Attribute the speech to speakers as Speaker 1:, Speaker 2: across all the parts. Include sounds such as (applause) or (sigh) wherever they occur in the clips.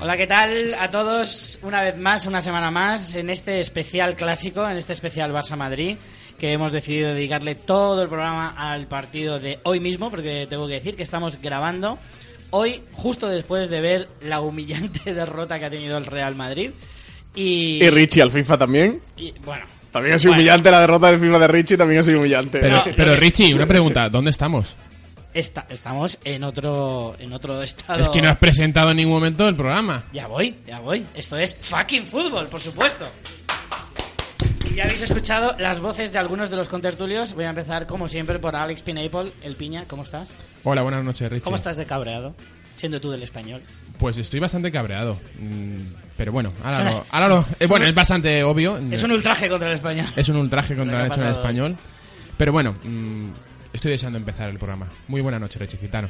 Speaker 1: Hola, ¿qué tal a todos? Una vez más, una semana más, en este especial clásico, en este especial Barça-Madrid, que hemos decidido dedicarle todo el programa al partido de hoy mismo, porque tengo que decir que estamos grabando hoy, justo después de ver la humillante (laughs) derrota que ha tenido el Real Madrid. Y,
Speaker 2: Y Richie al FIFA también.
Speaker 1: y, bueno,
Speaker 2: También ha sido
Speaker 1: Bueno.
Speaker 2: humillante la derrota del FIFA de Richie, también ha sido humillante.
Speaker 3: Pero,
Speaker 1: No.
Speaker 3: pero Richie, una pregunta, ¿dónde estamos?
Speaker 1: esta- estamos en otro, en otro estado.
Speaker 3: Es que no has presentado en ningún momento el programa.
Speaker 1: Ya voy, ya voy. Esto es fucking fútbol, por supuesto. Y ya habéis escuchado las voces de algunos de los contertulios. Voy a empezar, como siempre, por Alex Pineapple, el piña. ¿Cómo estás?
Speaker 3: Hola, buenas noches, Richie.
Speaker 1: ¿Cómo estás de cabreado? Siendo tú del español.
Speaker 3: Pues estoy bastante cabreado. Mm, Pero bueno, ahora lo... Ahora lo eh, bueno, es bastante obvio. eh,
Speaker 1: Es un ultraje contra el español.
Speaker 3: Es un ultraje contra
Speaker 1: Lo
Speaker 3: el
Speaker 1: que ha
Speaker 3: hecho en
Speaker 1: pasado.
Speaker 3: español. Pero bueno, mm, estoy deseando empezar el programa. Muy buena noche, Richie Gitano.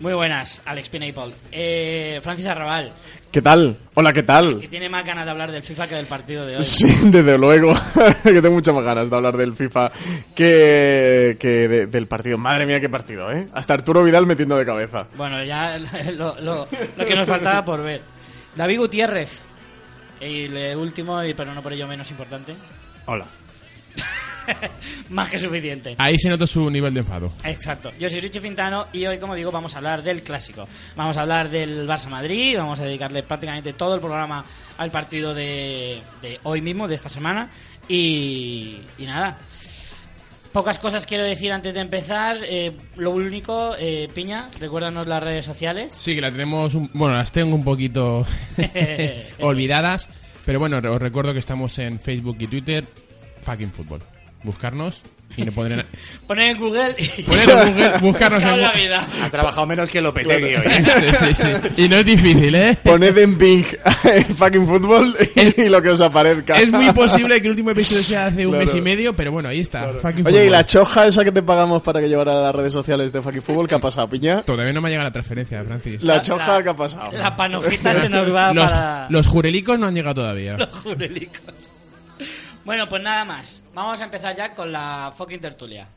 Speaker 1: Muy buenas, Alex Pineapple. Eh, Francis Arrabal,
Speaker 2: ¿Qué tal? Hola, ¿qué
Speaker 1: que
Speaker 2: tal?
Speaker 1: tiene más ganas de hablar del FIFA que del partido de hoy.
Speaker 2: Sí, (laughs) desde luego. que tengo muchas más ganas de hablar del FIFA que, que de- del partido. Madre mía, qué partido, ¿eh? Hasta Arturo Vidal metiendo de cabeza.
Speaker 1: Bueno, ya (laughs) lo, lo- lo que nos faltaba por ver. David Gutiérrez. El eh, último, y- pero no por ello menos importante.
Speaker 2: Hola.
Speaker 1: Más que suficiente.
Speaker 3: Ahí se nota su nivel de enfado.
Speaker 1: Exacto. Yo soy Richie Pintano y hoy, como digo, vamos a hablar del clásico. Vamos a hablar del Barça Madrid, vamos a dedicarle prácticamente todo el programa al partido de, de hoy mismo, de esta semana. Y, y nada. Pocas cosas quiero decir antes de empezar. Eh, lo único, eh, Piña, recuérdanos las redes
Speaker 3: (laughs)
Speaker 1: sociales. (laughs)
Speaker 3: Sí, que la tenemos... un- bueno, las tengo un poquito (laughs) olvidadas. Pero bueno, os recuerdo que estamos en Facebook y Twitter. Fucking fútbol. Buscarnos y no pondré...
Speaker 1: Poner en Google y
Speaker 2: (laughs)
Speaker 3: Poner
Speaker 1: (laughs)
Speaker 3: en Google, buscarnos en
Speaker 1: buscar la
Speaker 3: Google.
Speaker 1: vida.
Speaker 4: Has trabajado menos que Lopetegui hoy.
Speaker 3: Sí, sí, sí. Y no es difícil, ¿eh?
Speaker 2: (laughs) Poned en ping (laughs) el fucking fútbol (laughs) y lo que os aparezca.
Speaker 3: Es muy posible que el último episodio sea hace un
Speaker 2: Claro.
Speaker 3: mes y medio, pero bueno, ahí está.
Speaker 2: (laughs)
Speaker 3: Fucking
Speaker 2: Oye, ¿y
Speaker 3: fútbol.
Speaker 2: la choja esa que te pagamos para que llevara a las redes sociales de fucking fútbol? ¿Qué ha pasado, piña?
Speaker 3: Todavía no me ha llegado la transferencia, Francis.
Speaker 2: La choja que ha pasado.
Speaker 1: La panojita se nos va
Speaker 3: los,
Speaker 1: Ah, para...
Speaker 3: los jurelicos no han llegado todavía.
Speaker 1: Los jurelicos. Bueno, pues nada más. Vamos a empezar ya con la fucking tertulia.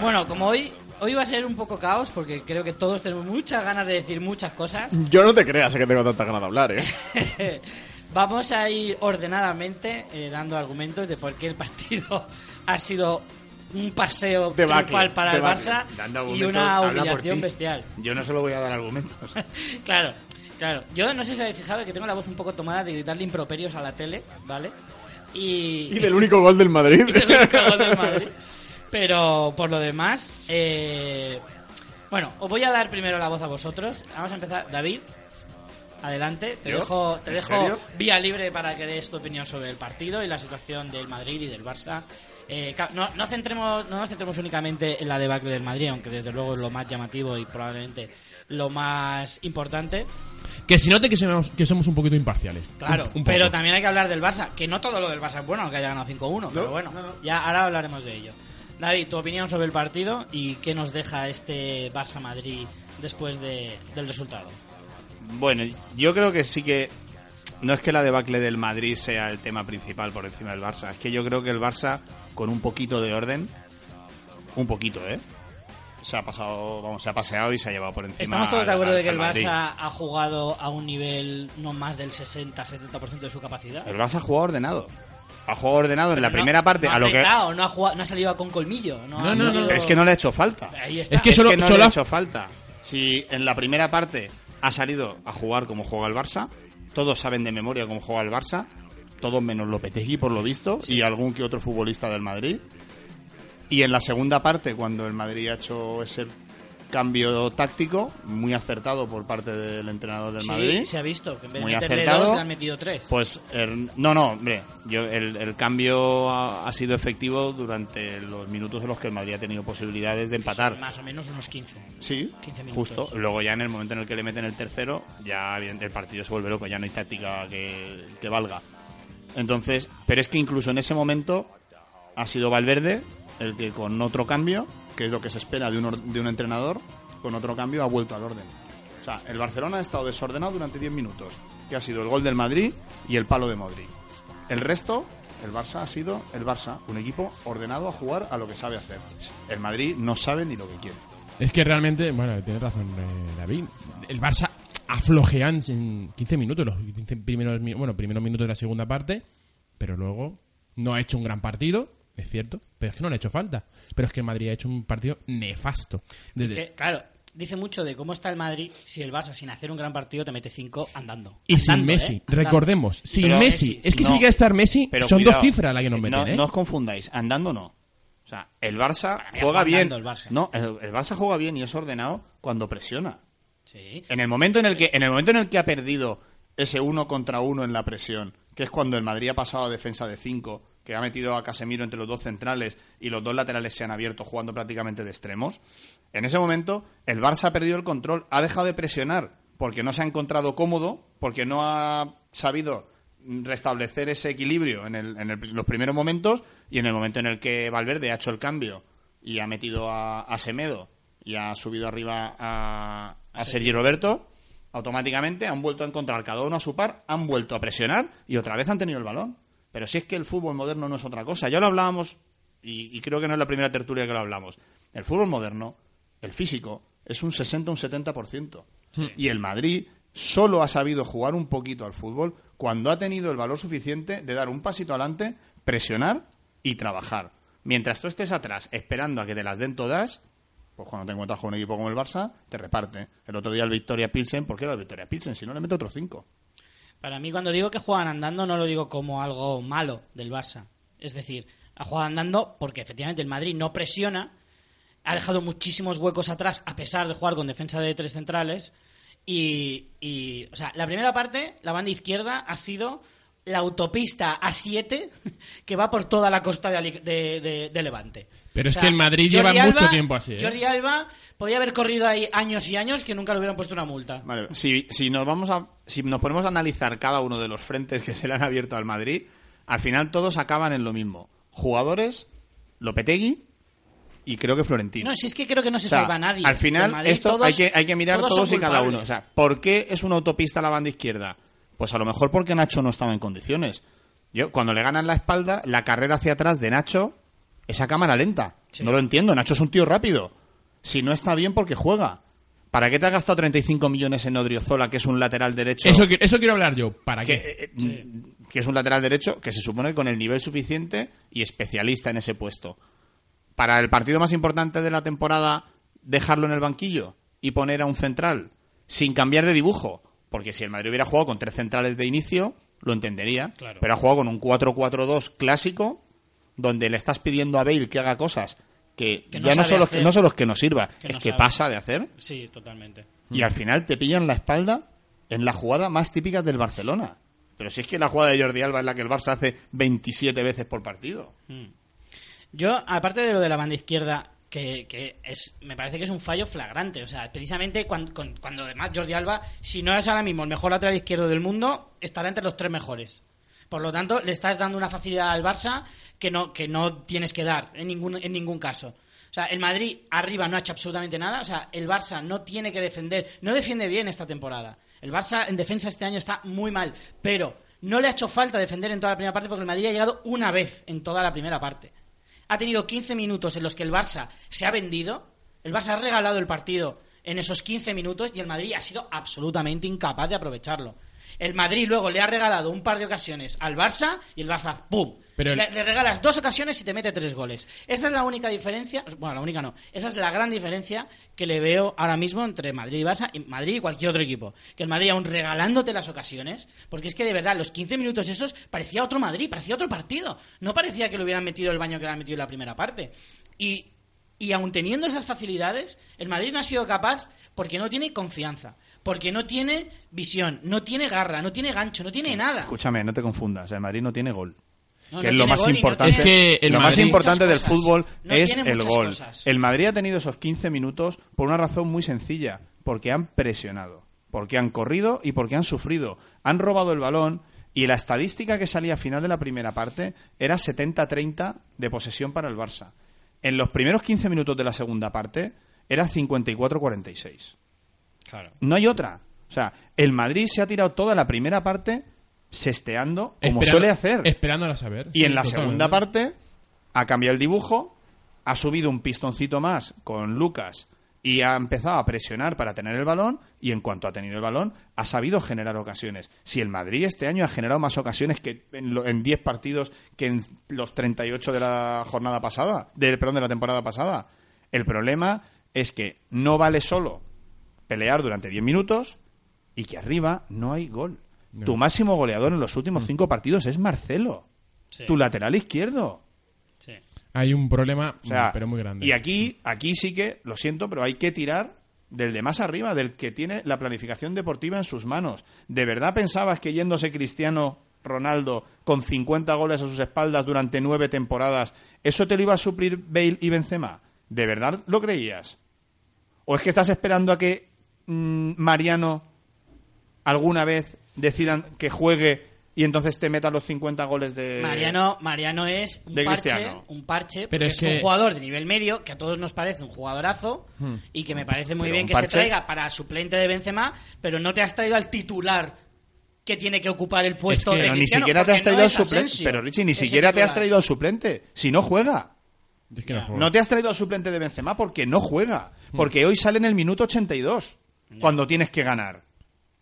Speaker 1: Bueno, como hoy, hoy va a ser un poco caos, porque creo que todos tenemos muchas ganas de decir muchas cosas.
Speaker 2: Yo no te creas que tengo tantas ganas de hablar, ¿eh?
Speaker 1: (laughs) Vamos a ir ordenadamente eh, dando argumentos de por qué el partido (laughs) ha sido un paseo
Speaker 2: Debacle,
Speaker 1: triunfal para
Speaker 2: debacle.
Speaker 1: el
Speaker 4: Dando
Speaker 1: Barça y
Speaker 4: argumentos,
Speaker 1: una
Speaker 4: habla por
Speaker 1: humillación
Speaker 4: ti.
Speaker 1: bestial. (laughs)
Speaker 4: Yo no solo voy a dar argumentos.
Speaker 1: Claro, claro. Yo no sé si habéis fijado que tengo la voz un poco tomada de gritarle improperios a la tele, ¿vale? Y,
Speaker 2: (laughs) Y del único gol del Madrid.
Speaker 1: (laughs) y del único gol del Madrid. Pero por lo demás, eh, bueno, os voy a dar primero la voz a vosotros. Vamos a empezar. David, adelante. Te
Speaker 4: ¿Yo?
Speaker 1: dejo, te
Speaker 4: ¿En
Speaker 1: dejo
Speaker 4: serio?
Speaker 1: vía libre para que des tu opinión sobre el partido y la situación del Madrid y del Barça. Eh, ca- no, no centremos, no nos centremos únicamente en la debacle del Madrid, aunque desde luego es lo más llamativo y probablemente lo más importante.
Speaker 3: Que si note que somos, que somos un poquito imparciales.
Speaker 1: Claro,
Speaker 3: Un- un poco.
Speaker 1: pero también hay que hablar del Barça, que no todo lo del Barça es bueno, que haya ganado 5-1, pero bueno, ya ahora hablaremos de ello. David, tu opinión sobre el partido y qué nos deja este Barça-Madrid después de- del resultado.
Speaker 4: Bueno, yo creo que sí que. No es que la debacle del Madrid sea el tema principal por encima del Barça. Es que yo creo que el Barça, con un poquito de orden. Un poquito, ¿eh? Se ha pasado, vamos, se ha paseado y se ha llevado por encima.
Speaker 1: Estamos todos de
Speaker 4: al-
Speaker 1: acuerdo de
Speaker 4: al-
Speaker 1: que el
Speaker 4: al Madrid.
Speaker 1: Barça ha jugado a un nivel no más del 60-70% de su capacidad.
Speaker 4: El Barça ha jugado ordenado. Ha jugado ordenado en la
Speaker 1: No-
Speaker 4: primera parte.
Speaker 1: no ha
Speaker 4: a lo que.
Speaker 1: apretado, no ha, jugado- no ha salido con colmillo. No,
Speaker 3: No,
Speaker 1: ha
Speaker 3: no, no.
Speaker 1: salido-
Speaker 4: Es que no le ha hecho falta.
Speaker 1: Ahí está.
Speaker 3: Es que
Speaker 4: Es
Speaker 3: solo-
Speaker 4: que no
Speaker 3: solo
Speaker 4: le ha
Speaker 3: ha-
Speaker 4: hecho falta. Si en la primera parte ha salido a jugar como juega el Barça, todos saben de memoria cómo juega el Barça, todos menos Lopetegui por lo visto y algún que otro futbolista del Madrid. Y en la segunda parte, cuando el Madrid ha hecho ese cambio táctico, muy acertado por parte del entrenador del
Speaker 1: Sí,
Speaker 4: Madrid,
Speaker 1: se ha visto que en vez
Speaker 4: Muy
Speaker 1: de meterle
Speaker 4: acertado.
Speaker 1: dos, le han metido tres.
Speaker 4: pues el- no, no, hombre, yo, el, el cambio ha, ha sido efectivo durante los minutos en los que el Madrid ha tenido posibilidades de empatar.
Speaker 1: Más o menos unos 15.
Speaker 4: Sí,
Speaker 1: 15 minutos.
Speaker 4: justo. Luego ya en el momento en el que le meten el tercero, ya evidente, el partido se vuelve loco, ya no hay táctica que, que valga. Entonces, pero es que incluso en ese momento ha sido Valverde el que con otro cambio, que es lo que se espera de un, or- de un entrenador, con otro cambio ha vuelto al orden. O sea, el Barcelona ha estado desordenado durante 10 minutos, que ha sido el gol del Madrid y el palo de Modric. El resto, el Barça ha sido el Barça, un equipo ordenado a jugar a lo que sabe hacer. El Madrid no sabe ni lo que quiere.
Speaker 3: Es que realmente, bueno, tienes razón, eh, David. El Barça aflojean en 15 minutos, los 15 primeros, mi- bueno, primeros minutos de la segunda parte, pero luego no ha hecho un gran partido, es cierto, pero es que no le ha hecho falta. Pero es que el Madrid ha hecho un partido nefasto. Desde,
Speaker 1: Que, Eh, claro, dice mucho de cómo está el Madrid si el Barça, sin hacer un gran partido, te mete 5 andando.
Speaker 3: y sin
Speaker 1: Andando,
Speaker 3: Messi,
Speaker 1: ¿eh? Andando.
Speaker 3: recordemos, sin
Speaker 4: Pero-
Speaker 3: Messi.
Speaker 1: Messi,
Speaker 3: es que
Speaker 4: no.
Speaker 3: si llega a estar Messi,
Speaker 4: Pero
Speaker 3: son
Speaker 4: cuidado,
Speaker 3: dos cifras las que nos meten,
Speaker 4: no,
Speaker 3: ¿eh?
Speaker 4: no os confundáis, andando no. O sea, el Barça
Speaker 1: mí
Speaker 4: juega
Speaker 1: va
Speaker 4: bien.
Speaker 1: andando el Barça.
Speaker 4: No, el, el Barça juega bien y es ordenado cuando presiona.
Speaker 1: Sí.
Speaker 4: En el momento en el que, en el momento en el que ha perdido ese uno contra uno en la presión, que es cuando el Madrid ha pasado a defensa de cinco, que ha metido a Casemiro entre los dos centrales y los dos laterales se han abierto jugando prácticamente de extremos. En ese momento, el Barça ha perdido el control, ha dejado de presionar porque no se ha encontrado cómodo, porque no ha sabido restablecer ese equilibrio en, el- en el- los primeros momentos y en el momento en el que Valverde ha hecho el cambio y ha metido a, a Semedo y ha subido arriba a, a Sergi Roberto, automáticamente han vuelto a encontrar cada uno a su par, han vuelto a presionar y otra vez han tenido el balón. Pero si es que el fútbol moderno no es otra cosa, ya lo hablábamos y, y creo que no es la primera tertulia que lo hablamos. El fútbol moderno, el físico, es un 60 un 70%. Y el Madrid solo ha sabido jugar un poquito al fútbol cuando ha tenido el valor suficiente de dar un pasito adelante, presionar y trabajar. Mientras tú estés atrás esperando a que te las den todas, pues cuando te encuentras con un equipo como el Barça, te reparte. El otro día el Victoria Pilsen, ¿por qué era el Victoria Pilsen? Si no, le meto otros cinco.
Speaker 1: Para mí, cuando digo que juegan andando, no lo digo como algo malo del Barça. Es decir, ha jugado andando porque efectivamente el Madrid no presiona, ha dejado muchísimos huecos atrás a pesar de jugar con defensa de tres centrales. Y, y, o sea, la primera parte, la banda izquierda, ha sido la autopista A7 que va por toda la costa de, Ali- de- de- de Levante.
Speaker 3: Pero es que el Madrid lleva
Speaker 1: Jordi Alba-
Speaker 3: mucho tiempo así, ¿eh?
Speaker 1: Jordi Alba podía haber corrido ahí años y años que nunca le hubieran puesto una multa.
Speaker 4: Vale, si, si nos vamos a, si nos ponemos a analizar cada uno de los frentes que (laughs) se le han abierto al Madrid, al final todos acaban en lo mismo. Jugadores, Lopetegui y creo que Florentino.
Speaker 1: No, si es que creo que no se
Speaker 4: O sea,
Speaker 1: salva nadie.
Speaker 4: Al
Speaker 1: Del
Speaker 4: final,
Speaker 1: Madrid
Speaker 4: esto
Speaker 1: todos-
Speaker 4: hay, que, hay que mirar todos,
Speaker 1: son
Speaker 4: y cada
Speaker 1: culpables.
Speaker 4: uno. O sea, ¿por qué es una autopista la banda izquierda? Pues a lo mejor porque Nacho no estaba en condiciones. Yo, cuando le ganan la espalda, la carrera hacia atrás de Nacho, esa cámara lenta.
Speaker 1: Sí.
Speaker 4: No lo entiendo, Nacho es un tío rápido. Si no está bien, porque juega. ¿Para qué te has gastado 35 millones en Odriozola, que es un lateral derecho?
Speaker 3: Eso, qui- eso quiero hablar yo. ¿Para
Speaker 4: que,
Speaker 3: qué?
Speaker 4: eh, que es un lateral derecho que se supone con el nivel suficiente y especialista en ese puesto. Para el partido más importante de la temporada, dejarlo en el banquillo y poner a un central sin cambiar de dibujo. Porque si el Madrid hubiera jugado con tres centrales de inicio, lo entendería.
Speaker 1: Claro.
Speaker 4: Pero ha jugado con un 4-4-2 clásico, donde le estás pidiendo a Bale que haga cosas que,
Speaker 1: Que no
Speaker 4: ya no
Speaker 1: sabe
Speaker 4: son, los
Speaker 1: hacer.
Speaker 4: que, no son los que nos sirva,
Speaker 1: Que
Speaker 4: es
Speaker 1: no
Speaker 4: que
Speaker 1: sabe.
Speaker 4: pasa de hacer
Speaker 1: Sí, totalmente.
Speaker 4: y al final te pillan la espalda en la jugada más típica del Barcelona. Pero si es que la jugada de Jordi Alba es la que el Barça hace 27 veces por partido.
Speaker 1: Yo, aparte de lo de la banda izquierda, que, que es, me parece que es un fallo flagrante. O sea, precisamente cuando, cuando además Jordi Alba, si no es ahora mismo el mejor lateral izquierdo del mundo, estará entre los tres mejores. Por lo tanto, le estás dando una facilidad al Barça que no, que no tienes que dar en ningún, en ningún caso. O sea, el Madrid arriba no ha hecho absolutamente nada. O sea, el Barça no tiene que defender. No defiende bien esta temporada. El Barça en defensa este año está muy mal. Pero no le ha hecho falta defender en toda la primera parte porque el Madrid ha llegado una vez en toda la primera parte. Ha tenido 15 minutos en los que el Barça se ha vendido. El Barça ha regalado el partido en esos 15 minutos y el Madrid ha sido absolutamente incapaz de aprovecharlo. El Madrid luego le ha regalado un par de ocasiones al Barça y el Barça, ¡pum!
Speaker 3: Pero el-
Speaker 1: Le, le regalas dos ocasiones y te mete tres goles. Esa es la única diferencia, bueno, la única no, esa es la gran diferencia que le veo ahora mismo entre Madrid y Barça, y Madrid y cualquier otro equipo. Que el Madrid aún regalándote las ocasiones, porque es que de verdad los 15 minutos esos parecía otro Madrid, parecía otro partido. No parecía que le hubieran metido el baño que le han metido en la primera parte. Y, y aún teniendo esas facilidades, el Madrid no ha sido capaz porque no tiene confianza. Porque no tiene visión, no tiene garra, no tiene gancho, no tiene nada.
Speaker 4: Escúchame, no te confundas. El Madrid no tiene gol.
Speaker 1: No,
Speaker 4: que
Speaker 1: no
Speaker 4: es lo
Speaker 1: tiene
Speaker 4: más
Speaker 1: gol y no
Speaker 4: importante.
Speaker 1: tiene-
Speaker 3: Es que el
Speaker 4: lo más
Speaker 3: Madrid-
Speaker 4: importante del
Speaker 1: muchas cosas.
Speaker 4: fútbol
Speaker 1: No
Speaker 4: es
Speaker 1: tiene
Speaker 4: el
Speaker 1: muchas
Speaker 4: gol.
Speaker 1: cosas.
Speaker 4: El Madrid ha tenido esos 15 minutos por una razón muy sencilla, porque han presionado, porque han corrido y porque han sufrido. Han robado el balón y la estadística que salía a final de la primera parte era 70-30 de posesión para el Barça. En los primeros 15 minutos de la segunda parte, era 54-46.
Speaker 1: Claro.
Speaker 4: No hay otra. O sea, el Madrid se ha tirado toda la primera parte sesteando como
Speaker 3: Esperando-
Speaker 4: suele hacer.
Speaker 3: Esperándola a saber. ¿eh?
Speaker 4: Y en la segunda parte ha cambiado el dibujo, ha subido un pistoncito más con Lucas y ha empezado a presionar para tener el balón y en cuanto ha tenido el balón ha sabido generar ocasiones. Si el Madrid este año ha generado más ocasiones que en lo- en 10 partidos que en los 38 de la jornada pasada, de, perdón, de la temporada pasada. El problema es que no vale solo pelear durante 10 minutos y que arriba no hay gol.
Speaker 3: No.
Speaker 4: Tu máximo goleador en los últimos 5 partidos es Marcelo
Speaker 1: Sí,
Speaker 4: tu lateral izquierdo.
Speaker 1: sí.
Speaker 4: Eh,
Speaker 3: Hay un problema,
Speaker 4: O sea,
Speaker 3: pero muy grande.
Speaker 4: Y aquí, aquí sí que, lo siento, pero hay que tirar del de más arriba, del que tiene la planificación deportiva en sus manos. ¿De verdad pensabas que yéndose Cristiano Ronaldo con 50 goles a sus espaldas durante nueve temporadas, eso te lo iba a suplir Bale y Benzema? ¿De verdad lo creías? ¿O es que estás esperando a que mm, Mariano alguna vez decidan que juegue y entonces te meta los 50 goles de...
Speaker 1: Mariano, Mariano es un
Speaker 4: de
Speaker 1: parche,
Speaker 4: Cristiano.
Speaker 1: un parche, porque
Speaker 3: Pero es
Speaker 1: es,
Speaker 3: que-
Speaker 1: un jugador de nivel medio que a todos nos parece un jugadorazo y que me parece muy
Speaker 4: Hmm. Pero
Speaker 1: bien
Speaker 4: un
Speaker 1: que se
Speaker 4: parche-
Speaker 1: traiga para suplente de Benzema, pero no te has traído al titular que tiene que ocupar el puesto
Speaker 3: que
Speaker 1: de
Speaker 4: Pero ni
Speaker 1: Cristiano,
Speaker 4: siquiera te
Speaker 1: porque
Speaker 4: has traído
Speaker 1: no
Speaker 4: al
Speaker 1: es
Speaker 4: suplente.
Speaker 1: Asensio
Speaker 4: Pero Richie, ni
Speaker 1: ese
Speaker 4: siquiera te has
Speaker 1: titular. Pues.
Speaker 4: traído al suplente. Si no juega.
Speaker 3: Es que no juego.
Speaker 4: No te has traído al suplente de Benzema porque no juega.
Speaker 1: Mm.
Speaker 4: Porque hoy sale en el minuto 82. Cuando tienes que ganar.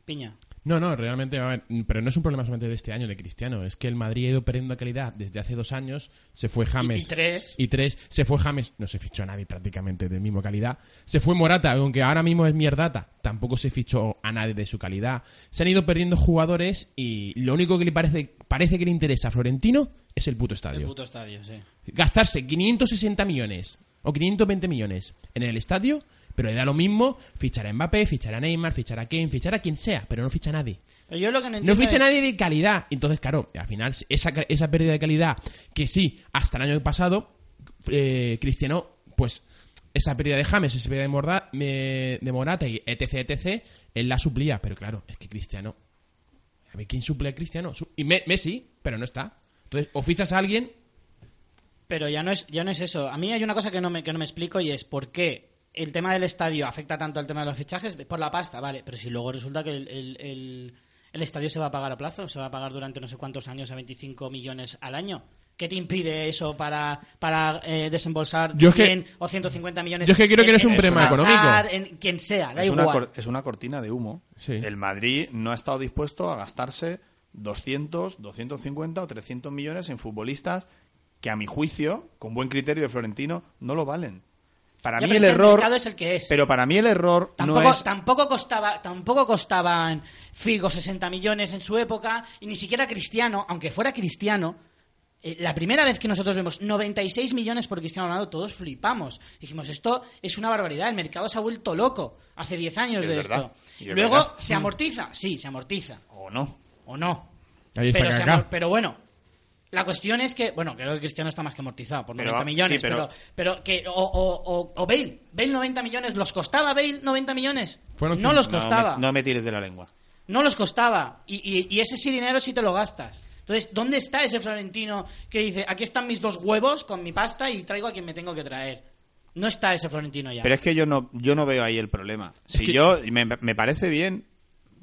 Speaker 1: Piña.
Speaker 3: No, no, realmente, a ver, pero no es un problema solamente de este año de Cristiano, es que el Madrid ha ido perdiendo calidad desde hace dos años, se fue James.
Speaker 1: Y- y tres.
Speaker 3: Y tres, se fue James, no se fichó a nadie prácticamente de mismo calidad. Se fue Morata, aunque ahora mismo es mierdata, tampoco se fichó a nadie de su calidad. Se han ido perdiendo jugadores y lo único que le parece, parece que le interesa a Florentino es el puto estadio.
Speaker 1: El puto estadio, sí.
Speaker 3: Gastarse 560 millones o 520 millones en el estadio, pero le da lo mismo fichar a Mbappé, fichar a Neymar, fichar a Kane, fichar a quien sea, pero no ficha a nadie.
Speaker 1: Pero yo lo que no
Speaker 3: No
Speaker 1: entiendo
Speaker 3: ficha
Speaker 1: es-
Speaker 3: nadie de calidad. Entonces, claro, al final, esa, esa pérdida de calidad, que sí, hasta el año pasado, eh, Cristiano, pues esa pérdida de James, esa pérdida de, Morda- eh, de Morata y etc, etc, él la suplía. Pero claro, es que Cristiano. A ver, ¿quién suple a Cristiano? Su- Y Me- Messi, pero no está. Entonces, o fichas a alguien.
Speaker 1: Pero ya no es, ya no es eso. A mí hay una cosa que no, me, que no me explico y es por qué el tema del estadio afecta tanto al tema de los fichajes por la pasta, vale, pero si luego resulta que el, el- el- el estadio se va a pagar a plazo, se va a pagar durante no sé cuántos años a 25 millones al año. ¿Qué te impide eso para, para eh, desembolsar
Speaker 3: Yo es que-
Speaker 1: 100 o 150 millones?
Speaker 3: yo es que creo que no es un
Speaker 4: problema
Speaker 1: Hazard,
Speaker 3: económico.
Speaker 1: En quien sea, da
Speaker 4: Es una,
Speaker 1: igual.
Speaker 4: cor- es una cortina de humo.
Speaker 3: Sí.
Speaker 4: El Madrid no ha estado dispuesto a gastarse 200, 250 o 300 millones en futbolistas que a mi juicio, con buen criterio de Florentino, no lo valen. Para
Speaker 1: Ya,
Speaker 4: mí
Speaker 1: pero
Speaker 4: el
Speaker 1: es que el
Speaker 4: error...
Speaker 1: mercado es el que es.
Speaker 4: Pero para mí el error
Speaker 1: Tampoco,
Speaker 4: no es...
Speaker 1: tampoco costaba, tampoco costaban Figo 60 millones en su época, y ni siquiera Cristiano, aunque fuera Cristiano, eh, la primera vez que nosotros vemos 96 millones por Cristiano Ronaldo, todos flipamos. Dijimos, esto es una barbaridad, el mercado se ha vuelto loco hace 10 años
Speaker 4: Es
Speaker 1: de
Speaker 4: verdad, y
Speaker 1: esto.
Speaker 4: es
Speaker 1: Luego,
Speaker 4: verdad.
Speaker 1: ¿se amortiza? Sí, se amortiza.
Speaker 4: O no.
Speaker 1: ¿O no?
Speaker 3: Ahí está
Speaker 1: pero, se
Speaker 3: Kaká.
Speaker 1: amor- pero bueno, la cuestión es que, bueno, creo que Cristiano está más que amortizado por
Speaker 4: Pero,
Speaker 1: 90 millones,
Speaker 4: sí,
Speaker 1: pero,
Speaker 4: pero-
Speaker 1: pero, que, o, o, o, o Bale, Bale 90 millones, ¿los costaba Bale 90 millones?
Speaker 3: Fueron
Speaker 1: no
Speaker 3: cinco.
Speaker 1: los
Speaker 4: No me-
Speaker 1: costaba,
Speaker 4: No me,
Speaker 1: no,
Speaker 4: tires de la lengua.
Speaker 1: los costaba, y, y, y ese sí dinero sí te lo gastas. Entonces, ¿dónde está ese florentino que dice, aquí están mis dos huevos con mi pasta y traigo a quien me tengo que traer? No está ese florentino ya.
Speaker 4: Pero es que yo no, yo no veo ahí el problema. Si
Speaker 3: que-
Speaker 4: yo me, me parece bien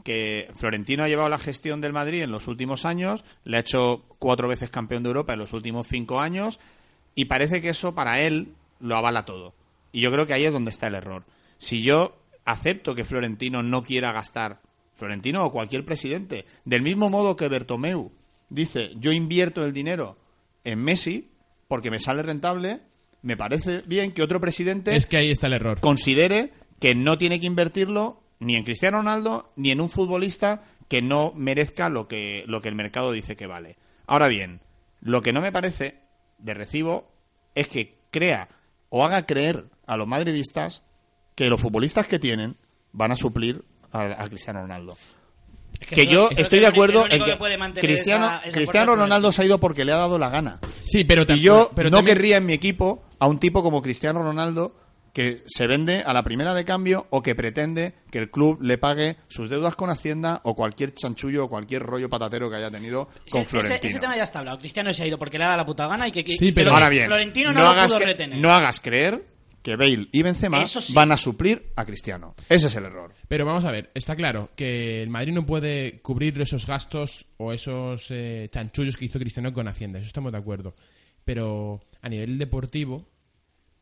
Speaker 4: que Florentino ha llevado la gestión del Madrid en los últimos años, le ha hecho cuatro veces campeón de Europa en los últimos cinco años, y parece que eso para él lo avala todo. Y yo creo que ahí es donde está el error. Si yo acepto que Florentino no quiera gastar, Florentino o cualquier presidente, del mismo modo que Bertomeu dice, yo invierto el dinero en Messi porque me sale rentable, me parece bien que otro presidente
Speaker 3: Es que ahí está el error.
Speaker 4: considere que no tiene que invertirlo ni en Cristiano Ronaldo ni en un futbolista que no merezca lo que, lo que el mercado dice que vale. Ahora bien, lo que no me parece de recibo es que crea o haga creer a los madridistas que los futbolistas que tienen van a suplir a, a Cristiano Ronaldo.
Speaker 1: Es
Speaker 4: Que
Speaker 1: eso-
Speaker 4: yo
Speaker 1: eso
Speaker 4: estoy
Speaker 1: es lo
Speaker 4: de
Speaker 1: único-
Speaker 4: acuerdo
Speaker 1: es lo
Speaker 4: en
Speaker 1: único
Speaker 4: que,
Speaker 1: puede mantener
Speaker 4: Cristiano,
Speaker 1: esa- esa
Speaker 4: Cristiano
Speaker 1: fuerza
Speaker 4: Ronaldo se ha ido porque le ha dado la gana.
Speaker 3: Sí, pero tam-
Speaker 4: Y yo
Speaker 3: pero
Speaker 4: no
Speaker 3: también-
Speaker 4: querría en mi equipo a un tipo como Cristiano Ronaldo que se vende a la primera de cambio o que pretende que el club le pague sus deudas con Hacienda o cualquier chanchullo o cualquier rollo patatero que haya tenido con
Speaker 1: Ese-
Speaker 4: Florentino.
Speaker 1: Ese, ese tema ya está hablado. Cristiano se ha ido porque le da la puta gana y que, que-
Speaker 3: Sí,
Speaker 1: que
Speaker 3: pero-
Speaker 1: lo-
Speaker 4: Ahora bien,
Speaker 1: Florentino no,
Speaker 4: no,
Speaker 1: lo
Speaker 4: hagas
Speaker 1: pudo
Speaker 4: cre-
Speaker 1: retener.
Speaker 4: no hagas creer que Bale y Benzema
Speaker 1: Eso sí.
Speaker 4: van a suplir a Cristiano. Ese es el error.
Speaker 3: Pero vamos a ver, está claro que el Madrid no puede cubrir esos gastos o esos eh, chanchullos que hizo Cristiano con Hacienda, eso estamos de acuerdo. Pero a nivel deportivo,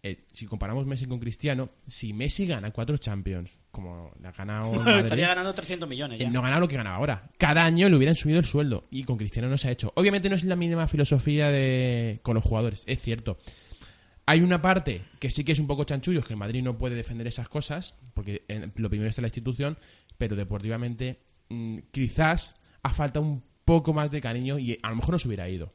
Speaker 3: eh, si comparamos Messi con Cristiano, si Messi gana cuatro Champions, como la ha
Speaker 1: (laughs)
Speaker 3: ganado el Madrid,
Speaker 1: (laughs) Estaría ganando 300 millones ya.
Speaker 3: eh, no ganaba lo que ganaba ahora. Cada año le hubieran subido el sueldo y con Cristiano no se ha hecho. Obviamente no es la mínima filosofía de con los jugadores, es cierto. Hay una parte que sí que es un poco chanchullos, que el Madrid no puede defender esas cosas, porque eh, lo primero está la institución, pero deportivamente mm, quizás ha falta un poco más de cariño y a lo mejor no se hubiera ido.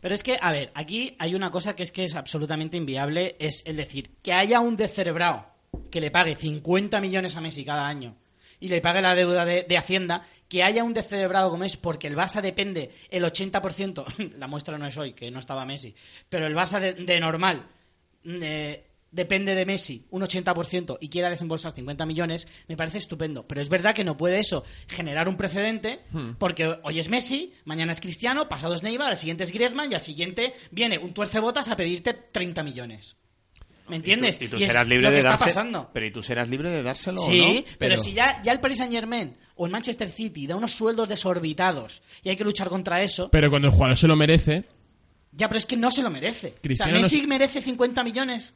Speaker 1: Pero es que, a ver, aquí hay una cosa que es que es absolutamente inviable, es el decir, que haya un descerebrado que le pague 50 millones a Messi cada año y le pague la deuda de, de Hacienda, que haya un descerebrado como es porque el Barça depende el 80%, (laughs) la muestra no es hoy, que no estaba Messi, pero el Barça de, de normal eh, depende de Messi un 80% y quiera desembolsar 50 millones, me parece estupendo. Pero es verdad que no puede eso generar un precedente,
Speaker 4: Hmm.
Speaker 1: porque hoy es Messi, mañana es Cristiano, pasado es Neymar, al siguiente es Griezmann y al siguiente viene un tuercebotas a pedirte 30 millones. ¿Me entiendes?
Speaker 4: Y tú, y tú
Speaker 1: es
Speaker 4: serás libre
Speaker 1: lo que
Speaker 4: de
Speaker 1: está
Speaker 4: darse-
Speaker 1: pasando.
Speaker 4: Pero y tú serás libre de dárselo o
Speaker 1: Sí,
Speaker 4: no.
Speaker 1: pero,
Speaker 3: Pero-
Speaker 1: si ya, ya el Paris Saint Germain o el Manchester City da unos sueldos desorbitados y hay que luchar contra eso,
Speaker 3: Pero cuando el jugador se lo merece,
Speaker 1: ya, pero es que no se lo merece.
Speaker 3: Cristiano
Speaker 1: o sea, Messi
Speaker 3: no se-
Speaker 1: merece 50 millones.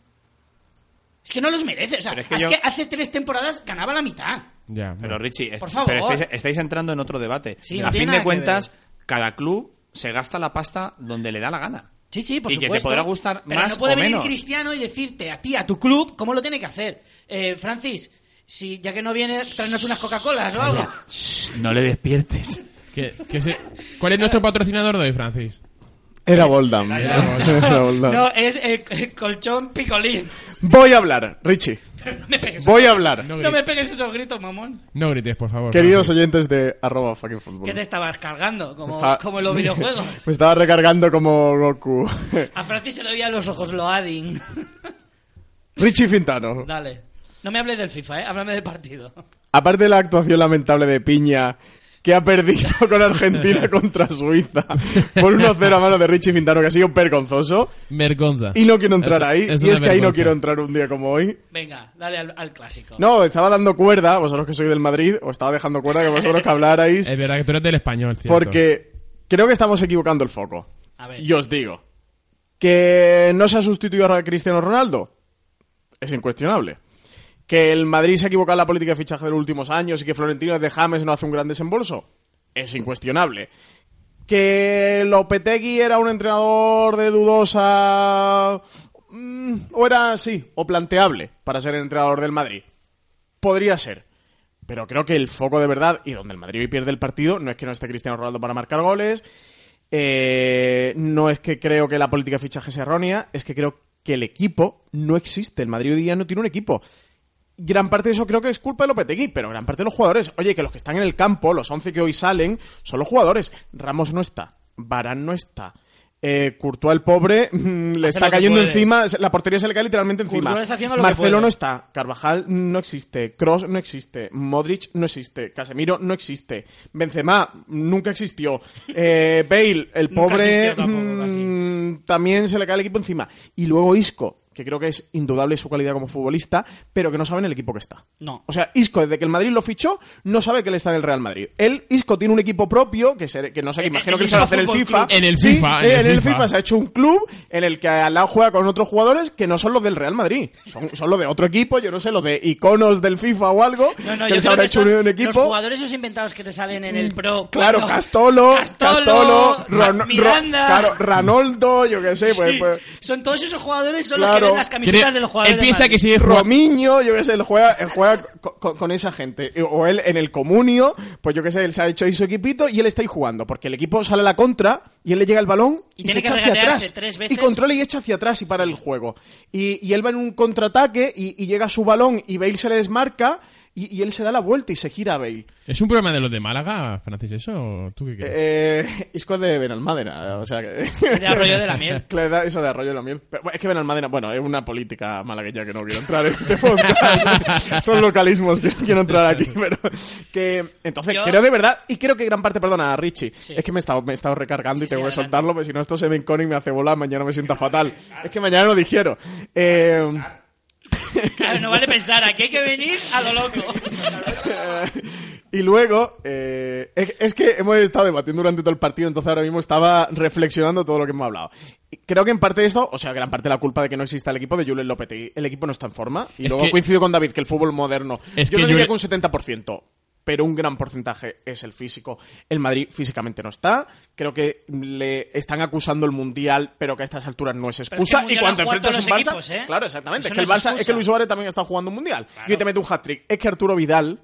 Speaker 1: Es que no los merece. O sea,
Speaker 4: Pero
Speaker 1: es
Speaker 4: es
Speaker 1: que,
Speaker 4: que yo-
Speaker 1: hace tres temporadas ganaba la mitad.
Speaker 3: ya.
Speaker 4: Pero
Speaker 3: bueno.
Speaker 4: Richie, es-
Speaker 1: Por favor.
Speaker 4: pero estáis, estáis entrando en otro debate.
Speaker 1: Sí, no
Speaker 4: a
Speaker 1: tiene
Speaker 4: fin
Speaker 1: nada
Speaker 4: de
Speaker 1: que
Speaker 4: cuentas, cada club se gasta la pasta donde le da la gana.
Speaker 1: Sí, sí, por
Speaker 4: Y que te
Speaker 1: supuesto.
Speaker 4: podrá gustar
Speaker 1: Pero
Speaker 4: más
Speaker 1: no puede
Speaker 4: o
Speaker 1: venir
Speaker 4: menos.
Speaker 1: Cristiano y decirte a ti, a tu club, cómo lo tiene que hacer. Eh, Francis, si ya que no viene, tráenos unas Coca-Colas o
Speaker 3: (laughs)
Speaker 1: algo.
Speaker 4: No le despiertes.
Speaker 3: ¿Qué- qué se- ¿Cuál es nuestro patrocinador de hoy, Francis?
Speaker 2: Era Boldam. Era Boldam.
Speaker 1: No, es el, el (laughs) colchón
Speaker 3: (laughs)
Speaker 1: picolín.
Speaker 2: Voy a hablar, Richie.
Speaker 1: No me pegues,
Speaker 2: Voy a hablar.
Speaker 3: No,
Speaker 1: no me
Speaker 3: grites-
Speaker 1: pegues esos gritos, mamón.
Speaker 3: no grites, por favor.
Speaker 2: Queridos
Speaker 3: Francis.
Speaker 2: oyentes de arroba fucking fútbol.
Speaker 1: ¿Qué te estabas cargando? Como,
Speaker 2: Estaba-
Speaker 1: como los videojuegos.
Speaker 3: (laughs)
Speaker 2: Me estaba recargando como Goku. (laughs)
Speaker 1: A Francis se le veían los ojos loading.
Speaker 2: Richie Fintano.
Speaker 1: Dale. No me hables del FIFA, ¿eh? Háblame del partido.
Speaker 2: Aparte de la actuación lamentable de Piña, que ha perdido (laughs)
Speaker 1: (laughs)
Speaker 2: con Argentina contra Suiza por 1-0 a mano de Richie Fintano, que ha sido vergonzoso.
Speaker 3: Vergonza.
Speaker 2: Y no quiero entrar
Speaker 3: Es-
Speaker 2: ahí. y
Speaker 3: una
Speaker 2: es que ahí no
Speaker 3: vergüenza.
Speaker 2: quiero entrar un día como hoy.
Speaker 1: Venga, dale al, al clásico.
Speaker 2: No, estaba dando cuerda, vosotros que sois del Madrid, os estaba dejando cuerda que vosotros que hablarais.
Speaker 3: (laughs) Es verdad que tú eres del español, cierto.
Speaker 2: Porque creo que estamos equivocando el foco.
Speaker 1: A ver.
Speaker 2: Y os digo, que no se ha sustituido a Cristiano Ronaldo es incuestionable. Que el Madrid se ha equivocado en la política de fichaje de los últimos años y que Florentino de James no hace un gran desembolso es incuestionable. Que Lopetegui era un entrenador de dudosa... mm, O era, sí, o planteable para ser entrenador del Madrid. Podría ser. Pero creo que el foco de verdad y donde el Madrid hoy pierde el partido no es que no esté Cristiano Ronaldo para marcar goles, eh, no es que creo que la política de fichaje sea errónea, es que creo que el equipo no existe. El Madrid hoy día no tiene un equipo. Gran parte de eso creo que es culpa de Lopetegui, pero gran parte de los jugadores. Oye, que los que están en el campo, los 11 que hoy salen, son los jugadores. Ramos no está, Barán no está. Eh, Courtois, el pobre, (laughs) mm, le
Speaker 1: Hace lo
Speaker 2: está
Speaker 1: que
Speaker 2: cayendo
Speaker 1: puede.
Speaker 2: encima, se- la portería se le cae literalmente encima.
Speaker 1: Courtois está haciendo lo que
Speaker 2: Marcelo
Speaker 1: puede.
Speaker 2: no está, Carvajal no existe, Cross no existe, Modric no existe, Casemiro no existe, Benzema
Speaker 1: (laughs)
Speaker 2: nunca existió, eh, Bale, el
Speaker 1: Nunca
Speaker 2: pobre,
Speaker 1: existió tampoco, casi.
Speaker 2: mm, también se le cae el equipo encima. Y luego Isco, que creo que es indudable su calidad como futbolista, pero que no sabe en el equipo que está.
Speaker 1: No.
Speaker 2: O sea, Isco, desde que el Madrid lo fichó, no sabe que él está en el Real Madrid. Él, Isco, tiene un equipo propio, que, se- que no sé, que
Speaker 1: El-
Speaker 2: imagino
Speaker 1: Eh, el
Speaker 2: que se va a
Speaker 1: Isco
Speaker 2: hacer el
Speaker 1: Fútbol
Speaker 2: FIFA.
Speaker 1: Club.
Speaker 3: En el
Speaker 2: Sí,
Speaker 3: FIFA,
Speaker 2: eh, en el FIFA se ha hecho un club en el que al lado juega con otros jugadores que no son los del Real Madrid. Son, son los de otro equipo, yo no sé, los de iconos del FIFA o algo.
Speaker 1: No, no,
Speaker 2: que
Speaker 1: yo
Speaker 2: les
Speaker 1: creo
Speaker 2: habrá
Speaker 1: que
Speaker 2: hecho
Speaker 1: son
Speaker 2: un, un
Speaker 1: los
Speaker 2: equipo. Mm,
Speaker 1: jugadores esos inventados que te salen en el Pro.
Speaker 2: Claro,
Speaker 1: cuando-
Speaker 2: Castolo, Castolo,
Speaker 1: Ron-
Speaker 2: Ron- Ro-
Speaker 1: Miranda.
Speaker 2: claro, Ranoldo, yo qué sé, pues, pues,
Speaker 1: Son todos esos jugadores, son los que ven
Speaker 2: Claro.
Speaker 1: las camisetas de los jugadores.
Speaker 3: Él piensa
Speaker 1: del
Speaker 3: que si es jugador-
Speaker 2: Romiño, yo qué sé, él juega, él juega co- co- con, esa gente. Eh, O él en el comunio, pues yo qué sé, él se ha hecho ahí su equipito y él está ahí jugando. Porque el equipo sale a la contra y él le llega el balón
Speaker 1: Y
Speaker 2: y,
Speaker 1: tiene
Speaker 2: se
Speaker 1: que
Speaker 2: echa hacia
Speaker 1: regatearse
Speaker 2: atrás.
Speaker 1: tres veces.
Speaker 2: Y controla y echa hacia atrás y para el juego. Y, y él va en un contraataque y, y llega a su balón y Bale se le desmarca y, y él se da la vuelta y se gira a Bale.
Speaker 3: ¿Es un problema de los de Málaga, Francis, eso? ¿O ¿Tú qué crees?
Speaker 2: Eh, Isco es de Benalmádena, o sea que...
Speaker 1: Madrid. De Arroyo de la Miel.
Speaker 2: (laughs) Claro, da- eso de arroyo de la miel. Pero, bueno, es que Benalmádena, bueno, es una política malagueña que no quiero entrar en
Speaker 1: (laughs)
Speaker 2: este podcast. Son localismos que no quiero entrar aquí, (laughs) pero que entonces
Speaker 1: Yo-
Speaker 2: creo de verdad y creo que gran parte, perdona, Richie,
Speaker 1: Sí.
Speaker 2: es que me he estado, me he estado recargando
Speaker 1: Sí,
Speaker 2: y tengo
Speaker 1: sí,
Speaker 2: que
Speaker 1: adelante.
Speaker 2: soltarlo, porque si no
Speaker 1: pues,
Speaker 2: esto se me encona y me hace volar, mañana me sienta fatal. Es que mañana lo dijeron. Eh,
Speaker 1: Claro, no vale pensar, aquí hay que venir a lo loco.
Speaker 2: (laughs) y luego, eh, es, es que hemos estado debatiendo durante todo el partido, entonces ahora mismo estaba reflexionando todo lo que hemos hablado. Y Creo que en parte de esto, o sea, gran parte de la culpa de que no exista el equipo de Julen Lopetegui. El equipo no está en forma. Y
Speaker 3: Es
Speaker 2: luego
Speaker 3: que-
Speaker 2: coincido con David que el fútbol moderno.
Speaker 3: Es
Speaker 2: yo
Speaker 3: que
Speaker 2: no diría
Speaker 3: Julen-
Speaker 2: que un 70%, pero un gran porcentaje es el físico. El Madrid físicamente no está. Creo que le están acusando el mundial, pero que a estas alturas no es
Speaker 1: Pero es que
Speaker 2: excusa.
Speaker 1: el
Speaker 2: y
Speaker 1: Mundial
Speaker 2: cuando
Speaker 1: han jugado
Speaker 2: enfrentas un
Speaker 1: todos
Speaker 2: Barça.
Speaker 1: los equipos, ¿eh?
Speaker 2: Claro, exactamente.
Speaker 1: Eso
Speaker 2: Es que,
Speaker 1: no
Speaker 2: el
Speaker 1: es
Speaker 2: Barça, es que
Speaker 1: excusa.
Speaker 2: Luis Suárez también está jugando un mundial. Y hoy te mete un hat-trick. Es que Arturo Vidal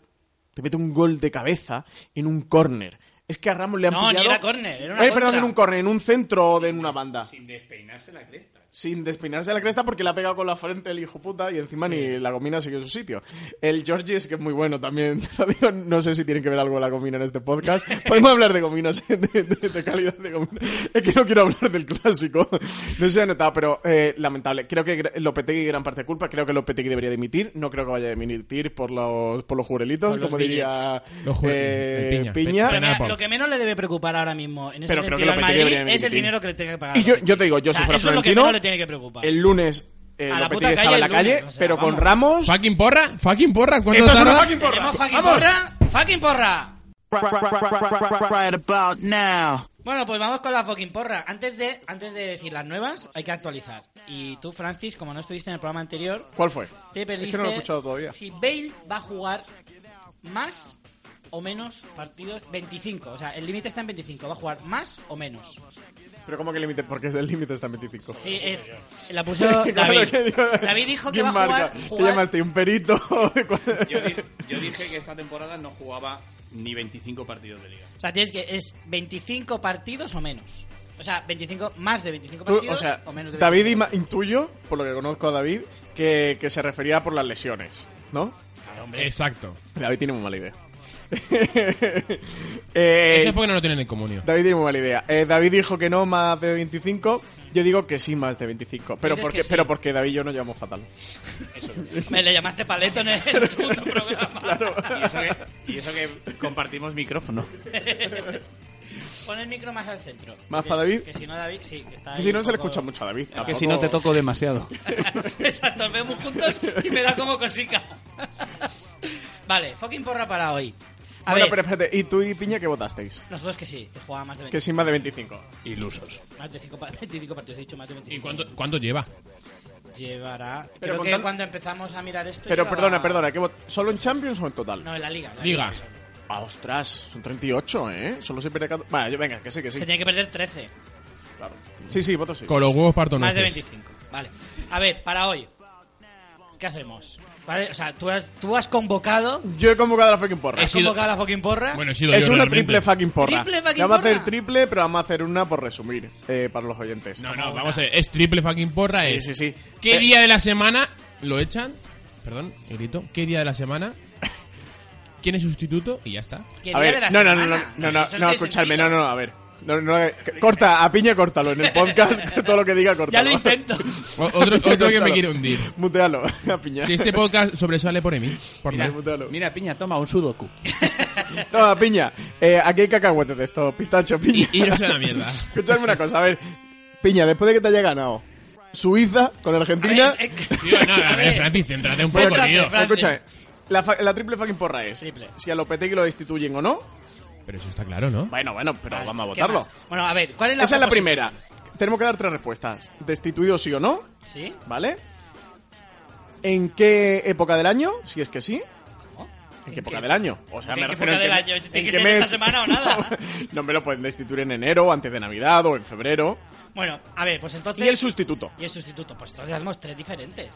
Speaker 2: te mete un gol de cabeza en un córner. Es que a Ramos le han
Speaker 1: No, ni
Speaker 2: pillado-
Speaker 1: era córner, era una
Speaker 2: Oye, perdón,
Speaker 1: contra.
Speaker 2: en un córner, en un centro de en una banda.
Speaker 4: Sin despeinarse la cresta.
Speaker 2: Sin despeinarse la cresta porque la ha pegado con la frente el hijo puta y encima ni la gomina sigue en su sitio. El Georgie es que es muy bueno también. (laughs) te lo digo, no sé si tiene que ver algo la gomina en
Speaker 1: (laughs)
Speaker 2: este podcast. Podemos hablar de gominas, (laughs) de, de- de calidad de gomina. Es que no quiero hablar del clásico. No sé si ha notado, pero eh, lamentable. Creo que Gra- Lopetegui gran parte de culpa. Creo que Lopetegui debería dimitir. No creo que vaya a dimitir por los, por los jurelitos,
Speaker 1: Por los
Speaker 2: como diría
Speaker 3: Los jure-
Speaker 2: eh,
Speaker 3: el Piña.
Speaker 2: Piña.
Speaker 1: Pero mira,
Speaker 3: Pena por-
Speaker 1: lo que menos le debe preocupar ahora mismo en ese
Speaker 2: Pero creo que
Speaker 1: sentido al
Speaker 2: Lopetegui
Speaker 1: Madrid
Speaker 2: debería
Speaker 1: es el
Speaker 2: dimitir.
Speaker 1: dinero que le tiene que pagar.
Speaker 2: Y yo, yo te digo, yo
Speaker 1: O sea,
Speaker 2: si fuera
Speaker 1: eso es lo que
Speaker 2: Florentino,
Speaker 1: menos le tiene que preocupar.
Speaker 2: el lunes eh,
Speaker 1: A la
Speaker 2: Lopetegui
Speaker 1: puta calle
Speaker 2: estaba en la
Speaker 1: el lunes,
Speaker 2: calle,
Speaker 1: o sea,
Speaker 2: pero con
Speaker 1: vamos.
Speaker 2: Ramos...
Speaker 3: ¿Fucking porra? ¿Fucking porra? ¿Cuánto
Speaker 2: ¡Esto eh, es una
Speaker 3: tarda?
Speaker 2: fucking porra!
Speaker 1: ¿Tenemos fucking
Speaker 2: ¡Vamos!
Speaker 1: porra? ¡Fucking porra!
Speaker 5: right about now.
Speaker 1: Bueno, pues vamos con la fucking porra. Antes de, antes de decir las nuevas, hay que actualizar. Y tú, Francis, como no estuviste en el programa anterior,
Speaker 2: ¿Cuál fue?
Speaker 1: te perdiste...
Speaker 2: Es que no lo he escuchado todavía.
Speaker 1: Si Bale va a jugar más o menos partidos... 25. O sea, el límite está en 25. Va a jugar más o menos.
Speaker 2: Pero ¿cómo que límite? Porque es del límite está en 25.
Speaker 1: Sí, es... La puso David.
Speaker 2: (laughs) Claro que digo-
Speaker 1: David dijo que
Speaker 2: ¿Quién
Speaker 1: va a
Speaker 2: marca?
Speaker 1: jugar...
Speaker 2: Te
Speaker 1: jugar-
Speaker 2: llamaste un perito. (laughs) ¿Cuál-
Speaker 4: Yo, di- yo dije que esta temporada no jugaba ni 25 partidos de liga.
Speaker 1: O sea, tienes que... Es 25 partidos o menos. O sea, 25... Más de 25
Speaker 2: Tú,
Speaker 1: partidos
Speaker 2: o sea,
Speaker 1: o menos de
Speaker 2: David
Speaker 1: 25.
Speaker 2: ima- intuyo, por lo que conozco a David, que, que se refería por las lesiones, ¿no?
Speaker 3: Eh, Exacto.
Speaker 2: David tiene muy mala idea. (laughs) Eh,
Speaker 3: Eso es porque no lo tienen en comunio.
Speaker 2: David tiene muy mala idea. Eh, David dijo que no más de 25. Yo digo que sí más de 25. Pero
Speaker 1: Dices
Speaker 2: porque,
Speaker 1: que sí.
Speaker 2: pero porque David y yo nos llevamos fatal.
Speaker 1: Me le llamaste paleto en
Speaker 2: (laughs)
Speaker 1: el segundo programa.
Speaker 4: Y eso que, y eso que compartimos micrófono.
Speaker 1: Pon el micro más al centro.
Speaker 2: ¿Más
Speaker 1: Que-
Speaker 2: para David?
Speaker 1: Que si no, David, sí. que está
Speaker 2: Que
Speaker 1: ahí
Speaker 2: si no
Speaker 1: un
Speaker 2: se le
Speaker 1: poco-
Speaker 2: escucha mucho a David.
Speaker 4: Que
Speaker 2: tampoco-
Speaker 4: si no te toco demasiado.
Speaker 1: (laughs) Exacto, nos vemos juntos y me da como cosica. (laughs) vale, fucking porra para hoy. A
Speaker 2: Bueno,
Speaker 1: ver,
Speaker 2: pero espérate, ¿y tú y Piña qué votasteis?
Speaker 1: nosotros que sí, que jugaba más de 20,
Speaker 2: Que sí más de 25.
Speaker 4: Ilusos.
Speaker 1: más de cinco (laughs) pa- 25 partidos, he dicho más de
Speaker 3: ¿Y
Speaker 1: 25.
Speaker 3: cuánto, cuánto lleva?
Speaker 1: Llevará.
Speaker 2: Pero
Speaker 1: Creo que
Speaker 2: contando-
Speaker 1: cuando empezamos a mirar esto.
Speaker 2: Pero
Speaker 1: llevaba-
Speaker 2: perdona, perdona, ¿qué vot- ¿solo en Champions o en total?
Speaker 1: No, en la liga. en la
Speaker 3: Liga.
Speaker 2: Ah, ostras, son 38, ¿eh? Solo se pierde cada... Vale, yo- venga, que sí, que sí.
Speaker 1: Se tiene que perder 13.
Speaker 2: claro. Sí, sí, voto sí.
Speaker 3: Con los huevos parto
Speaker 1: Más de 25. Vale. A ver, para hoy. ¿Qué hacemos? ¿Vale? O sea, tú has, tú has convocado.
Speaker 2: Yo he convocado a la fucking porra.
Speaker 1: ¿Has
Speaker 3: sido-
Speaker 1: convocado a la fucking porra?
Speaker 3: Bueno, he sido
Speaker 2: Es
Speaker 3: yo,
Speaker 2: una
Speaker 3: realmente.
Speaker 2: triple fucking porra.
Speaker 1: ¿Triple fucking
Speaker 2: Le vamos a hacer
Speaker 1: porra?
Speaker 2: triple, pero vamos a hacer una por resumir, eh, para los oyentes.
Speaker 3: No, no, vamos a ver. Es triple fucking porra.
Speaker 2: Sí,
Speaker 3: es
Speaker 2: sí, sí.
Speaker 3: ¿Qué
Speaker 2: Eh.
Speaker 3: día de la semana lo echan? Perdón, grito. ¿Qué día de la semana? ¿Quién es sustituto? Y ya está.
Speaker 1: Que día
Speaker 2: A ver,
Speaker 1: de la
Speaker 2: no, no, no, no,
Speaker 1: semana.
Speaker 2: no, no,
Speaker 1: Eso
Speaker 2: no,
Speaker 1: tiene
Speaker 2: escuchadme,
Speaker 1: sentido.
Speaker 2: no, no, no, a ver. No, no, no, corta, a piña córtalo en el podcast, (laughs) que todo lo que diga córtalo.
Speaker 1: Ya lo
Speaker 2: (laughs)
Speaker 1: intento.
Speaker 3: O- otro, otro que me
Speaker 2: Córtalo.
Speaker 3: quiere hundir.
Speaker 2: Mutealo, (laughs) a piña.
Speaker 3: Si este podcast sobresale por mí, por
Speaker 2: Mira,
Speaker 3: mí.
Speaker 2: mutealo.
Speaker 4: Mira, piña, toma un sudoku.
Speaker 2: Toma, piña. Eh, aquí hay cacahuetes de esto, pistacho, piña.
Speaker 3: Y no sea una
Speaker 2: (laughs)
Speaker 3: mierda.
Speaker 2: Escuchadme una cosa, a ver. Piña, después de que te haya ganado Suiza con Argentina.
Speaker 1: A ver, eh,
Speaker 3: Tío, no, a
Speaker 1: A ver.
Speaker 3: ver, Francis, céntrate un
Speaker 1: Bueno,
Speaker 3: poco, tío.
Speaker 1: Francis.
Speaker 2: escúchame. eh, La, fa- la triple fucking porra es.
Speaker 1: Triple.
Speaker 2: Si a Lopetegui lo destituyen o no.
Speaker 3: Pero eso está claro, ¿no?
Speaker 2: Bueno, bueno, pero
Speaker 1: vale,
Speaker 2: vamos a
Speaker 1: ¿qué
Speaker 2: votarlo.
Speaker 1: más? Bueno, a ver, ¿cuál es la
Speaker 2: Esa es la
Speaker 1: proposición?
Speaker 2: primera. Tenemos que dar tres respuestas. Destituido sí o no,
Speaker 1: ¿Sí?
Speaker 2: ¿vale? ¿En qué época del año? Si es que sí. ¿En qué época del año? O sea,
Speaker 1: ¿En
Speaker 2: me
Speaker 1: qué
Speaker 2: refiero
Speaker 1: época
Speaker 2: en
Speaker 1: del
Speaker 2: qué-
Speaker 1: año? ¿Tiene
Speaker 2: en
Speaker 1: que
Speaker 2: qué
Speaker 1: ser esta
Speaker 2: mes.
Speaker 1: semana o nada?
Speaker 2: (laughs) no me lo pueden destituir en enero, antes de Navidad o en febrero.
Speaker 1: Bueno, a ver, pues entonces...
Speaker 2: Y el sustituto.
Speaker 1: y el sustituto. Pues entonces hacemos tres diferentes.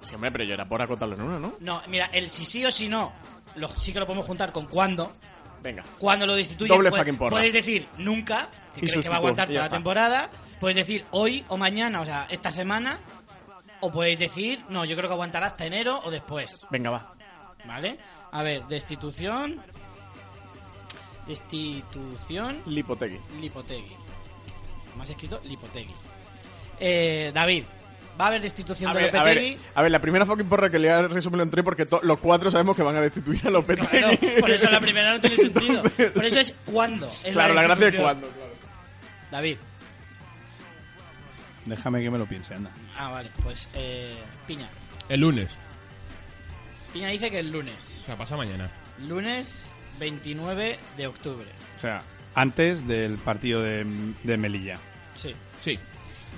Speaker 2: Sí, hombre, pero yo era por acotarlo en uno, ¿no?
Speaker 1: No, mira, el si sí o si no, lo- sí que lo podemos juntar con cuándo.
Speaker 2: Venga.
Speaker 1: Cuando lo destituyen,
Speaker 2: Doble
Speaker 1: puedes-
Speaker 2: fucking porra.
Speaker 1: puedes decir nunca, que crees que
Speaker 2: Y
Speaker 1: va a
Speaker 2: sustituto,
Speaker 1: aguantar
Speaker 2: y ya
Speaker 1: toda la
Speaker 2: está.
Speaker 1: temporada. Puedes decir hoy o mañana, o sea, esta semana. O puedes decir, no, yo creo que aguantará hasta enero o después.
Speaker 2: Venga, va.
Speaker 1: ¿Vale? A ver, destitución. Destitución.
Speaker 2: Lipotegui.
Speaker 1: Lipotegui. Más escrito, Lipotegui. Eh, David, ¿va a haber destitución
Speaker 2: A
Speaker 1: de
Speaker 2: ver, a
Speaker 1: Lopetegui?
Speaker 2: ver, a ver, la primera fucking porra que le ha resumido en tres porque to- los cuatro sabemos que van a destituir a Lopetegui.
Speaker 1: Claro, por eso
Speaker 2: (laughs)
Speaker 1: la primera no tiene sentido.
Speaker 2: Entonces-
Speaker 1: Por eso es cuándo. es
Speaker 2: claro, la gracia es
Speaker 1: destitución.
Speaker 2: cuando. claro.
Speaker 1: David.
Speaker 4: Déjame que me lo piense, anda.
Speaker 1: Ah, vale, pues eh, Piña.
Speaker 3: El lunes.
Speaker 1: Piña dice que el lunes.
Speaker 3: O sea, pasa mañana.
Speaker 1: Lunes 29 de octubre.
Speaker 4: O sea, antes del partido de, de Melilla.
Speaker 1: Sí.
Speaker 3: Sí.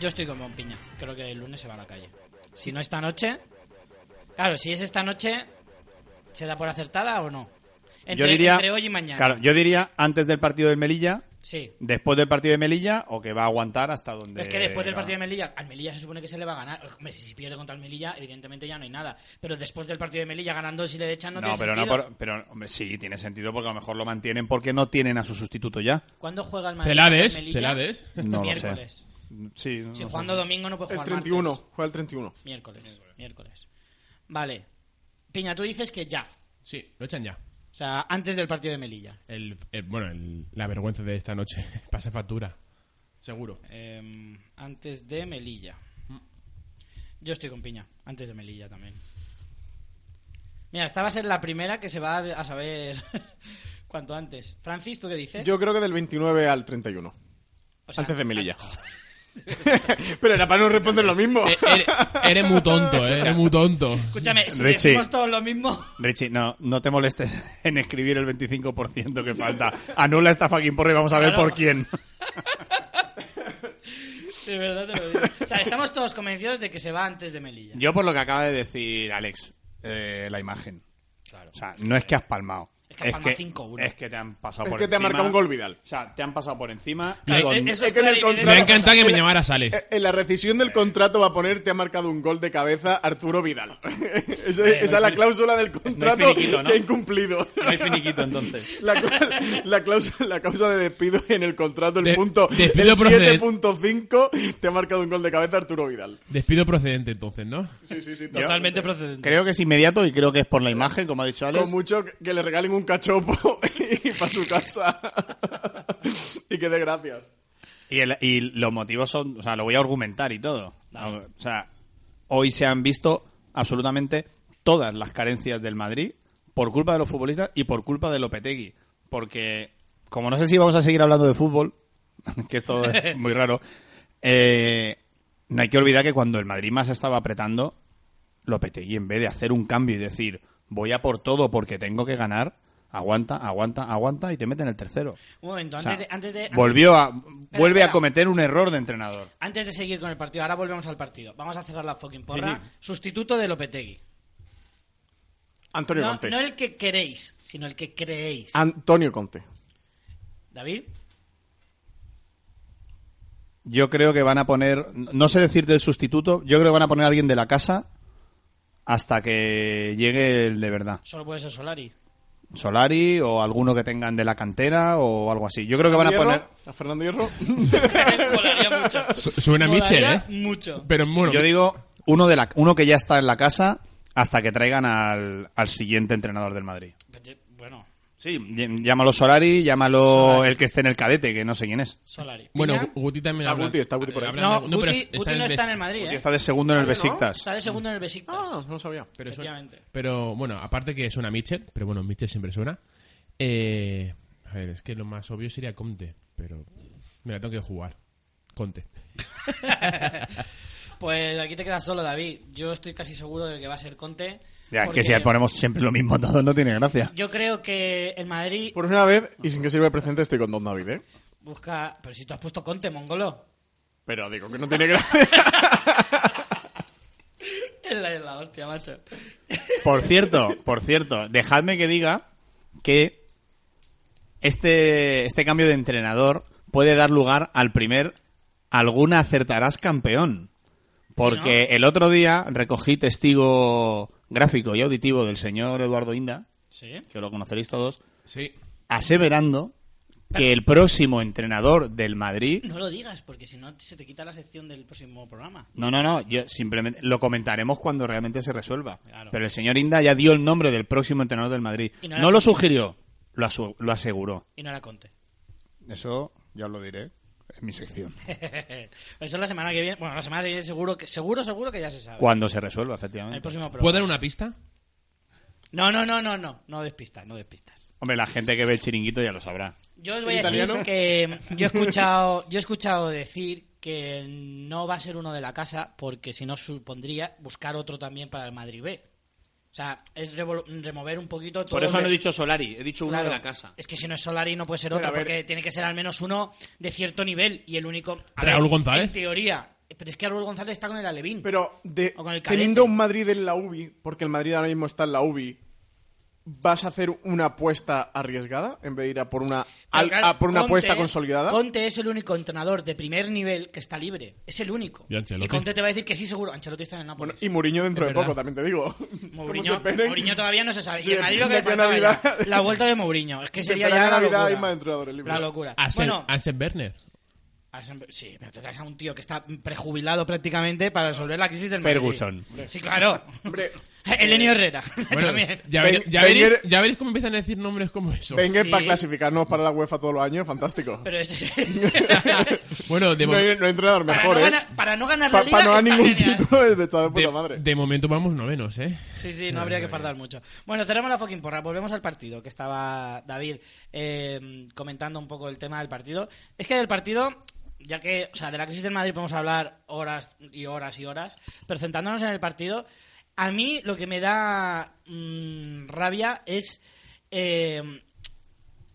Speaker 1: Yo estoy con Piña. Creo que el lunes se va a la calle. Si no esta noche. Claro, si es esta noche, ¿se da por acertada o no? Entre,
Speaker 4: yo diría,
Speaker 1: entre hoy y mañana.
Speaker 4: Claro, yo diría antes del partido de Melilla,
Speaker 1: Sí.
Speaker 4: después del partido de Melilla o que va a aguantar hasta donde.
Speaker 1: Es que después del
Speaker 4: va.
Speaker 1: partido de Melilla, al Melilla se supone que se le va a ganar. Hombre, si pierde contra el Melilla, evidentemente ya no hay nada. Pero después del partido de Melilla ganando, si le echan, no,
Speaker 4: No,
Speaker 1: tiene
Speaker 4: pero no
Speaker 1: sentido.
Speaker 4: por- pero hombre, sí tiene sentido porque a lo mejor lo mantienen porque no tienen a su sustituto ya.
Speaker 1: ¿Cuándo juega el Madrid?
Speaker 3: Celades,
Speaker 1: contra el Melilla?
Speaker 3: Celades.
Speaker 4: No lo sé.
Speaker 1: Miércoles.
Speaker 4: Sí, no
Speaker 1: Si
Speaker 4: lo sé.
Speaker 1: jugando domingo no puede
Speaker 2: El
Speaker 1: jugar
Speaker 2: 31,
Speaker 1: martes.
Speaker 2: juega el 31.
Speaker 1: Miércoles, miércoles. Vale. Piña, tú dices que ya.
Speaker 3: Sí, lo echan ya.
Speaker 1: O sea, antes del partido de Melilla.
Speaker 3: El, el- bueno, el- la vergüenza de esta noche (laughs) pasa factura. Seguro.
Speaker 1: Eh, antes de Melilla. Yo estoy con Piña. Antes de Melilla también. Mira, esta va a ser la primera que se va a a saber (laughs) cuanto antes. Francis, ¿tú qué dices?
Speaker 2: Yo creo que del 29 al 31.
Speaker 1: O sea,
Speaker 2: antes de Melilla. Pero era para no responder lo mismo.
Speaker 3: Eh, eres, eres muy tonto, eh, eres muy tonto.
Speaker 1: Escúchame, si
Speaker 4: Richie.
Speaker 1: decimos todos lo mismo. (laughs)
Speaker 4: Richie, no, no te molestes (laughs) en escribir el 25% que falta. Anula esta fucking porra y vamos a ver
Speaker 1: Claro.
Speaker 4: por quién.
Speaker 1: De verdad te lo digo. O sea, estamos todos convencidos de que se va antes de Melilla.
Speaker 4: Yo por lo que acaba de decir Alex, eh, la imagen.
Speaker 1: Claro.
Speaker 4: O sea, no es que has palmado.
Speaker 1: Es que has palmado 5-1.
Speaker 4: es que te han pasado
Speaker 2: Es
Speaker 4: por
Speaker 2: que te ha
Speaker 4: encima.
Speaker 2: marcado un gol Vidal.
Speaker 4: O sea, te han pasado por encima. y
Speaker 1: Claro,
Speaker 4: con-
Speaker 1: eh, eso
Speaker 2: es que en el
Speaker 1: claro,
Speaker 2: contrato-
Speaker 3: Me
Speaker 1: evidente.
Speaker 3: encanta que me llamaras Alex.
Speaker 2: Eh, En la rescisión del contrato va a poner te ha marcado un gol de cabeza Arturo Vidal. (laughs) Esa, esa es la cláusula del contrato
Speaker 4: finiquito, ¿no?
Speaker 2: que ha incumplido. (laughs)
Speaker 4: No hay finiquito entonces.
Speaker 2: La, cla- la cláusula, la causa de despido en el contrato, el
Speaker 3: De-
Speaker 2: punto
Speaker 3: despido
Speaker 2: el
Speaker 3: procedente.
Speaker 2: 7.5, te ha marcado un gol de cabeza Arturo Vidal.
Speaker 3: Despido procedente entonces, ¿no?
Speaker 2: Sí, sí, sí.
Speaker 1: Totalmente procedente.
Speaker 4: Creo que es inmediato y creo que es por la imagen, como ha dicho Alex.
Speaker 2: Con mucho que- que le regalen un cachopo (laughs) y para su casa. (laughs) y que dé gracias.
Speaker 4: Y, el- y los motivos son, o sea, lo voy a argumentar y todo. O sea, hoy se han visto absolutamente todas las carencias del Madrid por culpa de los futbolistas y por culpa de Lopetegui. Porque, como no sé si vamos a seguir hablando de fútbol, (laughs) que esto es muy raro, eh, no hay que olvidar que cuando el Madrid más estaba apretando, Lopetegui, en vez de hacer un cambio y decir, voy a por todo porque tengo que ganar, aguanta, aguanta, aguanta y te meten el tercero.
Speaker 1: Un momento,
Speaker 4: O sea,
Speaker 1: antes de, antes de-
Speaker 4: volvió a vuelve
Speaker 1: espera.
Speaker 4: a cometer un error de entrenador.
Speaker 1: Antes de seguir con el partido, ahora volvemos al partido. Vamos a cerrar la fucking porra. Sustituto de Lopetegui.
Speaker 2: Antonio
Speaker 1: No,
Speaker 2: Conte.
Speaker 1: no el que queréis, sino el que
Speaker 3: Ah.
Speaker 1: creéis.
Speaker 2: Antonio Conte.
Speaker 1: David,
Speaker 4: Yo creo que van a poner, no sé decirte el sustituto, yo creo que van a poner a alguien de la casa hasta que llegue el de verdad.
Speaker 1: solo puede ser
Speaker 3: (laughs)
Speaker 1: Solari.
Speaker 4: Solari o alguno que tengan de la cantera o algo así. Yo creo que van a
Speaker 2: ¿Hierro?
Speaker 4: poner.
Speaker 2: ¿A Fernando Hierro?
Speaker 1: Molaría mucho.
Speaker 3: Su- Suena Mitchell,
Speaker 1: Molaría
Speaker 3: ¿eh?
Speaker 1: Mucho.
Speaker 3: Pero bueno,
Speaker 4: Yo digo uno de la, uno que ya está en la casa hasta que traigan al, al siguiente entrenador del Madrid.
Speaker 1: Pero, Bueno,
Speaker 4: Sí, ll- llámalo Solari, llámalo el que esté en el cadete, que no sé quién es.
Speaker 1: Solari.
Speaker 3: bueno,
Speaker 1: Piña.
Speaker 3: Guti también
Speaker 2: Ah,
Speaker 3: habla-
Speaker 2: Guti, está Guti por ahí.
Speaker 3: habla-
Speaker 1: no,
Speaker 3: pero
Speaker 1: Guti, Guti no
Speaker 3: el
Speaker 1: está en
Speaker 3: Bes-
Speaker 1: el Madrid,
Speaker 4: Y
Speaker 1: ¿eh?
Speaker 4: está de segundo en el Besiktas.
Speaker 1: Está de segundo en el Besiktas.
Speaker 2: Ah, no sabía.
Speaker 3: Pero, eso-
Speaker 1: Efectivamente.
Speaker 3: pero, bueno, aparte que suena Mitchell, pero bueno, Mitchell siempre suena. Eh, a ver, es que lo más obvio sería Conte, pero me la tengo que jugar. Conte.
Speaker 1: Pues aquí te quedas solo, David. Yo estoy casi seguro de que va a ser Conte.
Speaker 4: Ya, es
Speaker 1: porque
Speaker 4: que si ponemos siempre lo mismo a todos no tiene gracia.
Speaker 1: Yo creo que el Madrid
Speaker 2: Por una vez, y sin que sirva el presente, estoy con Don David, ¿eh?
Speaker 1: busca... Pero si tú has puesto Conte, mongolo.
Speaker 2: Pero digo que no tiene gracia.
Speaker 1: (laughs) Es la, es la hostia, macho.
Speaker 4: Por cierto, por cierto, dejadme que diga que este, este cambio de entrenador puede dar lugar al primer alguna acertarás campeón. Porque
Speaker 1: Sí,
Speaker 4: el otro día recogí testigo gráfico y auditivo del señor Eduardo Inda,
Speaker 1: Sí.
Speaker 4: que lo conoceréis todos,
Speaker 3: Sí.
Speaker 4: aseverando que el próximo entrenador del Madrid
Speaker 1: No lo digas, porque si no se te quita la sección del próximo programa.
Speaker 4: No, no, no, yo simplemente lo comentaremos cuando realmente se resuelva.
Speaker 1: Claro.
Speaker 4: Pero el señor Inda ya dio el nombre del próximo entrenador del Madrid.
Speaker 1: Y no
Speaker 4: No,
Speaker 1: era-
Speaker 4: lo sugirió, lo, asu- lo aseguró.
Speaker 1: Y no era Conte. (laughs)
Speaker 4: Eso ya os lo diré en mi sección.
Speaker 1: Eso la semana que viene. Bueno, la semana que viene seguro que, seguro, seguro que ya se sabe.
Speaker 4: Cuando se resuelva,
Speaker 1: El
Speaker 4: efectivamente.
Speaker 1: próximo
Speaker 3: ¿Puedo
Speaker 1: programa.
Speaker 3: dar una pista?
Speaker 1: No, no, no, no, no. No despistas, no despistas.
Speaker 4: Hombre, la gente que ve el chiringuito ya lo sabrá.
Speaker 1: Yo os voy a decir que yo he escuchado, yo he escuchado decir que no va a ser uno de la casa porque si no supondría buscar otro también para el Madrid B. O sea, es revol- remover un poquito todo.
Speaker 4: Por eso
Speaker 1: lo
Speaker 4: no he
Speaker 1: que-
Speaker 4: dicho Solari, he dicho uno
Speaker 1: Claro.
Speaker 4: de la casa.
Speaker 1: Es que si no es Solari no puede ser
Speaker 2: Pero,
Speaker 1: otro,
Speaker 2: a ver.
Speaker 1: porque tiene que ser al menos uno de cierto nivel y el único. a
Speaker 3: Raúl González.
Speaker 1: En teoría. Pero es que Raúl González está con el Alevín.
Speaker 2: Pero de,
Speaker 1: O con el
Speaker 2: teniendo
Speaker 1: cadete.
Speaker 2: un Madrid en la UBI, porque el Madrid ahora mismo está en la UBI, ¿vas a hacer una apuesta arriesgada en vez de ir a por una,
Speaker 1: Pero,
Speaker 2: al-
Speaker 1: claro,
Speaker 2: a por una
Speaker 1: Conte- ¿eh?
Speaker 2: apuesta consolidada?
Speaker 1: Conte es el único entrenador de primer nivel que está libre. Es el único.
Speaker 3: Y Ancelotti.
Speaker 1: Conte te va a decir que sí, seguro. Ancelotti está en el
Speaker 2: Bueno,
Speaker 1: Nápoles.
Speaker 2: y Mourinho dentro
Speaker 3: Es
Speaker 2: de
Speaker 3: verdad.
Speaker 2: poco, también te digo. (laughs)
Speaker 1: Mourinho,
Speaker 2: Como se esperen-
Speaker 1: Mourinho todavía no se sabe.
Speaker 2: Sí,
Speaker 1: y el Madrid lo que le
Speaker 2: depende
Speaker 1: faltaba
Speaker 2: de
Speaker 1: era
Speaker 2: Navidad.
Speaker 1: la vuelta de Mourinho. Es que
Speaker 2: Si
Speaker 1: sería
Speaker 2: esperan
Speaker 1: ya
Speaker 2: a
Speaker 1: la
Speaker 2: Navidad
Speaker 1: locura.
Speaker 2: hay más entrenadores libres.
Speaker 1: La locura.
Speaker 3: Asen,
Speaker 1: Bueno, (laughs)
Speaker 3: Asen Werner.
Speaker 1: Asen- sí, pero te traes a un tío que está prejubilado prácticamente para resolver la crisis del Madrid.
Speaker 4: Ferguson.
Speaker 1: Sí, claro.
Speaker 2: (laughs) Hombre,
Speaker 1: (laughs)
Speaker 2: Eh,
Speaker 1: Elenio Herrera. (laughs)
Speaker 3: Bueno,
Speaker 1: también.
Speaker 3: ya,
Speaker 2: Ven-
Speaker 3: ver- ya veréis-
Speaker 2: Wenger-
Speaker 3: ya veréis cómo empiezan a decir nombres como eso.
Speaker 2: venga
Speaker 1: Sí.
Speaker 2: para clasificarnos para la UEFA todos los años, fantástico.
Speaker 1: Pero
Speaker 2: (laughs)
Speaker 1: es... (laughs)
Speaker 3: Bueno, de,
Speaker 2: no,
Speaker 3: mo-
Speaker 2: hay, no hay entrenador
Speaker 1: para,
Speaker 2: mejor,
Speaker 1: no
Speaker 2: ¿eh?
Speaker 1: ganar, para no ganar la
Speaker 2: Para
Speaker 1: liga
Speaker 2: no ganar
Speaker 1: está
Speaker 2: ningún
Speaker 1: genial.
Speaker 2: título (laughs) es de toda puta
Speaker 3: de-
Speaker 2: madre.
Speaker 3: de momento vamos novenos, ¿eh?
Speaker 1: Sí, sí, no habría que fardar mucho. Bueno, cerramos la fucking porra. Volvemos al partido, que estaba David eh, comentando un poco el tema del partido. Es que del partido, ya que, o sea, de la crisis del Madrid podemos hablar horas y horas y horas, pero centrándonos en el partido, a mí lo que me da mm, rabia es... eh,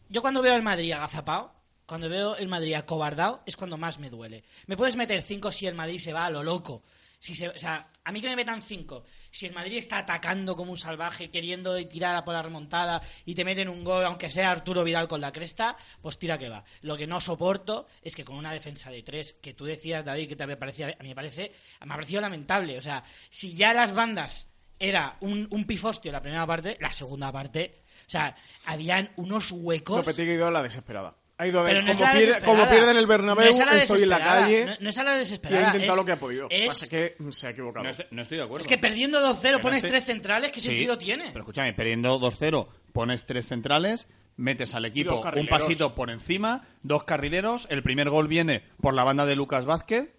Speaker 1: yo cuando veo el Madrid agazapado, cuando veo el Madrid acobardado, es cuando más me duele. Me puedes meter cinco si el Madrid se va a lo loco. Si se- o sea, a mí que me metan cinco. Si el Madrid está atacando como un salvaje, queriendo tirar a por la remontada y te meten un gol, aunque sea Arturo Vidal con la cresta, pues tira que va. Lo que no soporto es que con una defensa de tres, que tú decías, David, que te parecía, a mí me parece, me ha parecido lamentable. O sea, si ya las bandas era un, un pifostio la primera parte, la segunda parte, o sea, habían unos huecos.
Speaker 2: Lopetegui ha ido a la desesperada. Ha ido a ver,
Speaker 1: Pero no es
Speaker 2: como,
Speaker 1: a la
Speaker 2: pierde-
Speaker 1: desesperada.
Speaker 2: como pierden el
Speaker 1: No
Speaker 2: Bernabéu,
Speaker 1: es a la
Speaker 2: estoy en la
Speaker 1: desesperada,
Speaker 2: calle
Speaker 1: No, no es a la
Speaker 2: y ha
Speaker 1: desesperada.
Speaker 2: intentado
Speaker 1: es-
Speaker 2: lo que ha podido.
Speaker 1: es-
Speaker 2: Pasa que mm, se ha equivocado.
Speaker 4: No, estoy, no estoy de acuerdo.
Speaker 1: es que perdiendo 2-0
Speaker 4: no
Speaker 1: pones
Speaker 4: estoy-
Speaker 1: tres centrales, ¿qué
Speaker 4: Sí,
Speaker 1: sentido tiene?
Speaker 4: Pero escúchame, perdiendo 2-0, pones tres centrales, metes al
Speaker 2: Y dos
Speaker 4: equipo un
Speaker 2: carrileros.
Speaker 4: pasito por encima, dos carrileros, el primer gol viene por la banda de Lucas Vázquez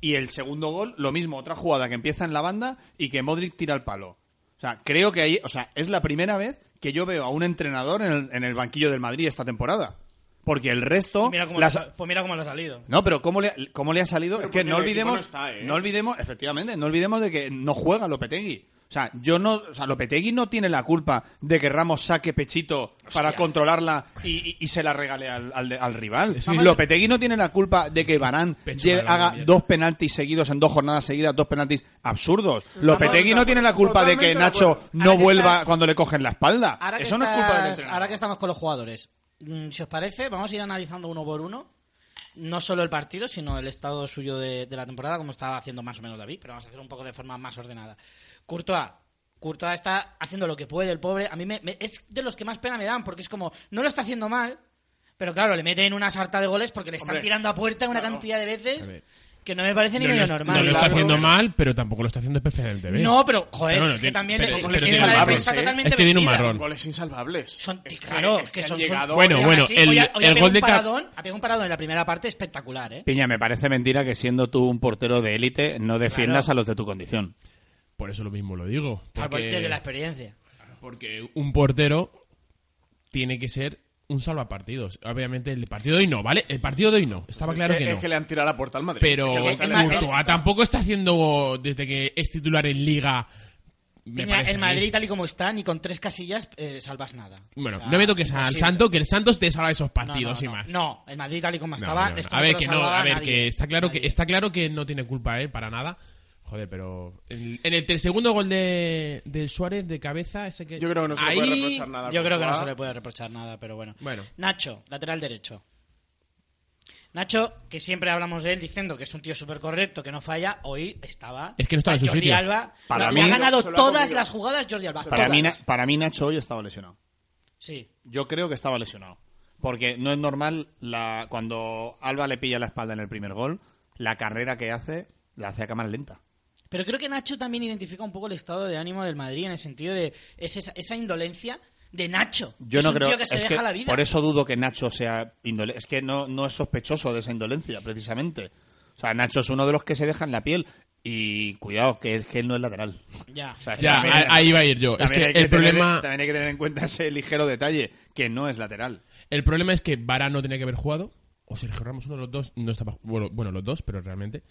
Speaker 4: y el segundo gol, lo mismo, otra jugada que empieza en la banda y que Modric tira el palo. O sea, creo que ahí, o sea, es la primera vez que yo veo a un entrenador en el, en el banquillo del Madrid esta temporada. Porque el
Speaker 1: Y
Speaker 4: resto...
Speaker 1: mira cómo
Speaker 4: las-
Speaker 1: lo ha- pues mira cómo lo ha salido.
Speaker 4: no, pero ¿cómo le, cómo le ha salido?
Speaker 2: Pero
Speaker 4: Es que
Speaker 2: porque
Speaker 4: no
Speaker 2: el equipo
Speaker 4: olvidemos,
Speaker 2: no está, ¿eh?
Speaker 4: no olvidemos, efectivamente, no olvidemos de que no juega Lopetegui. O sea, yo no, o sea, Lopetegui no tiene la culpa de que Ramos saque pechito para controlarla y, y- y se la regale al, al de- al rival.
Speaker 3: Sí.
Speaker 4: Lopetegui no tiene la culpa de que Barán
Speaker 3: Pecho
Speaker 4: lleve-
Speaker 3: para la
Speaker 4: haga
Speaker 3: mierda.
Speaker 4: dos penaltis seguidos en dos jornadas seguidas, dos penaltis absurdos. Lopetegui
Speaker 2: totalmente
Speaker 4: no tiene la culpa de que
Speaker 2: de acuerdo.
Speaker 4: Nacho
Speaker 1: Ahora
Speaker 4: no
Speaker 1: que
Speaker 4: vuelva
Speaker 1: estás-
Speaker 4: cuando le cogen la espalda.
Speaker 1: Ahora que
Speaker 4: Eso no es
Speaker 1: estás-
Speaker 4: culpa del entrenador.
Speaker 1: Ahora que estamos con los jugadores, mm, si os parece, vamos a ir analizando uno por uno. No solo el partido, sino el estado suyo de, de la temporada, como estaba haciendo más o menos David, pero vamos a hacer un poco de forma más ordenada. Courtois. Courtois está haciendo lo que puede, el pobre. A mí me- me- es de los que más pena me dan, porque es como, no lo está haciendo mal, pero claro, le meten una sarta de goles porque le están
Speaker 2: Hombre,
Speaker 1: tirando a puerta una cantidad de
Speaker 3: A
Speaker 1: veces
Speaker 3: ver.
Speaker 1: que no me parece ni
Speaker 3: no,
Speaker 1: medio
Speaker 3: lo-
Speaker 1: normal.
Speaker 3: no lo está
Speaker 2: Claro.
Speaker 3: haciendo mal, pero tampoco lo está haciendo especialmente bien.
Speaker 1: No, pero, joder,
Speaker 3: Pero bueno,
Speaker 1: es que
Speaker 3: tiene-
Speaker 1: también
Speaker 3: pero
Speaker 1: le-
Speaker 3: es que
Speaker 1: le
Speaker 3: tiene
Speaker 1: tiene una
Speaker 3: un
Speaker 1: defensa
Speaker 2: marrón, ¿eh?
Speaker 1: totalmente
Speaker 3: Es que tiene un
Speaker 1: vendida.
Speaker 3: marrón.
Speaker 2: Goles insalvables.
Speaker 1: Son,
Speaker 2: Es que-
Speaker 1: claro, es
Speaker 2: es
Speaker 1: que,
Speaker 2: han
Speaker 1: son,
Speaker 2: llegado-
Speaker 1: son-
Speaker 3: Bueno,
Speaker 1: Oye,
Speaker 3: bueno,
Speaker 1: así,
Speaker 3: el-
Speaker 1: hoy ha- hoy ha
Speaker 3: el
Speaker 1: pegado
Speaker 3: gol de
Speaker 1: un
Speaker 3: Ca-
Speaker 1: paradón, ha pegado un paradón en la primera parte espectacular, ¿eh?
Speaker 4: Piña, me parece mentira que siendo tú un portero de élite no defiendas
Speaker 1: Claro.
Speaker 4: a los de tu condición.
Speaker 3: Por eso lo mismo lo digo.
Speaker 1: Claro,
Speaker 3: Porque,
Speaker 1: Desde la experiencia.
Speaker 3: porque un portero tiene que ser un salvapartidos. Obviamente el partido de hoy no, ¿vale? El partido de hoy no. Estaba
Speaker 2: Es
Speaker 3: claro
Speaker 2: que,
Speaker 3: que,
Speaker 2: es
Speaker 3: no.
Speaker 2: que le han tirado la puerta al Madrid.
Speaker 3: Pero
Speaker 1: Es que el Ma-
Speaker 3: Courtois
Speaker 1: el-
Speaker 3: tampoco está haciendo desde que es titular en Liga. me
Speaker 1: Piña,
Speaker 3: parece a
Speaker 1: el
Speaker 3: mí.
Speaker 1: Madrid, tal y como está, ni con tres casillas eh, salvas nada.
Speaker 3: Bueno,
Speaker 1: O sea,
Speaker 3: no me toques al
Speaker 1: imposible.
Speaker 3: Santo, que el Santos te salva
Speaker 1: No,
Speaker 3: esos
Speaker 1: no,
Speaker 3: partidos
Speaker 1: no.
Speaker 3: y más.
Speaker 1: No, el Madrid, tal y como
Speaker 3: No,
Speaker 1: estaba,
Speaker 3: no, no.
Speaker 1: es como
Speaker 3: A ver
Speaker 1: lo
Speaker 3: que no,
Speaker 1: salvaba
Speaker 3: a ver
Speaker 1: nadie.
Speaker 3: que está claro que
Speaker 1: Nadie.
Speaker 3: está claro que no tiene culpa, eh, para nada. Joder, pero en, en el ter- segundo gol de del Suárez de cabeza ese que
Speaker 2: Yo creo que no se
Speaker 3: ahí...
Speaker 2: le puede reprochar nada. a
Speaker 1: Yo creo que no
Speaker 2: Courtois.
Speaker 1: se le puede reprochar nada, pero bueno.
Speaker 3: Bueno.
Speaker 1: Nacho, lateral derecho. Nacho, que siempre hablamos de él diciendo que es un tío súper correcto, que no falla, hoy estaba.
Speaker 3: Es que no estaba en su
Speaker 1: Jordi
Speaker 3: sitio.
Speaker 1: Alba.
Speaker 4: Para
Speaker 1: le
Speaker 4: mí-
Speaker 1: ha ganado
Speaker 2: se lo ha
Speaker 1: todas
Speaker 2: comido.
Speaker 1: las jugadas Jordi Alba.
Speaker 4: Para
Speaker 1: todas.
Speaker 4: mí, Na- para mí Nacho hoy estaba lesionado.
Speaker 1: Sí.
Speaker 4: Yo creo que estaba lesionado. Porque no es normal la, cuando Alba le pilla la espalda en el primer gol, la carrera que hace la hace a cámara lenta.
Speaker 1: Pero creo que Nacho también identifica un poco el estado de ánimo del Madrid en el sentido de es esa, esa indolencia de Nacho.
Speaker 4: Yo
Speaker 1: es
Speaker 4: no
Speaker 1: un
Speaker 4: creo
Speaker 1: tío que se
Speaker 4: es
Speaker 1: deja la vida.
Speaker 4: Por eso dudo que Nacho sea indole- Es que no, no es sospechoso de esa indolencia, precisamente. O sea, Nacho es uno de los que se deja en la piel. Y cuidado, que es que él no
Speaker 3: (laughs)
Speaker 4: es lateral.
Speaker 1: Ya.
Speaker 4: O sea,
Speaker 3: Ya,
Speaker 4: también-
Speaker 3: a- ahí va a ir yo. Es
Speaker 4: También
Speaker 3: que
Speaker 4: hay
Speaker 3: el
Speaker 4: tener-
Speaker 3: problema
Speaker 4: también hay que tener en cuenta ese ligero detalle, que no es lateral.
Speaker 3: el problema es que Varane no tenía que haber jugado o Sergio Ramos uno de los dos no estaba bueno, bueno los dos, pero realmente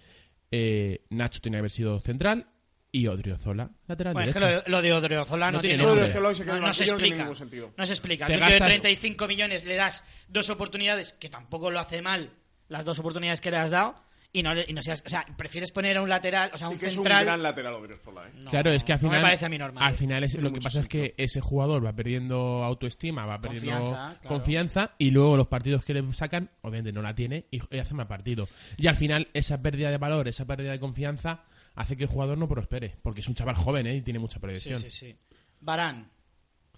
Speaker 3: eh, Nacho tenía que haber sido central y Odriozola, lateral
Speaker 1: Bueno, es que
Speaker 3: derecho.
Speaker 1: lo, lo de Odriozola no,
Speaker 3: No tiene
Speaker 1: tiene
Speaker 3: nombre.
Speaker 1: nombre.
Speaker 3: Lo
Speaker 2: Odriozola
Speaker 3: de
Speaker 2: hoy se queda
Speaker 1: no,
Speaker 2: en
Speaker 1: no
Speaker 2: el
Speaker 1: se
Speaker 2: banquillo, no tiene
Speaker 1: explica.
Speaker 2: ningún sentido.
Speaker 1: No se explica.
Speaker 3: Te
Speaker 1: Tú que de
Speaker 3: gastas-
Speaker 1: 35 millones le das dos oportunidades, que tampoco lo hace mal las dos oportunidades que le has dado, y no, le- y no seas... O sea, prefieres poner a un lateral, o sea,
Speaker 2: Y
Speaker 1: un
Speaker 2: que es un
Speaker 1: central...
Speaker 2: gran lateral Odriozola, ¿eh?
Speaker 1: No,
Speaker 3: claro, es que al final,
Speaker 1: No me parece a mí normal.
Speaker 3: al final es- lo que pasa es que ese jugador va perdiendo autoestima, va perdiendo
Speaker 1: Confianza, claro.
Speaker 3: confianza y luego los partidos que le sacan, obviamente no la tiene y, y hace mal partido. Y al final esa pérdida de valor, esa pérdida de confianza hace que el jugador no prospere, porque es un chaval joven ¿eh? y tiene mucha
Speaker 1: Sí,
Speaker 3: proyección.
Speaker 1: sí, sí. Barán.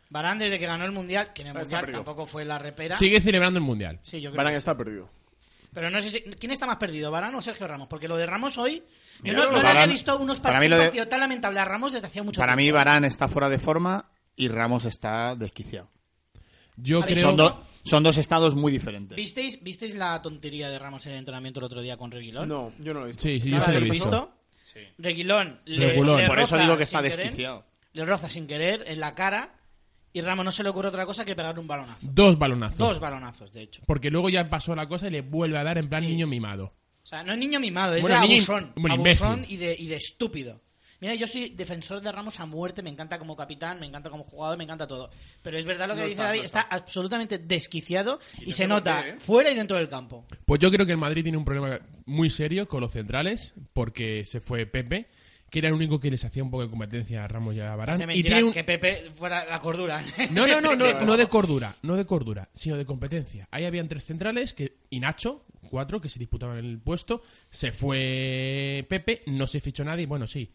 Speaker 1: Barán desde que ganó el Mundial, que en el
Speaker 2: Está
Speaker 1: Mundial
Speaker 2: perdido.
Speaker 1: tampoco fue la repera.
Speaker 3: Sigue celebrando el mundial.
Speaker 1: Sí, yo creo
Speaker 2: Varane
Speaker 1: que sí.
Speaker 2: está perdido.
Speaker 1: Pero no sé si, quién está más perdido, Barán o Sergio Ramos, porque lo de Ramos hoy yo
Speaker 4: Mira,
Speaker 1: no, no le
Speaker 4: Varane-
Speaker 1: había visto unos
Speaker 4: para
Speaker 1: partidos
Speaker 4: mí lo de-
Speaker 1: tan lamentable a Ramos desde hacía mucho
Speaker 4: Para mí,
Speaker 1: tiempo.
Speaker 4: Barán está fuera de forma y Ramos está desquiciado.
Speaker 3: Yo
Speaker 1: A ver,
Speaker 3: creo
Speaker 4: Son, do- son dos estados muy diferentes.
Speaker 1: ¿Visteis, ¿Visteis la tontería de Ramos en el entrenamiento el otro día con Reguilón?
Speaker 2: No, yo no lo he visto.
Speaker 3: Sí, sí,
Speaker 1: ¿No
Speaker 3: yo
Speaker 1: la
Speaker 3: se lo he
Speaker 1: habéis
Speaker 3: visto.
Speaker 1: Reguilón le,
Speaker 3: Reguilón.
Speaker 1: le
Speaker 4: Por eso
Speaker 1: roza
Speaker 4: digo que está
Speaker 1: sin querer-
Speaker 4: desquiciado.
Speaker 1: le roza sin querer en la cara y Ramos no se le ocurre otra cosa que pegarle un balonazo.
Speaker 3: Dos balonazos.
Speaker 1: Dos balonazos, de hecho.
Speaker 3: Porque luego ya pasó la cosa y le vuelve a dar en plan
Speaker 1: Sí.
Speaker 3: niño mimado.
Speaker 1: O sea, no es niño mimado, es
Speaker 3: Bueno,
Speaker 1: de
Speaker 3: niño im-
Speaker 1: abusón.
Speaker 3: bueno,
Speaker 1: abusón
Speaker 3: imbécil.
Speaker 1: y de, y de estúpido. Mira, yo soy defensor de Ramos a muerte, me encanta como capitán, me encanta como jugador, me encanta todo. Pero es verdad lo que dice David, está, absolutamente desquiciado y, se nota
Speaker 4: ¿eh?
Speaker 1: fuera y dentro del campo.
Speaker 3: Pues yo creo que el Madrid tiene un problema muy serio con los centrales, porque se fue Pepe, que era el único que les hacía un poco de competencia a Ramos y a Barán.
Speaker 1: De
Speaker 3: Y
Speaker 1: mentira
Speaker 3: tiene un-
Speaker 1: que Pepe fuera la cordura.
Speaker 3: No, no, no, no, no de cordura, no de cordura, sino de competencia. Ahí habían tres centrales que, y Nacho, cuatro, que se disputaban el puesto. Se fue Pepe, no se fichó nadie, bueno, sí.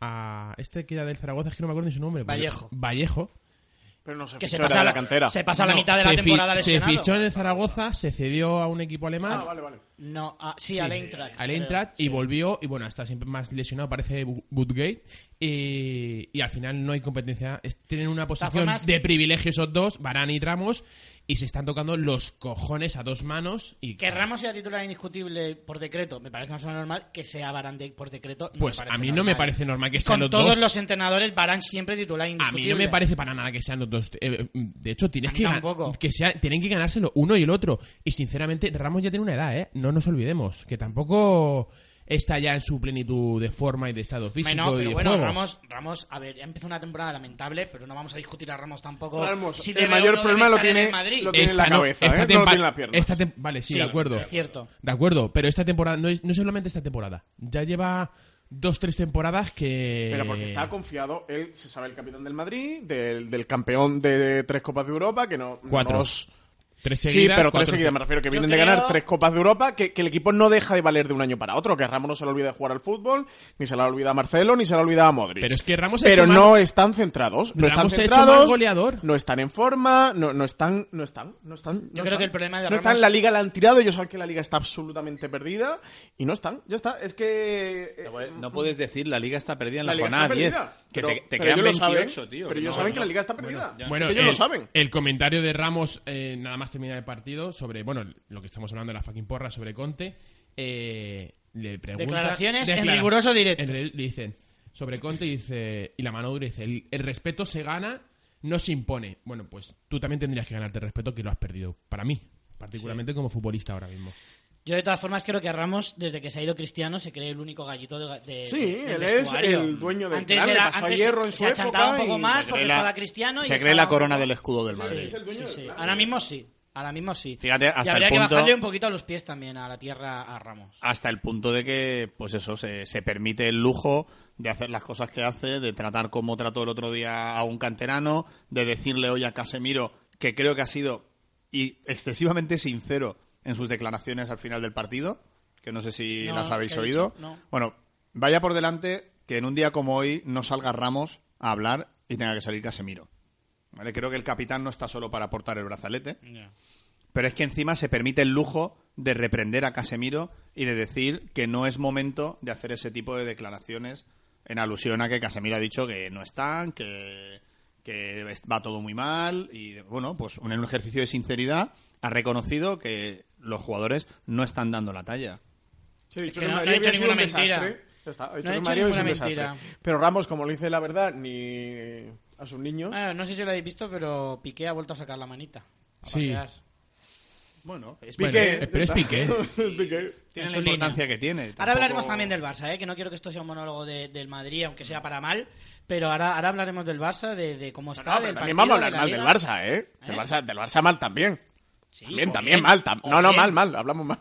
Speaker 3: A este que era del Zaragoza, es que no me acuerdo ni su nombre. porque-
Speaker 1: Vallejo.
Speaker 3: Vallejo.
Speaker 2: Pero no se
Speaker 1: que se
Speaker 2: fichó, era
Speaker 1: pasa
Speaker 2: de la cantera.
Speaker 1: Se pasa la
Speaker 3: No,
Speaker 1: mitad de
Speaker 3: se
Speaker 1: la
Speaker 3: fi-
Speaker 1: temporada
Speaker 3: Se
Speaker 1: lesionado.
Speaker 3: fichó en el Zaragoza, se cedió a un equipo alemán.
Speaker 2: Ah, vale, vale.
Speaker 1: No, ah, sí, al Eintracht.
Speaker 3: al Eintracht y volvió y bueno está siempre más lesionado parece Bu- Woodgate y, y al final no hay competencia Es- tienen una posición
Speaker 1: formas-
Speaker 3: de privilegio esos dos Barán y Ramos y se están tocando los cojones a dos manos y
Speaker 1: Que Ramos sea titular indiscutible por decreto, me parece una persona normal. Que sea Barán de- por decreto, no
Speaker 3: pues
Speaker 1: me
Speaker 3: a
Speaker 1: parece
Speaker 3: mí no me parece normal que sean
Speaker 1: Con
Speaker 3: los
Speaker 1: todos
Speaker 3: dos
Speaker 1: los entrenadores, Barán siempre titular
Speaker 3: a mí
Speaker 1: indiscutible.
Speaker 3: no me parece para nada que sean los dos eh, de hecho
Speaker 1: A
Speaker 3: tienes
Speaker 1: mí
Speaker 3: que gan-
Speaker 1: tampoco.
Speaker 3: que sea tienen que ganárselo uno y el otro y sinceramente Ramos ya tiene una edad eh no nos olvidemos que tampoco está ya en su plenitud de forma y de estado físico
Speaker 1: Bueno,
Speaker 3: y
Speaker 1: pero
Speaker 3: de
Speaker 1: bueno,
Speaker 3: juego.
Speaker 1: Ramos, Ramos, a ver, ya empezó una temporada lamentable, pero no vamos a discutir a Ramos tampoco.
Speaker 2: Ramos,
Speaker 1: si
Speaker 2: el
Speaker 1: debe o
Speaker 2: mayor
Speaker 1: no
Speaker 2: problema
Speaker 1: debe
Speaker 2: lo
Speaker 1: estar en
Speaker 2: tiene-
Speaker 1: el Madrid.
Speaker 2: lo que- tiene en la
Speaker 3: Esta no,
Speaker 2: cabeza,
Speaker 3: esta
Speaker 2: ¿eh? No lo
Speaker 3: tempa-
Speaker 2: tiene en las piernas.
Speaker 3: esta tem- vale, sí,
Speaker 1: Sí,
Speaker 3: de acuerdo.
Speaker 1: es cierto.
Speaker 3: De acuerdo, pero esta temporada, no, es, no solamente esta temporada, ya lleva dos, tres temporadas que...
Speaker 2: Pero porque está confiado, él se sabe el capitán del Madrid, del, del campeón de tres Copas de Europa, que no...
Speaker 3: Cuatro.
Speaker 2: nos-
Speaker 3: Tres
Speaker 2: Sí,
Speaker 3: seguidas,
Speaker 2: pero tres
Speaker 3: cuatro-
Speaker 2: seguidas, me refiero, que
Speaker 1: Yo
Speaker 2: vienen de
Speaker 1: creo-
Speaker 2: ganar tres Copas de Europa, que, que el equipo no deja de valer de un año para otro, que a Ramos no se le olvida jugar al fútbol, ni se le olvida a Marcelo, ni se le olvida a Modric.
Speaker 3: Pero es que Ramos ha
Speaker 2: Pero
Speaker 3: hecho
Speaker 2: no
Speaker 3: más-
Speaker 2: están centrados, no
Speaker 3: Ramos
Speaker 2: están
Speaker 3: ha hecho
Speaker 2: centrados,
Speaker 3: más goleador.
Speaker 2: no están en forma, no, no están, no están, no están. no
Speaker 1: creo
Speaker 2: están.
Speaker 1: que el problema de
Speaker 2: No
Speaker 1: Ramos-
Speaker 2: están, la liga la han tirado, ellos saben que la liga está absolutamente perdida, y no están, ya está, es que... eh,
Speaker 4: No puedes, no puedes decir la liga está perdida en la,
Speaker 2: la liga está
Speaker 4: jornada 10.
Speaker 2: perdida.
Speaker 4: Que
Speaker 2: Pero-
Speaker 4: te, te
Speaker 2: pero
Speaker 4: quedan
Speaker 2: ellos lo saben,
Speaker 4: 28, tío.
Speaker 2: Pero ellos
Speaker 4: No,
Speaker 2: saben
Speaker 4: no.
Speaker 2: que la liga está perdida.
Speaker 4: ya.
Speaker 3: Bueno, eh,
Speaker 2: ellos
Speaker 3: el,
Speaker 2: lo saben.
Speaker 3: el comentario de Ramos, eh, nada más terminar el partido, sobre, bueno, lo que estamos hablando de la fucking porra, sobre Conte, eh, le pregunta...
Speaker 1: Declaraciones en
Speaker 3: Declara-
Speaker 1: riguroso directo.
Speaker 3: en re- dicen, sobre Conte, dice, y la mano dura dice, el, el respeto se gana, no se impone. Bueno, pues tú también tendrías que ganarte el respeto que lo has perdido, para mí, particularmente como futbolista ahora mismo.
Speaker 1: Yo de todas formas creo que a Ramos, desde que se ha ido Cristiano, se cree el único gallito de, ga- de-
Speaker 2: Sí,
Speaker 1: del
Speaker 2: él es
Speaker 1: vestuario.
Speaker 2: el dueño del
Speaker 1: antes
Speaker 2: clan, le
Speaker 1: era-
Speaker 2: pasó a
Speaker 1: antes
Speaker 2: Hierro en su
Speaker 1: se achantaba
Speaker 2: época
Speaker 1: un poco
Speaker 2: y-
Speaker 1: más
Speaker 4: Se
Speaker 1: porque
Speaker 4: cree la-
Speaker 1: estaba Cristiano y
Speaker 4: Se cree la
Speaker 1: estaba-
Speaker 4: corona del escudo del Madrid.
Speaker 1: Sí,
Speaker 2: el dueño
Speaker 1: sí,
Speaker 2: del
Speaker 1: sí.
Speaker 2: clan.
Speaker 1: Ahora mismo sí. Ahora mismo sí.
Speaker 4: Fíjate, hasta
Speaker 1: y
Speaker 4: el
Speaker 1: habría que
Speaker 4: punto-
Speaker 1: bajarle un poquito a los pies también a la tierra a Ramos.
Speaker 4: Hasta el punto de que, pues eso, se, se permite el lujo de hacer las cosas que hace, de tratar como trató el otro día a un canterano, de decirle hoy a Casemiro, que creo que ha sido y excesivamente sincero en sus declaraciones al final del partido, que no sé si
Speaker 1: No,
Speaker 4: las habéis
Speaker 1: ¿qué ha
Speaker 4: oído.
Speaker 1: dicho? No.
Speaker 4: Bueno, vaya por delante que en un día como hoy no salga Ramos a hablar y tenga que salir Casemiro. ¿Vale? Creo que el capitán no está solo para portar el brazalete. Pero es que encima se permite el lujo de reprender a Casemiro y de decir que no es momento de hacer ese tipo de declaraciones en alusión a que Casemiro ha dicho que no están, que, que es- va todo muy mal y bueno, pues en un ejercicio de sinceridad ha reconocido que los jugadores no están dando la talla.
Speaker 2: Sí, he dicho
Speaker 1: que
Speaker 2: que
Speaker 1: no-
Speaker 2: Madrid
Speaker 1: no he hecho
Speaker 2: había sido un
Speaker 1: ninguna mentira.
Speaker 2: desastre. Ya está, he
Speaker 1: No
Speaker 2: dicho
Speaker 1: he
Speaker 2: que
Speaker 1: hecho
Speaker 2: Madrid había sido
Speaker 1: ninguna
Speaker 2: un desastre.
Speaker 1: mentira.
Speaker 2: Pero Ramos, como le dice la verdad, ni a sus niños.
Speaker 1: Ah, no sé si lo habéis visto, pero Piqué ha vuelto a sacar la manita. A
Speaker 3: Sí.
Speaker 1: pasear.
Speaker 4: Bueno, es
Speaker 3: Bueno,
Speaker 2: Piqué,
Speaker 3: eh, pero es
Speaker 2: ya está.
Speaker 3: Piqué.
Speaker 2: (laughs) Piqué.
Speaker 4: tiene
Speaker 1: en
Speaker 4: la
Speaker 1: su
Speaker 4: importancia que tiene.
Speaker 1: Ahora
Speaker 4: tampoco-
Speaker 1: hablaremos también del Barça, ¿eh? que no quiero que esto sea un monólogo de- del Madrid, aunque sea para mal, pero ahora, ahora hablaremos del Barça, de, de cómo está,
Speaker 2: No, Ah, pero
Speaker 1: Ah, del
Speaker 2: también
Speaker 1: partido,
Speaker 2: vamos a
Speaker 1: de
Speaker 2: hablar
Speaker 1: la
Speaker 2: mal
Speaker 1: Liga.
Speaker 2: del Barça, ¿eh? Del,
Speaker 1: ¿Eh?
Speaker 2: Barça, del Barça mal también.
Speaker 1: Sí,
Speaker 2: También,
Speaker 1: o
Speaker 2: también
Speaker 1: bien,
Speaker 2: mal. tam-
Speaker 1: o
Speaker 2: no, no,
Speaker 1: bien.
Speaker 2: mal, mal. Hablamos mal.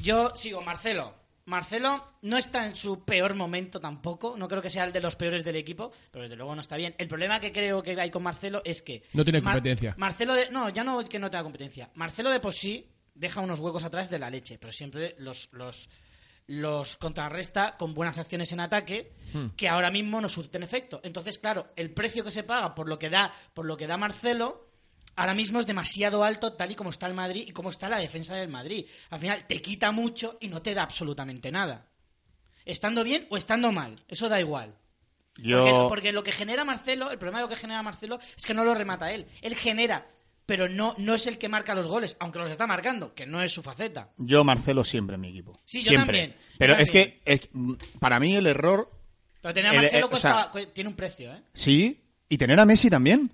Speaker 1: Yo sigo, Marcelo. Marcelo no está en su peor momento tampoco, no creo que sea el de los peores del equipo, pero desde luego no está bien. El problema que creo que hay con Marcelo es que...
Speaker 3: No tiene competencia.
Speaker 1: Marcelo de- No, ya no que no tenga competencia. Marcelo de por sí deja unos huecos atrás de la leche, pero siempre los, los, los contrarresta con buenas acciones en ataque que ahora mismo no surten efecto. Entonces, claro, el precio que se paga por lo que da, por lo que da Marcelo ahora mismo es demasiado alto tal y como está el Madrid y como está la defensa del Madrid. Al final te quita mucho y no te da absolutamente nada. Estando bien o estando mal, eso da igual. Porque,
Speaker 4: Yo,
Speaker 1: porque lo que genera Marcelo, el problema de lo que genera Marcelo es que no lo remata él. Él genera, pero no, no es el que marca los goles, aunque los está marcando, que no es su faceta.
Speaker 4: yo Marcelo siempre en mi equipo.
Speaker 1: Sí, yo
Speaker 4: siempre.
Speaker 1: también, yo
Speaker 4: Pero es
Speaker 1: también.
Speaker 4: que es- para mí el error
Speaker 1: Pero tener a
Speaker 4: El- eh,
Speaker 1: Marcelo
Speaker 4: o
Speaker 1: cuesta-
Speaker 4: sea-
Speaker 1: cu- tiene un precio, ¿eh?
Speaker 4: Sí, y tener a Messi también.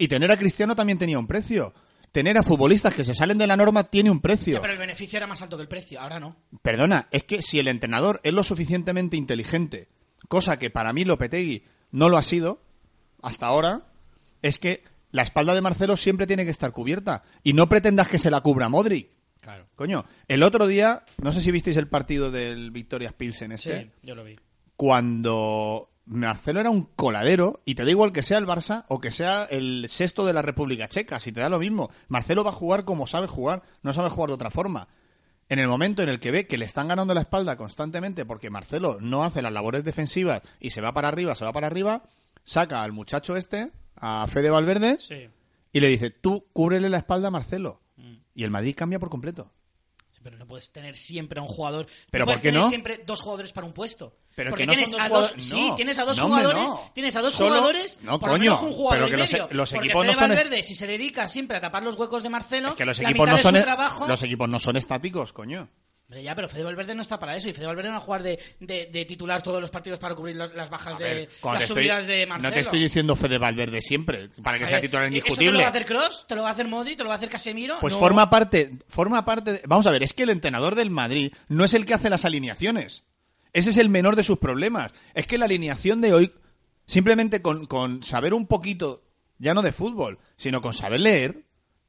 Speaker 4: Y tener a Cristiano también tenía un precio. Tener a futbolistas que se salen de la norma tiene un precio.
Speaker 1: Ya, pero el beneficio era más alto que el precio, ahora no.
Speaker 4: Perdona, es que si el entrenador es lo suficientemente inteligente, cosa que para mí Lopetegui no lo ha sido hasta ahora, es que la espalda de Marcelo siempre tiene que estar cubierta. Y no pretendas que se la cubra Modric.
Speaker 1: Claro.
Speaker 4: Coño, el otro día, no sé si visteis el partido del Victoria Pilsen
Speaker 1: Sí,
Speaker 4: este
Speaker 1: yo lo vi.
Speaker 4: cuando Marcelo era un coladero, y te da igual que sea el Barça o que sea el sexto de la República Checa, si te da lo mismo. Marcelo va a jugar como sabe jugar, no sabe jugar de otra forma. En el momento en el que ve que le están ganando la espalda constantemente porque Marcelo no hace las labores defensivas y se va para arriba, se va para arriba, saca al muchacho este, a Fede Valverde,
Speaker 1: Sí.
Speaker 4: y le dice, tú cúbrele la espalda a Marcelo. Y el Madrid cambia por completo.
Speaker 1: Pero no puedes tener siempre a un jugador.
Speaker 4: ¿Pero
Speaker 1: puedes
Speaker 4: por qué
Speaker 1: tener
Speaker 4: no?
Speaker 1: siempre dos jugadores para un puesto.
Speaker 4: Pero
Speaker 1: Porque
Speaker 4: que no son
Speaker 1: tienes
Speaker 4: dos
Speaker 1: a dos,
Speaker 4: jugadores-
Speaker 1: sí,
Speaker 4: no,
Speaker 1: tienes a dos
Speaker 4: no, hombre,
Speaker 1: jugadores,
Speaker 4: no.
Speaker 1: tienes a dos
Speaker 4: Solo-
Speaker 1: jugadores,
Speaker 4: no,
Speaker 1: por lo menos
Speaker 4: coño,
Speaker 1: un jugador
Speaker 4: pero que
Speaker 1: y
Speaker 4: los-
Speaker 1: medio.
Speaker 4: los
Speaker 1: Porque
Speaker 4: equipos no
Speaker 1: Fede
Speaker 4: son-
Speaker 1: Valverde, si se dedica siempre a tapar los huecos de Marcelo,
Speaker 4: Es que los
Speaker 1: la
Speaker 4: equipos
Speaker 1: mitad
Speaker 4: no
Speaker 1: de
Speaker 4: son, e-
Speaker 1: su trabajo,
Speaker 4: los equipos no son estáticos, coño.
Speaker 1: Hombre, ya, pero Fede Valverde no está para eso y Fede Valverde no va a jugar de, de- de titular todos los partidos para cubrir los- las bajas
Speaker 4: A ver,
Speaker 1: de Eh, las
Speaker 4: cuando te estoy-
Speaker 1: subidas de Marcelo.
Speaker 4: No te estoy diciendo Fede Valverde siempre, para que sea
Speaker 1: Joder,
Speaker 4: titular
Speaker 1: ¿eso
Speaker 4: indiscutible.
Speaker 1: te lo va a hacer Cross? ¿Te lo va a hacer Modri? ¿Te lo va a hacer Casemiro?
Speaker 4: Pues
Speaker 1: No.
Speaker 4: forma parte, forma parte. de- vamos a ver, es que el entrenador del Madrid no es el que hace las alineaciones. Ese es el menor de sus problemas. Es que la alineación de hoy, simplemente con, con saber un poquito, ya no de fútbol, sino con saber leer,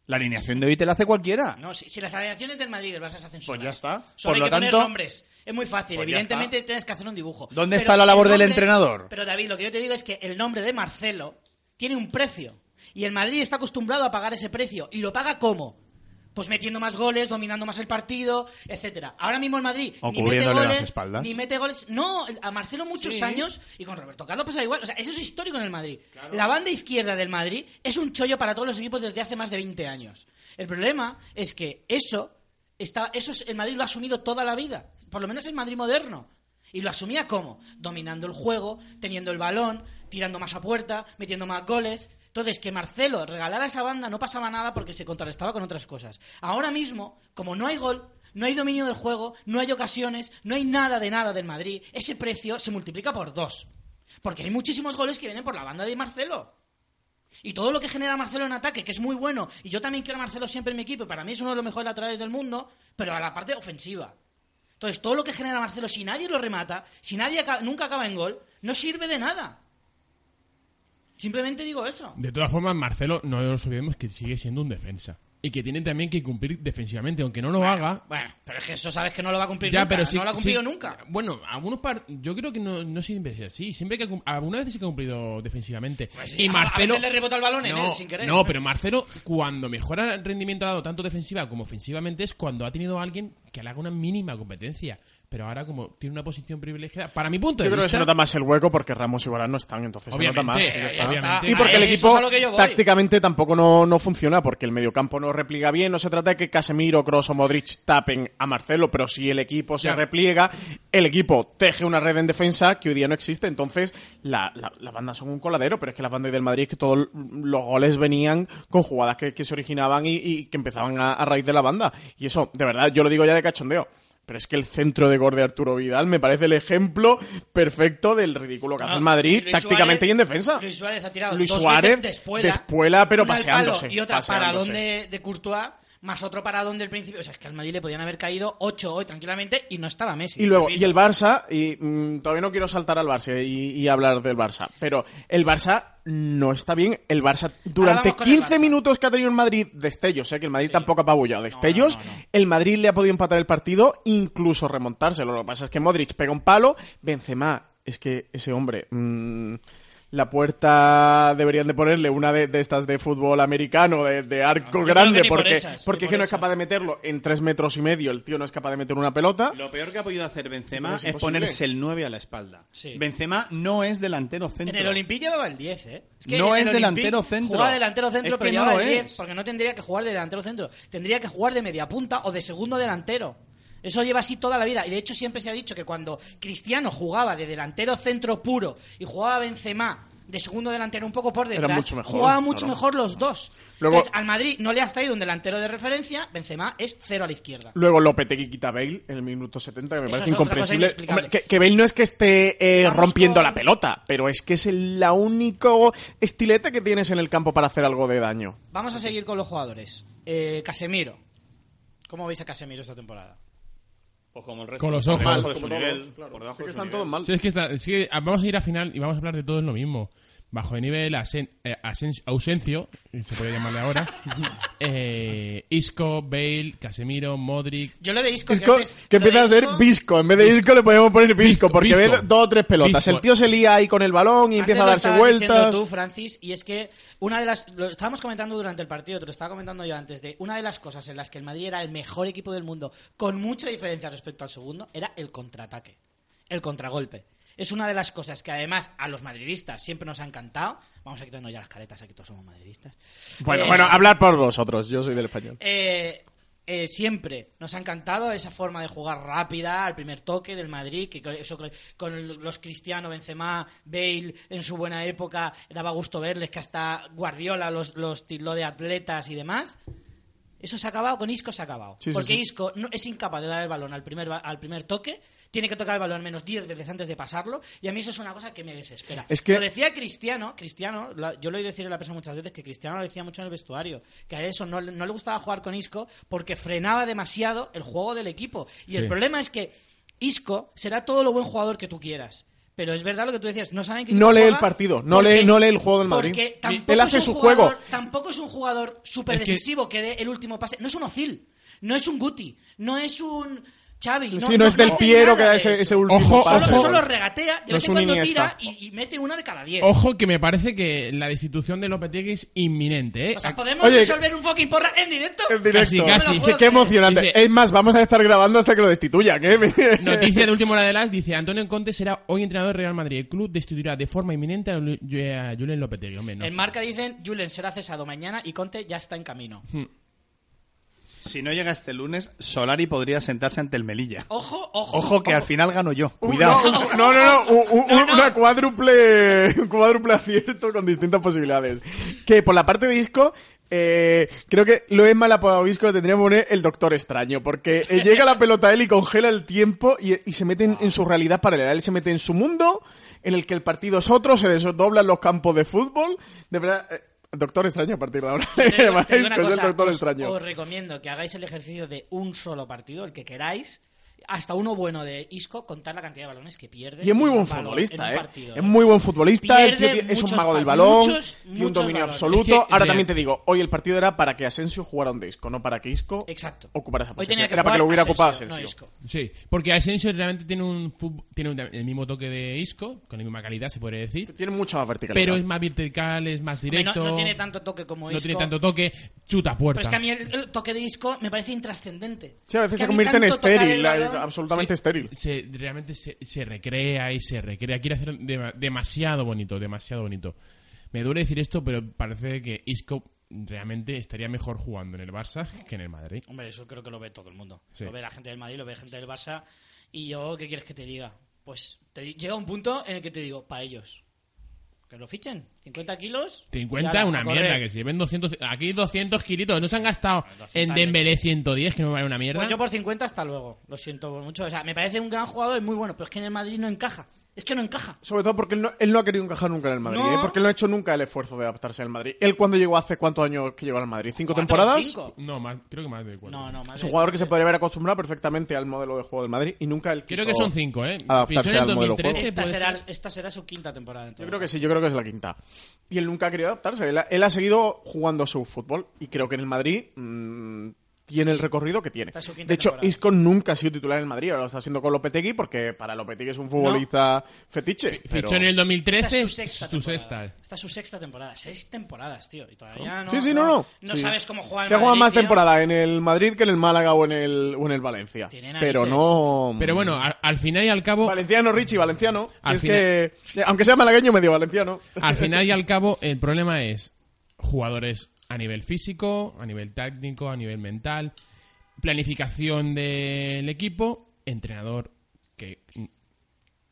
Speaker 4: la alineación de hoy te la hace cualquiera.
Speaker 1: No, si, si las alineaciones del Madrid y del Barça se hacen solas.
Speaker 4: Pues ya está.
Speaker 1: Solo
Speaker 4: Por
Speaker 1: hay
Speaker 4: lo
Speaker 1: que poner
Speaker 4: tanto-
Speaker 1: nombres. Es muy fácil.
Speaker 4: Pues ya
Speaker 1: Evidentemente
Speaker 4: está.
Speaker 1: tienes que hacer un dibujo.
Speaker 4: ¿Dónde está la labor
Speaker 1: el
Speaker 4: del entrenador?
Speaker 1: Pero David, lo que yo te digo es que el nombre de Marcelo tiene un precio. Y el Madrid está acostumbrado a pagar ese precio. ¿Y lo paga cómo? Pues metiendo más goles, dominando más el partido, etcétera. Ahora mismo el Madrid
Speaker 4: O
Speaker 1: ni mete
Speaker 4: cubriéndole las
Speaker 1: goles,
Speaker 4: espaldas.
Speaker 1: ni mete goles. No, a Marcelo muchos años y con Roberto Carlos pasa igual. O sea, eso es histórico en el Madrid. La banda izquierda del Madrid es un chollo para todos los equipos desde hace más de 20 años. El problema es que eso, está, eso es- el Madrid lo ha asumido toda la vida. Por lo menos el Madrid moderno. Y lo asumía como dominando el juego, teniendo el balón, tirando más a puerta, metiendo más goles. Entonces, que Marcelo regalara esa banda no pasaba nada porque se contrarrestaba con otras cosas. Ahora mismo, como no hay gol, no hay dominio del juego, no hay ocasiones, no hay nada de nada del Madrid. Ese precio se multiplica por dos. Porque hay muchísimos goles que vienen por la banda de Marcelo. Y todo lo que genera Marcelo en ataque, que es muy bueno, y yo también quiero a Marcelo siempre en mi equipo, y para mí es uno de los mejores laterales del mundo, pero a la parte ofensiva. Entonces, todo lo que genera Marcelo, si nadie lo remata, si nadie aca- nunca acaba en gol, no sirve de nada. Simplemente digo eso.
Speaker 3: De todas formas, Marcelo, no nos olvidemos que sigue siendo un defensa. Y que tiene también que cumplir defensivamente, aunque no lo haga.
Speaker 1: Bueno, pero es que eso sabes que no lo va a cumplir
Speaker 3: Ya,
Speaker 1: nunca,
Speaker 3: pero sí-
Speaker 1: no lo ha
Speaker 3: sí-
Speaker 1: cumplido nunca.
Speaker 3: Bueno, algunos par- yo creo que no, no siempre es así. Siempre que ha cum- algunas veces sí que ha cumplido defensivamente.
Speaker 1: Pues sí,
Speaker 3: y
Speaker 1: a- a
Speaker 3: Marcelo
Speaker 1: veces le rebota el balón en
Speaker 3: no,
Speaker 1: él, sin querer.
Speaker 3: No, pero Marcelo cuando mejora el rendimiento dado tanto defensiva como ofensivamente es cuando ha tenido a alguien que le haga una mínima competencia. Pero ahora como tiene una posición privilegiada, para mi punto
Speaker 2: Yo
Speaker 3: de
Speaker 2: creo que
Speaker 3: vista,
Speaker 2: se nota más el hueco porque Ramos y Varane no están, entonces se nota más.
Speaker 3: Obviamente,
Speaker 2: y ya está.
Speaker 1: Ya está.
Speaker 3: obviamente.
Speaker 2: Y porque el
Speaker 1: eh, Eso es
Speaker 2: equipo
Speaker 1: a lo que yo voy.
Speaker 2: tácticamente tampoco no, no funciona, porque el mediocampo no repliega bien. No se trata de que Casemiro, Kroos o Modric tapen a Marcelo, pero si el equipo se
Speaker 3: Ya.
Speaker 2: repliega, el equipo teje una red en defensa que hoy día no existe. Entonces, la- la- las bandas son un coladero, pero es que las bandas del Madrid es que todos los goles venían con jugadas que, que se originaban y, y que empezaban a, a raíz de la banda. Y eso, de verdad, yo lo digo ya de cachondeo. Pero es que el centro de gol de Arturo Vidal me parece el ejemplo perfecto del ridículo que hace el Madrid
Speaker 1: Ah, Luis
Speaker 2: tácticamente
Speaker 1: Suárez-
Speaker 2: y en defensa.
Speaker 1: Luis Suárez ha tirado
Speaker 2: Luis
Speaker 1: dos
Speaker 2: Suárez
Speaker 1: veces de espuela,
Speaker 2: de espuela, pero
Speaker 1: una al palo
Speaker 2: paseándose,
Speaker 1: Y otra
Speaker 2: paseándose.
Speaker 1: paradón de, de Courtois más otro paradón del principio. O sea, es que al Madrid le podían haber caído 8 hoy tranquilamente y no estaba Messi. Pues
Speaker 2: Y luego, y el Barça, y mm, todavía no quiero saltar al Barça y, y hablar del Barça, pero el Barça no está bien. El Barça, durante
Speaker 1: vamos con el
Speaker 2: 15
Speaker 1: Barça.
Speaker 2: minutos que ha tenido el Madrid, destellos, eh, que el Madrid tampoco ha apabullado, destellos,
Speaker 1: no, no, no.
Speaker 2: el Madrid le ha podido empatar el partido, incluso remontárselo. Lo que pasa es que Modric pega un palo, Benzema, es que ese hombre... mm, la puerta deberían de ponerle una de, de estas de fútbol americano, de, de arco
Speaker 1: creo
Speaker 2: grande,
Speaker 1: que ni por
Speaker 2: porque,
Speaker 1: esas, ni
Speaker 2: porque
Speaker 1: por
Speaker 2: es que no es
Speaker 1: esas.
Speaker 2: capaz de meterlo en tres metros y medio, el tío no es capaz de meter una pelota.
Speaker 4: Lo peor que ha podido hacer Benzema
Speaker 2: Entonces, es
Speaker 4: es,
Speaker 2: imposible.
Speaker 4: ponerse el 9 a la espalda.
Speaker 1: Sí.
Speaker 4: Benzema no es delantero centro.
Speaker 1: En el Olympique llevaba el 10, ¿eh?
Speaker 4: No
Speaker 1: en
Speaker 4: es
Speaker 1: el Olympique
Speaker 4: delantero centro.
Speaker 1: Jugaba delantero centro,
Speaker 4: Es que
Speaker 1: pero
Speaker 4: no
Speaker 1: llevaba
Speaker 4: lo
Speaker 1: el 10,
Speaker 4: es.
Speaker 1: porque no tendría que jugar de delantero centro. Tendría que jugar de media punta o de segundo delantero. Eso lleva así toda la vida. Y de hecho siempre se ha dicho que cuando Cristiano jugaba de delantero centro puro y jugaba Benzema de segundo delantero un poco por detrás,
Speaker 2: mucho mejor,
Speaker 1: jugaba mucho
Speaker 2: claro.
Speaker 1: mejor los dos.
Speaker 2: Luego-
Speaker 1: Entonces, al Madrid no le has traído un delantero de referencia, Benzema es cero a la izquierda.
Speaker 2: Luego Lopetegui quita a Bale en el minuto 70, que me
Speaker 1: Eso es
Speaker 2: parece
Speaker 1: otra cosa
Speaker 2: incomprensible.
Speaker 1: inexplicable.
Speaker 2: Hombre, que, que Bale no es que esté eh,
Speaker 1: Vamos
Speaker 2: rompiendo
Speaker 1: con-
Speaker 2: la pelota, pero es que es el la único estilete que tienes en el campo para hacer algo de daño.
Speaker 1: Vamos a seguir con los jugadores. Eh, Casemiro. ¿Cómo veis a Casemiro esta temporada?
Speaker 4: Pues como el resto.
Speaker 3: Con los
Speaker 4: por
Speaker 3: ojos.
Speaker 4: debajo de su
Speaker 2: Como todos,
Speaker 4: nivel,
Speaker 2: claro.
Speaker 4: por debajo
Speaker 2: Sí que
Speaker 4: de su
Speaker 2: están
Speaker 4: nivel.
Speaker 2: todos mal.
Speaker 3: Sí, es que está- es que vamos a ir a final y vamos a hablar de todo lo mismo. Bajo de nivel, asen, eh, Asen- ausencio, se puede llamarle ahora. eh, Isco, Bale, Casemiro, Modric.
Speaker 1: Yo lo de Isco,
Speaker 2: Disco,
Speaker 1: antes-
Speaker 2: que
Speaker 1: lo de
Speaker 2: empieza a ser
Speaker 1: Isco-
Speaker 2: Visco. En vez de Disco le podemos poner Visco,
Speaker 3: Visco,
Speaker 2: porque
Speaker 3: Visco.
Speaker 2: ve dos o tres pelotas.
Speaker 3: Visco.
Speaker 2: El tío se lía ahí con el balón
Speaker 1: Antes
Speaker 2: y empieza a
Speaker 1: lo
Speaker 2: darse
Speaker 1: estabas diciendo
Speaker 2: vueltas.
Speaker 1: tú, Francis, y es que una de las lo estábamos comentando durante el partido, te lo estaba comentando yo antes de una de las cosas en las que el Madrid era el mejor equipo del mundo con mucha diferencia respecto al segundo era el contraataque, el contragolpe. Es una de las cosas que además a los madridistas siempre nos ha encantado. Vamos a quitarnos ya las caretas, aquí todos somos madridistas.
Speaker 2: Bueno,
Speaker 1: Eh,
Speaker 2: bueno, hablar por vosotros. Yo soy del español.
Speaker 1: eh, eh, siempre nos ha encantado esa forma de jugar rápida al primer toque del Madrid, que con, eso con- con los Cristiano, Benzema, Bale en su buena época daba gusto verles que hasta Guardiola los, los tildó de atletas y demás. Eso se ha acabado, con Isco se ha acabado.
Speaker 2: Sí, sí,
Speaker 1: porque
Speaker 2: sí.
Speaker 1: Isco no, es incapaz de dar el balón al primer, ba- al primer toque, tiene que tocar el balón al menos 10 veces antes de pasarlo, y a mí eso es una cosa que me desespera.
Speaker 2: Es que-
Speaker 1: Lo decía Cristiano, Cristiano, la- yo lo he oído decir a la persona muchas veces, que Cristiano lo decía mucho en el vestuario, que a eso no, le- no le gustaba jugar con Isco porque frenaba demasiado el juego del equipo. Y el
Speaker 3: Sí.
Speaker 1: problema es que Isco será todo lo buen jugador que tú quieras. Pero es verdad lo que tú decías, no saben que
Speaker 2: No lee el partido, no lee- no lee el juego del Madrid.
Speaker 1: Porque
Speaker 2: Él
Speaker 1: tampoco
Speaker 2: hace
Speaker 1: es un
Speaker 2: su juego.
Speaker 1: jugador- Tampoco es un jugador súper
Speaker 3: Es que-
Speaker 1: decisivo que... dé el último pase. No es un Ozil, no es un Guti, no es un Xavi. No,
Speaker 2: Sí, no es del
Speaker 1: hace
Speaker 2: Piero
Speaker 1: nada
Speaker 2: que da
Speaker 1: de
Speaker 2: ese,
Speaker 1: eso.
Speaker 2: ese último
Speaker 3: Ojo,
Speaker 1: Solo,
Speaker 2: pase.
Speaker 1: solo regatea, de
Speaker 2: No
Speaker 1: vez
Speaker 2: es
Speaker 1: en
Speaker 2: un
Speaker 1: cuando
Speaker 2: Iniesta.
Speaker 1: tira y, y mete una de cada diez.
Speaker 3: Ojo que me parece que la destitución de Lopetegui es inminente, ¿eh?
Speaker 1: O sea,
Speaker 3: Ac-
Speaker 1: ¿podemos
Speaker 2: Oye,
Speaker 1: resolver un fucking porra en directo?
Speaker 2: En directo.
Speaker 3: Casi, casi.
Speaker 2: Que qué emocionante.
Speaker 3: Dice-
Speaker 2: Es más, vamos a estar grabando hasta que lo destituyan.
Speaker 1: (laughs)
Speaker 2: ¿eh?
Speaker 3: Noticia de última hora de las dice Antonio Conte será hoy entrenador del Real Madrid. El club destituirá de forma inminente a Lu- a Julen Lopetegui. Hombre, no.
Speaker 1: En marca dicen, Julen será cesado mañana y Conte ya está en camino.
Speaker 2: Hmm.
Speaker 4: Si no llega este lunes, Solari podría sentarse ante el Melilla.
Speaker 1: Ojo, ojo.
Speaker 4: Ojo que al final gano yo.
Speaker 2: (laughs) Un-
Speaker 4: Cuidado.
Speaker 2: No, no, no, no, un- un- una cuádruple, un cuádruple acierto con distintas posibilidades. Que por la parte de disco, eh, creo que lo es mal apodado disco, le tendría que poner el Doctor Extraño, porque eh, llega la pelota a él y congela el tiempo y, y se mete en, en su realidad paralela. Él se mete en su mundo, en el que el partido es otro, se desdoblan los campos de fútbol. De verdad, eh, Doctor Extraño a partir de ahora.
Speaker 1: Te
Speaker 2: (laughs)
Speaker 1: digo-
Speaker 2: Llamaréis
Speaker 1: te digo una
Speaker 2: con el
Speaker 1: cosa,
Speaker 2: Doctor
Speaker 1: os-
Speaker 2: Extraño.
Speaker 1: Os recomiendo que hagáis el ejercicio de un solo partido, el que queráis, hasta uno bueno de Isco, contar la cantidad de balones que pierde.
Speaker 2: Y es muy
Speaker 1: en ¿eh? un
Speaker 2: buen
Speaker 1: balón, en
Speaker 2: futbolista,
Speaker 1: un
Speaker 2: ¿eh?
Speaker 1: partido.
Speaker 2: es muy buen futbolista, el tío
Speaker 1: Pierde
Speaker 2: tiene- es un
Speaker 1: muchos
Speaker 2: mago del
Speaker 1: pa-
Speaker 2: balón,
Speaker 1: muchos,
Speaker 2: tiene un
Speaker 1: muchos
Speaker 2: dominio
Speaker 1: balones.
Speaker 2: absoluto.
Speaker 3: Es que,
Speaker 2: Ahora
Speaker 3: mira.
Speaker 2: también te digo, hoy el partido era para que Asensio jugara un disco, no para que Isco
Speaker 1: Exacto.
Speaker 2: ocupara esa
Speaker 1: Hoy
Speaker 2: posición.
Speaker 1: tenía que
Speaker 2: Pues Era para que lo
Speaker 1: jugar
Speaker 2: hubiera ocupado
Speaker 1: Asensio, no
Speaker 2: Asensio.
Speaker 1: Isco.
Speaker 3: Sí, porque Asensio realmente tiene un fut- tiene un- el mismo toque de Isco, con la misma calidad se podría decir,
Speaker 2: Tiene mucha más verticalidad.
Speaker 3: pero es más vertical, es más
Speaker 1: Hombre, no-
Speaker 3: directo,
Speaker 1: No, tiene tanto toque como
Speaker 3: no
Speaker 1: Isco.
Speaker 3: tiene tanto toque, chuta a puerta.
Speaker 1: Pero es que a mí el, el toque de Isco me parece intrascendente.
Speaker 2: Sí, a
Speaker 1: Es
Speaker 2: veces
Speaker 1: que
Speaker 2: se
Speaker 1: mí
Speaker 2: convierte en
Speaker 1: tanto tocar el
Speaker 2: estéril,
Speaker 1: balón-
Speaker 2: eh, absolutamente
Speaker 3: Sí,
Speaker 2: estéril.
Speaker 3: se- realmente se, se recrea y se recrea. Quiere hacer dema- demasiado bonito, demasiado bonito. Me duele decir esto, pero parece que Isco realmente estaría mejor jugando en el Barça que en el Madrid.
Speaker 1: Hombre, eso creo que lo ve todo el mundo.
Speaker 3: Sí.
Speaker 1: Lo ve la gente del Madrid, lo ve gente del Barça. Y yo, ¿qué quieres que te diga? Pues te di- llega un punto en el que te digo, para ellos. Que lo fichen. 50 kilos. y
Speaker 3: 50
Speaker 1: ala,
Speaker 3: una
Speaker 1: a correr. Ah,
Speaker 3: mierda, que si lleven 200... Aquí 200 kilitos, no se han gastado en
Speaker 1: 200
Speaker 3: Dembélé 110, que no vale una mierda.
Speaker 1: Pues yo por 50 hasta luego. Lo siento por mucho. O sea, me parece un gran jugador y muy bueno, pero es que en el Madrid no encaja. Es que no encaja.
Speaker 2: Sobre todo porque él no, él no ha querido encajar nunca en el Madrid,
Speaker 1: No.
Speaker 2: ¿eh? porque él no ha hecho nunca el esfuerzo de adaptarse al Madrid. Él cuando llegó hace cuántos años que llegó al Madrid, cinco
Speaker 1: ¿Cuatro o
Speaker 2: temporadas.
Speaker 1: cinco?
Speaker 3: No, más, creo que más de cuatro.
Speaker 1: No, no, madre.
Speaker 2: Es un jugador que se podría haber acostumbrado perfectamente al modelo de juego del Madrid y nunca él quiso
Speaker 3: Creo que son cinco, ¿eh?
Speaker 2: Adaptarse
Speaker 3: Fichó en
Speaker 2: al modelo
Speaker 3: 2013,
Speaker 2: de juego.
Speaker 1: Esta
Speaker 3: puede
Speaker 1: será,
Speaker 3: ser.
Speaker 1: esta será su quinta temporada.
Speaker 2: Yo creo que sí, yo creo que es la quinta. Y él nunca ha querido adaptarse. Él ha, él ha seguido jugando su fútbol y creo que en el Madrid mm, tiene el recorrido que tiene.
Speaker 1: Esta es su quinta
Speaker 2: De hecho,
Speaker 1: temporada.
Speaker 2: Isco nunca ha sido titular en el Madrid, ahora lo está haciendo con Lopetegui porque para Lopetegui es un futbolista fetiche.
Speaker 3: Fichó
Speaker 2: pero-
Speaker 3: en el
Speaker 1: Esta es
Speaker 3: 2013.
Speaker 1: su sexta
Speaker 3: tu
Speaker 1: temporada.
Speaker 3: sexta. eh.
Speaker 1: Esta es su sexta temporada. Seis temporadas, tío. Y todavía Ah, no.
Speaker 2: sí, sí, no, no.
Speaker 1: No
Speaker 2: Sí.
Speaker 1: sabes cómo juega el
Speaker 2: Se ha jugado
Speaker 1: Madrid,
Speaker 2: más
Speaker 1: tío.
Speaker 2: temporada en el Madrid que en el Málaga o en el, o en el Valencia.
Speaker 1: Tiene narices.
Speaker 2: Pero no. mm,
Speaker 3: Pero bueno, al, al final y al
Speaker 2: (laughs)
Speaker 3: cabo,
Speaker 2: Valenciano, Richie, valenciano. Si
Speaker 3: Al
Speaker 2: es
Speaker 3: final-
Speaker 2: que, aunque sea malagueño, medio valenciano.
Speaker 3: al final y al cabo, el problema es jugadores a nivel físico, a nivel técnico, a nivel mental, planificación del equipo, entrenador que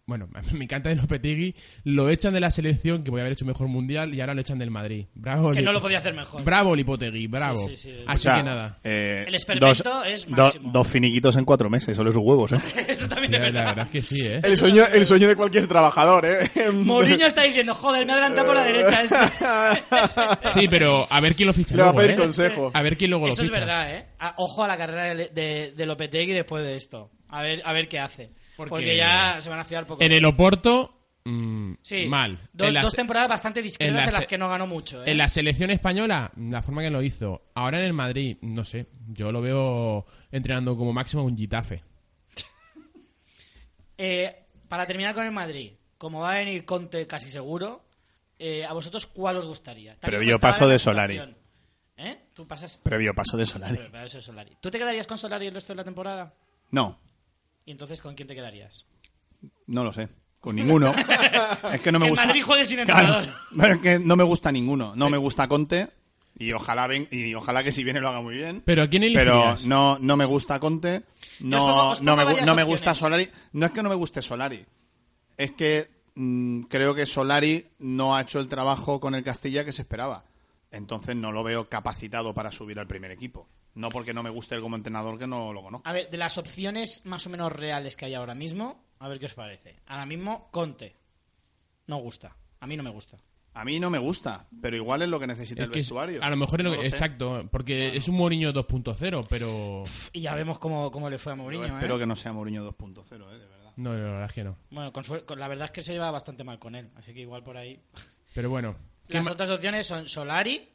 Speaker 3: bueno, (laughs) me encanta de Lopetegui, lo echan de la selección que voy a haber hecho mejor mundial y ahora lo echan del Madrid. Bravo,
Speaker 1: Que
Speaker 3: Lipo-
Speaker 1: no lo podía hacer mejor.
Speaker 3: Bravo Lipotegui, bravo.
Speaker 1: Sí, sí, sí.
Speaker 3: Así
Speaker 4: O sea,
Speaker 3: que
Speaker 4: (laughs)
Speaker 3: nada.
Speaker 4: eh,
Speaker 1: El experimento
Speaker 4: dos-
Speaker 1: es
Speaker 4: do-
Speaker 1: máximo.
Speaker 4: dos finiquitos en cuatro meses, solo sus huevos, ¿eh?
Speaker 1: (laughs)
Speaker 4: (laughs)
Speaker 1: Eso también
Speaker 3: Ya,
Speaker 1: es
Speaker 3: la
Speaker 1: verdad.
Speaker 3: verdad es que sí,
Speaker 2: (laughs)
Speaker 3: ¿eh?
Speaker 2: El sueño, el sueño de cualquier trabajador, ¿eh?
Speaker 1: Mourinho está diciendo, joder, me adelanta por la
Speaker 2: (laughs)
Speaker 1: derecha este.
Speaker 3: (laughs) Sí, pero a ver quién lo ficha
Speaker 2: Le va a
Speaker 3: luego,
Speaker 2: pedir
Speaker 3: ¿eh?
Speaker 2: consejo.
Speaker 3: A ver quién luego lo
Speaker 1: Eso
Speaker 3: ficha.
Speaker 1: es verdad, ¿eh? Ah, ojo a la carrera de, de, de Lopetegui después de esto. A ver, a ver qué hace.
Speaker 3: Porque-
Speaker 1: Porque ya se van a fiar poco.
Speaker 3: En el Oporto, mm,
Speaker 1: Sí.
Speaker 3: mal.
Speaker 1: Do-
Speaker 3: en, la,
Speaker 1: dos
Speaker 3: se-
Speaker 1: temporadas bastante discretas
Speaker 3: en
Speaker 1: en,
Speaker 3: la
Speaker 1: las
Speaker 3: se-
Speaker 1: que no ganó mucho. ¿eh?
Speaker 3: en la selección española, la forma que lo hizo. Ahora en el Madrid, no sé. Yo lo veo entrenando como máximo un Gitafe.
Speaker 1: Eh, para terminar con el Madrid, como va a venir Conte casi seguro, eh, ¿a vosotros cuál os gustaría? Tal y
Speaker 4: Pero
Speaker 1: como
Speaker 4: yo
Speaker 1: estaba
Speaker 4: paso
Speaker 1: la
Speaker 4: de Solari.
Speaker 1: situación. ¿Eh? Tú pasas...
Speaker 4: Previo paso de Solari.
Speaker 1: Pero, pero eso es Solari. ¿Tú te quedarías con Solari el resto de la temporada?
Speaker 4: No,
Speaker 1: ¿Y entonces con quién te quedarías?
Speaker 4: no lo sé. Con ninguno.
Speaker 1: (laughs)
Speaker 4: es que no
Speaker 1: Que
Speaker 4: me
Speaker 1: el
Speaker 4: gusta.
Speaker 1: Madrid juegue sin
Speaker 4: Claro.
Speaker 1: entrenador.
Speaker 4: Pero es que no me gusta ninguno. No me gusta Conte. Y ojalá, ven- y ojalá que si viene lo haga muy bien.
Speaker 3: ¿Pero a quién
Speaker 4: Pero
Speaker 3: elegirías?
Speaker 4: no, no me gusta Conte.
Speaker 1: os pongo-
Speaker 4: No,
Speaker 1: os
Speaker 4: no, me,
Speaker 1: pongo
Speaker 4: gu-
Speaker 1: varias
Speaker 4: no me
Speaker 1: opciones.
Speaker 4: gusta Solari. No es que no me guste Solari. Es que mm, creo que Solari no ha hecho el trabajo con el Castilla que se esperaba. Entonces no lo veo capacitado para subir al primer equipo. No porque no me guste él como entrenador, que no lo conozco.
Speaker 1: A ver, de las opciones más o menos reales que hay ahora mismo, a ver qué os parece. Ahora mismo, Conte. No gusta. A mí no me gusta.
Speaker 4: A mí no me gusta, pero igual es lo que necesita
Speaker 3: Es
Speaker 4: el
Speaker 3: que es-
Speaker 4: vestuario.
Speaker 3: a lo mejor es lo
Speaker 4: No
Speaker 3: que-
Speaker 4: sé.
Speaker 3: exacto, porque es un Mourinho 2.0, pero
Speaker 1: Y ya vemos cómo, cómo le fue a
Speaker 4: Yo
Speaker 1: Mourinho. ¿eh?
Speaker 4: espero que no sea Mourinho 2.0, eh, de verdad.
Speaker 3: no, no, la verdad es que no.
Speaker 1: Bueno, con suer- con- la verdad es que se lleva bastante mal con él. Así que igual por ahí.
Speaker 3: Pero bueno. ¿Qué
Speaker 1: Las
Speaker 3: ma-
Speaker 1: otras opciones son Solari.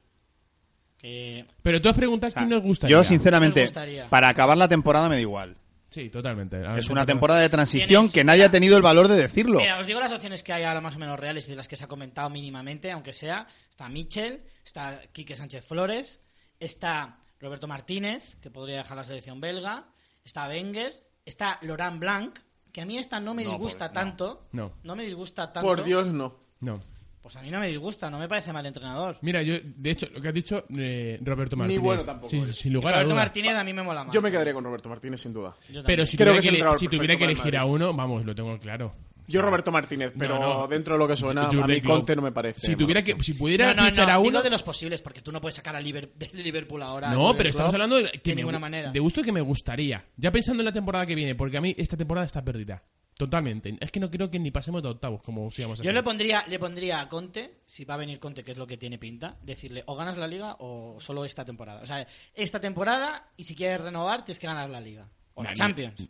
Speaker 1: Que...
Speaker 3: Pero tú has preguntado quién nos gusta.
Speaker 4: Yo, sinceramente,
Speaker 1: Nos gustaría.
Speaker 4: para acabar la temporada me da igual.
Speaker 3: Sí, totalmente. Ahora
Speaker 4: Es
Speaker 3: pues te
Speaker 4: una
Speaker 3: toca-
Speaker 4: temporada de transición
Speaker 1: Tienes-
Speaker 4: que nadie ha tenido el valor de decirlo.
Speaker 1: Mira, os digo las opciones que hay ahora más o menos reales y de las que se ha comentado mínimamente, aunque sea. Está Mitchell, está Quique Sánchez Flores, está Roberto Martínez, que podría dejar la selección belga, está Wenger, está Laurent Blanc, que a mí esta no me
Speaker 4: No,
Speaker 1: disgusta
Speaker 4: pobre, no.
Speaker 1: tanto.
Speaker 3: No.
Speaker 1: me disgusta tanto.
Speaker 2: (laughs) Por Dios, no.
Speaker 3: No.
Speaker 1: Pues a mí no me disgusta, no me parece mal entrenador.
Speaker 3: Mira, yo, de hecho, lo que has dicho, eh, Roberto Martínez.
Speaker 2: bueno tampoco eh.
Speaker 3: Sí,
Speaker 2: es.
Speaker 3: sin lugar a
Speaker 1: Roberto
Speaker 3: dudas.
Speaker 1: Martínez a mí me mola más. ¿eh?
Speaker 2: Yo me quedaría con Roberto Martínez, sin duda.
Speaker 1: Yo también.
Speaker 3: Pero si
Speaker 2: Creo
Speaker 3: tuviera
Speaker 2: que es el
Speaker 3: que, ele-
Speaker 2: entrenador
Speaker 3: si tuviera
Speaker 2: perfecto
Speaker 3: que
Speaker 2: para el
Speaker 3: elegir a uno, vamos, lo tengo claro.
Speaker 2: Yo Roberto Martínez, pero
Speaker 3: No, no.
Speaker 2: dentro de lo que suena, a
Speaker 3: Jurgen
Speaker 2: mí
Speaker 3: Klopp.
Speaker 2: Conte no me parece.
Speaker 3: Si tuviera que, si pudiera
Speaker 1: no, no,
Speaker 3: fichar
Speaker 1: no,
Speaker 3: a
Speaker 1: digo
Speaker 3: uno,
Speaker 1: de los posibles, porque tú no puedes sacar al Liber- (laughs) del Liverpool ahora. a
Speaker 3: no,
Speaker 1: Jürgen
Speaker 3: pero estamos
Speaker 1: Klopp
Speaker 3: hablando de, que
Speaker 1: de
Speaker 3: me
Speaker 1: ninguna
Speaker 3: gu-
Speaker 1: manera.
Speaker 3: de gusto que me gustaría. Ya pensando en la temporada que viene, porque a mí esta temporada está perdida. Totalmente. Es que no creo que ni pasemos de octavos, como sigamos
Speaker 1: Yo
Speaker 3: así.
Speaker 1: le pondría, le pondría a Conte, si va a venir Conte, que es lo que tiene pinta, decirle o ganas la liga o solo esta temporada. O sea, esta temporada y si quieres renovar tienes que ganar la liga. O la
Speaker 3: Nah,
Speaker 1: Champions.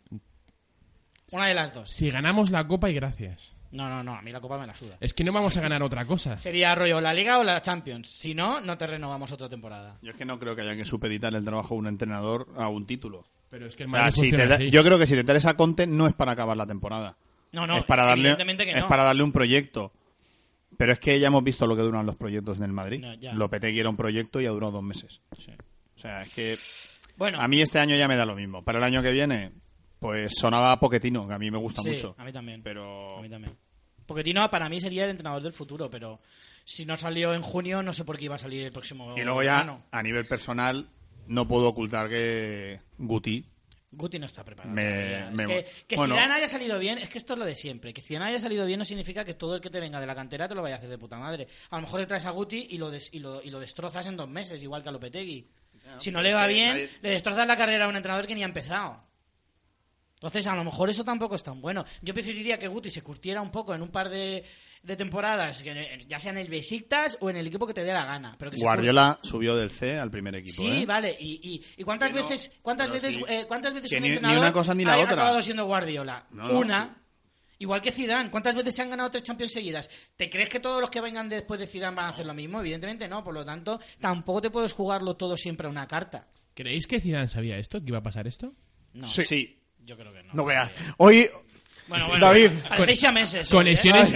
Speaker 1: Una de las dos.
Speaker 3: Si ganamos la copa y gracias.
Speaker 1: No, no, no, a mí la copa me la suda.
Speaker 3: Es que no vamos a ganar otra cosa.
Speaker 1: Sería rollo la liga o la Champions. Si no, no te renovamos otra temporada.
Speaker 4: Yo es que no creo que haya que supeditar el trabajo de un entrenador a un título.
Speaker 3: Pero es que
Speaker 2: Ah,
Speaker 3: el
Speaker 4: O sea,
Speaker 3: Madrid
Speaker 4: si
Speaker 3: funciona
Speaker 4: te-
Speaker 3: así.
Speaker 4: yo creo que si te interesa a Conte no es para acabar la temporada.
Speaker 1: No, no,
Speaker 4: es para darle,
Speaker 1: evidentemente que
Speaker 4: es
Speaker 1: no.
Speaker 4: para darle un proyecto. Pero es que ya hemos visto lo que duran los proyectos en el Madrid.
Speaker 1: No, ya.
Speaker 4: Lopetegui era un proyecto y ha durado dos meses.
Speaker 1: Sí.
Speaker 4: O sea, es que
Speaker 1: Bueno,
Speaker 4: a mí este año ya me da lo mismo. Para el año que viene, pues sonaba Poquetino, que a mí me gusta
Speaker 1: sí,
Speaker 4: mucho.
Speaker 1: a mí también.
Speaker 4: Pero
Speaker 1: A mí también. Poquetino para mí sería el entrenador del futuro, pero si no salió en junio, no sé por qué iba a salir el próximo
Speaker 4: Y luego ya,
Speaker 1: verano.
Speaker 4: a nivel personal, no puedo ocultar que Guti,
Speaker 1: Guti no está preparado.
Speaker 4: Me-
Speaker 1: todavía. Es
Speaker 4: me-
Speaker 1: que, que
Speaker 4: bueno.
Speaker 1: Zidane haya salido bien, es que esto es lo de siempre. Que Zidane haya salido bien no significa que todo el que te venga de la cantera te lo vaya a hacer de puta madre. A lo mejor te traes a Guti y lo, des- y lo, y lo destrozas en dos meses, igual que a Lopetegui. si no le va
Speaker 4: sí,
Speaker 1: bien,
Speaker 4: nadie-
Speaker 1: le destrozas la carrera a un entrenador que ni ha empezado. Entonces, a lo mejor eso tampoco es tan bueno. Yo preferiría que Guti se curtiera un poco en un par de, de temporadas, que- ya sea en el Besiktas o en el equipo que te dé la gana. Pero que se
Speaker 4: Guardiola subió del C al primer equipo.
Speaker 1: Sí,
Speaker 4: ¿eh?
Speaker 1: vale. ¿Y, y, y cuántas
Speaker 4: Que no,
Speaker 1: veces, cuántas
Speaker 4: pero
Speaker 1: veces,
Speaker 4: sí.
Speaker 1: eh, cuántas veces
Speaker 4: Que
Speaker 1: un
Speaker 4: ni- ni
Speaker 1: entrenador
Speaker 4: una cosa ni la
Speaker 1: ha
Speaker 4: otra.
Speaker 1: acabado siendo Guardiola?
Speaker 4: No, no,
Speaker 1: una. Igual que Zidane, ¿cuántas veces se han ganado tres Champions seguidas? ¿Te crees que todos los que vengan después de Zidane van a hacer lo mismo? Evidentemente no, por lo tanto, tampoco te puedes jugarlo todo siempre a una carta.
Speaker 3: ¿Creéis que Zidane sabía esto? ¿Que iba a pasar esto?
Speaker 1: No,
Speaker 2: Sí.
Speaker 1: yo creo que no.
Speaker 2: No veas. Hoy.
Speaker 1: Bueno,
Speaker 2: Sí.
Speaker 1: bueno,
Speaker 2: David.
Speaker 1: parecéis a meses. hoy, ¿eh?
Speaker 3: Conexiones.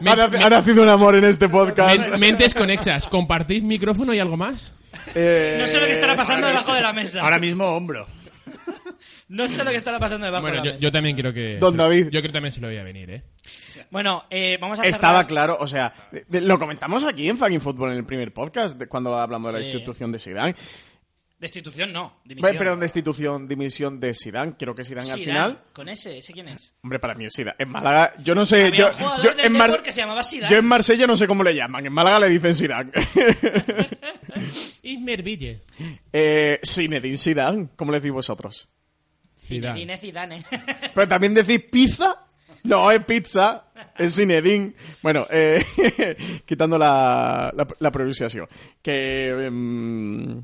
Speaker 3: Me-
Speaker 2: Ha, nac- ha nacido un amor en este podcast.
Speaker 3: me- mentes conexas. ¿Compartís micrófono y algo más?
Speaker 2: Eh,
Speaker 1: No sé lo que estará pasando debajo de la mesa.
Speaker 4: Ahora mismo hombro.
Speaker 1: No sé lo que estará pasando debajo
Speaker 3: Bueno,
Speaker 1: de la
Speaker 3: yo,
Speaker 1: mesa.
Speaker 3: yo también creo que.
Speaker 2: Don David.
Speaker 3: Yo creo que también se lo veía venir, ¿eh?
Speaker 1: Bueno, eh, vamos a
Speaker 2: Estaba
Speaker 1: cerrar.
Speaker 2: claro, o sea, de- de- lo comentamos aquí en Fucking Football en el primer podcast, de- cuando hablamos de la
Speaker 1: Sí.
Speaker 2: institución de Zidane.
Speaker 1: Destitución no, dimisión.
Speaker 2: Bueno, Perdón, destitución, dimisión de Zidane, creo que Zidane,
Speaker 1: Zidane,
Speaker 2: al final.
Speaker 1: Con ese, ¿ese quién es?
Speaker 2: Hombre, para mí es Zidane. En Málaga, yo no sé,
Speaker 1: Había
Speaker 2: yo,
Speaker 1: un jugador
Speaker 2: yo
Speaker 1: del
Speaker 2: en Mar-
Speaker 1: Depor que se llamaba Zidane.
Speaker 2: yo en Marsella no sé cómo le llaman, en Málaga le dicen Zidane. (laughs)
Speaker 3: Ismerville.
Speaker 2: eh, Zinedine Zidane, ¿cómo le decís vosotros?
Speaker 1: Zinedine Zidane.
Speaker 2: Pero también decís pizza. No, es pizza. Es Zinedine. Bueno, eh, (laughs) quitando la, la, la pronunciación. Que. em,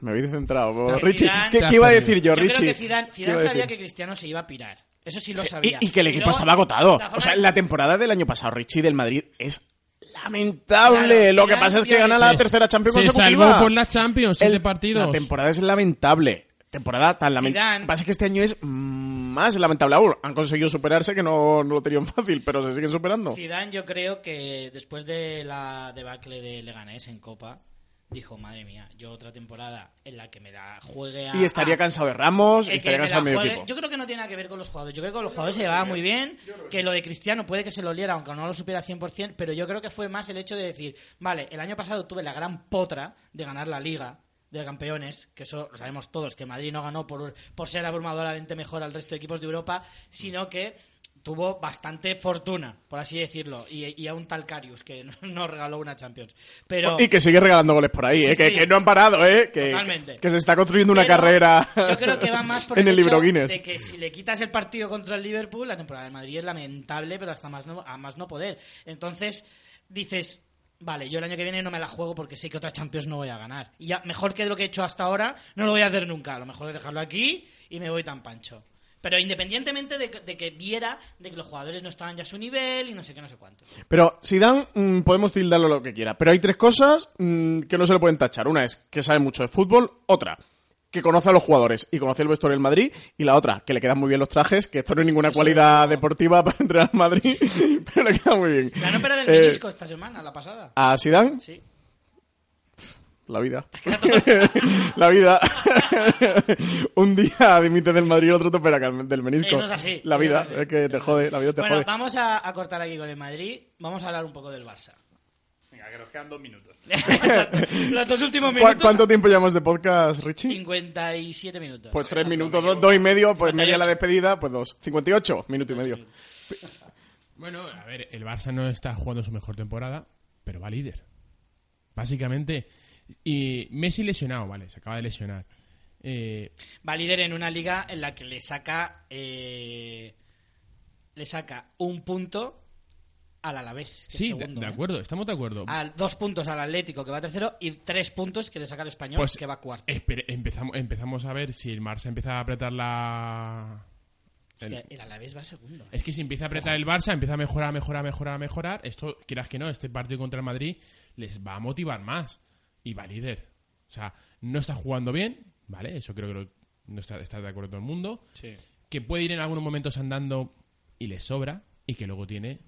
Speaker 2: me habéis centrado.
Speaker 1: Que
Speaker 2: Richie,
Speaker 1: Zidane-
Speaker 2: ¿qué,
Speaker 3: Te has
Speaker 2: qué iba a
Speaker 3: perdido.
Speaker 2: decir yo,
Speaker 1: Yo
Speaker 2: Richie?
Speaker 1: creo que Zidane,
Speaker 2: ¿Qué iba
Speaker 1: Zidane
Speaker 2: a
Speaker 1: sabía que
Speaker 2: decir?
Speaker 1: Cristiano se iba a pirar. Eso sí lo
Speaker 2: Sí,
Speaker 1: sabía.
Speaker 2: Y, y que el equipo
Speaker 1: luego,
Speaker 2: estaba agotado.
Speaker 1: la forma
Speaker 2: O sea,
Speaker 1: de-
Speaker 2: la temporada del año pasado, Richie del Madrid es lamentable.
Speaker 1: Claro,
Speaker 2: Lo que
Speaker 1: Zidane
Speaker 2: pasa es que
Speaker 1: vio
Speaker 2: gana
Speaker 1: eso.
Speaker 2: la tercera Champions
Speaker 3: Se
Speaker 2: consecutiva.
Speaker 3: salvó por la Champions, siete
Speaker 2: El-
Speaker 3: partidos.
Speaker 2: La temporada es lamentable. Temporada tan
Speaker 1: Zidane.
Speaker 2: lamentable. Pasa que este año es mm, más lamentable aún. Han conseguido superarse que no, no lo tenían fácil, pero se siguen superando.
Speaker 1: Zidane yo creo que después de la debacle de Leganés en Copa, dijo, madre mía, yo otra temporada en la que me la juegue a...
Speaker 2: Y estaría
Speaker 1: a-
Speaker 2: cansado de Ramos, y
Speaker 1: el que
Speaker 2: estaría
Speaker 1: me la
Speaker 2: cansado del medio
Speaker 1: juegue-
Speaker 2: equipo.
Speaker 1: Yo creo que no tiene nada que ver con los jugadores. Yo creo que con los jugadores se llevaba muy bien. Que lo de Cristiano puede que se lo liera, aunque no lo supiera 100%. Pero yo creo que fue más el hecho de decir: Vale, el año pasado tuve la gran potra de ganar la Liga de Campeones. Que eso lo sabemos todos: que Madrid no ganó por, por ser abrumadoramente mejor al resto de equipos de Europa, sino que tuvo bastante fortuna, por así decirlo. Y, y a un tal Carius que (laughs) nos regaló una Champions. Pero.
Speaker 2: Y que sigue regalando goles por ahí,
Speaker 1: Sí,
Speaker 2: ¿eh? que,
Speaker 1: sí.
Speaker 2: que no han parado, ¿eh? que,
Speaker 1: Totalmente.
Speaker 2: que se está construyendo una
Speaker 1: Pero
Speaker 2: carrera
Speaker 1: Yo creo que va más por
Speaker 2: (laughs) en el libro
Speaker 1: hecho
Speaker 2: Guinness.
Speaker 1: De que si le quitas el partido contra el Liverpool, la temporada de Madrid es lamentable, pero hasta más no, a más no poder. Entonces dices, vale, yo el año que viene no me la juego porque sé que otra Champions no voy a ganar. Y ya, mejor que lo que he hecho hasta ahora, no lo voy a hacer nunca. A lo mejor es dejarlo aquí y me voy tan pancho. Pero independientemente de, que- de que viera de que los jugadores no estaban ya a su nivel y no sé qué, no sé cuánto.
Speaker 2: Pero Zidane, mm, podemos tildarlo lo que quiera. Pero hay tres cosas mm, que no se le pueden tachar. Una es que sabe mucho de fútbol. Otra, que conoce a los jugadores y conoce el vestuario del Madrid. Y la otra, que le quedan muy bien los trajes, que esto no es ninguna
Speaker 1: Eso
Speaker 2: cualidad
Speaker 1: desde luego.
Speaker 2: deportiva para entrar al Madrid, (laughs) pero le queda muy bien.
Speaker 1: La no del
Speaker 2: Eh,
Speaker 1: menisco esta semana, la pasada.
Speaker 2: a Zidane,
Speaker 1: Sí.
Speaker 2: la vida. (laughs) la vida. Un día dimites del Madrid, otro te opera del menisco.
Speaker 1: Eso es así,
Speaker 2: La
Speaker 1: eso es
Speaker 2: vida,
Speaker 1: así.
Speaker 2: es que te jode, la vida te
Speaker 1: Bueno,
Speaker 2: jode.
Speaker 1: vamos a, a cortar aquí con el Madrid. Vamos a hablar un poco del Barça.
Speaker 4: Venga, que nos quedan dos minutos.
Speaker 1: Exacto. Los dos últimos
Speaker 2: ¿Cu-
Speaker 1: minutos.
Speaker 2: ¿Cuánto tiempo llevamos de podcast, Richie?
Speaker 1: 57 minutos. Ah,
Speaker 2: Pues tres minutos, dos, dos y medio, pues
Speaker 1: 58.
Speaker 2: media la despedida, pues dos. 58, minuto y medio.
Speaker 3: Bueno, a ver, el Barça no está jugando su mejor temporada, pero va líder. Básicamente. Y Messi lesionado, vale, se acaba de lesionar. Eh,
Speaker 1: Va líder en una liga en la que le saca eh, le saca un punto al Alavés. que es
Speaker 3: sí,
Speaker 1: segundo,
Speaker 3: de, de
Speaker 1: ¿eh?
Speaker 3: acuerdo, estamos de acuerdo.
Speaker 1: A dos puntos al Atlético, que va tercero, y tres puntos que le saca el Español,
Speaker 3: Pues-
Speaker 1: que va cuarto.
Speaker 3: Espere- empezamos, empezamos a ver si el Barça empieza a apretar la.
Speaker 1: Hostia, el Alavés va segundo. ¿eh?
Speaker 3: Es que si empieza a apretar el Barça, empieza a mejorar, a mejorar, a mejorar, a mejorar. Esto, quieras que no, este partido contra el Madrid les va a motivar más. Y va líder. O sea, no está jugando bien, ¿vale? Eso creo que lo- no está, está de acuerdo todo el mundo. Que puede ir en algunos momentos andando y le sobra. Y que luego tiene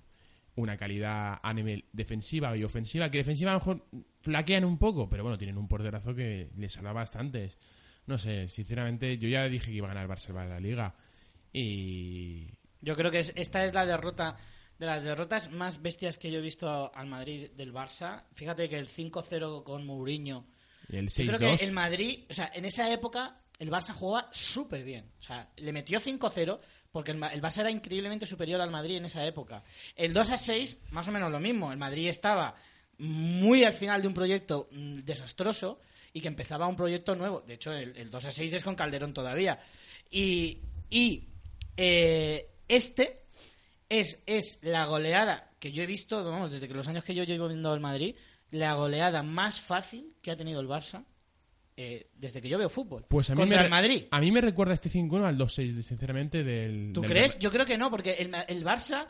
Speaker 3: una calidad a nivel defensiva y ofensiva. Que defensiva a lo mejor flaquean un poco, pero bueno, tienen un porterazo que les salva bastantes. No sé, sinceramente, yo ya dije que iba a ganar el Barça para la liga. Y,
Speaker 1: Yo creo que es- esta es la derrota de las derrotas más bestias que yo he visto al Madrid del Barça. Fíjate que el 5-0 con Mourinho
Speaker 3: Y el
Speaker 1: Yo creo
Speaker 3: 6-2.
Speaker 1: que el Madrid, o sea, en esa época el Barça jugaba súper bien. O sea, le metió 5-0 porque el, Ma- el Barça era increíblemente superior al Madrid en esa época. El 2-6, más o menos lo mismo. El Madrid estaba muy al final de un proyecto mm, desastroso y que empezaba un proyecto nuevo. De hecho, el, el 2-6 es con Calderón todavía. Y, y Eh, este es, es la goleada que yo he visto, vamos, desde que los años que yo llevo viendo el Madrid, la goleada más fácil que ha tenido el Barça eh, desde que yo veo fútbol.
Speaker 3: Pues a mí,
Speaker 1: Contra
Speaker 3: me,
Speaker 1: el Madrid.
Speaker 3: a mí me recuerda este 5-1 al 2-6, sinceramente, del...
Speaker 1: ¿Tú
Speaker 3: del-
Speaker 1: crees? Yo creo que no, porque el, el Barça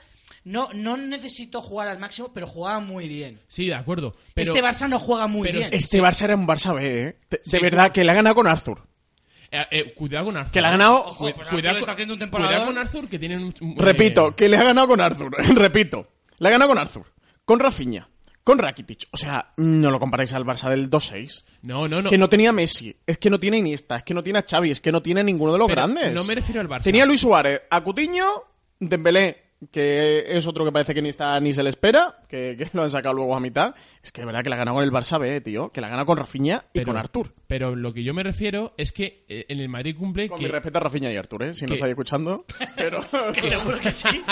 Speaker 1: no, no necesitó jugar al máximo, pero jugaba muy bien.
Speaker 3: Sí, de acuerdo. Pero
Speaker 1: este Barça no juega muy
Speaker 3: pero
Speaker 1: bien.
Speaker 2: Este Barça era un Barça B, ¿eh? De, de
Speaker 3: Sí.
Speaker 2: verdad, que le ha ganado con Arthur.
Speaker 3: eh, eh, cuidado con Arthur.
Speaker 2: Que le ha ganado...
Speaker 1: Ojo, pues Arturo
Speaker 3: cuidado,
Speaker 1: está
Speaker 3: con-
Speaker 1: haciendo un
Speaker 3: cuidado
Speaker 1: temporadón.
Speaker 3: con Arthur, que tienen un... un-
Speaker 2: Repito,
Speaker 3: eh,
Speaker 2: que le ha ganado con Arthur. (laughs) Repito, le ha ganado con Arthur. Con Rafinha. Con Rakitic. O sea, no lo comparáis al Barça del 2-6.
Speaker 3: No, no, no.
Speaker 2: Que no tenía Messi. Es que no tiene Iniesta. Es que no tiene a Xavi. Es que no tiene a ninguno de los
Speaker 3: Pero
Speaker 2: grandes.
Speaker 3: no me refiero al Barça.
Speaker 2: Tenía a Luis Suárez, a Cutiño, Dembélé, que es otro que parece que ni está ni se le espera, que, que lo han sacado luego a mitad. Es que de verdad que la ha ganado con el Barça B, tío. Que la gana con Rafinha y
Speaker 3: pero-
Speaker 2: con Arthur.
Speaker 3: Pero lo que yo me refiero es que eh, en el Madrid cumple
Speaker 2: Con
Speaker 3: que...
Speaker 2: mi respeto a Rafinha y Arthur, ¿eh? Si no
Speaker 3: que-
Speaker 2: estáis
Speaker 3: (laughs)
Speaker 2: escuchando. Pero...
Speaker 1: Que seguro que sí.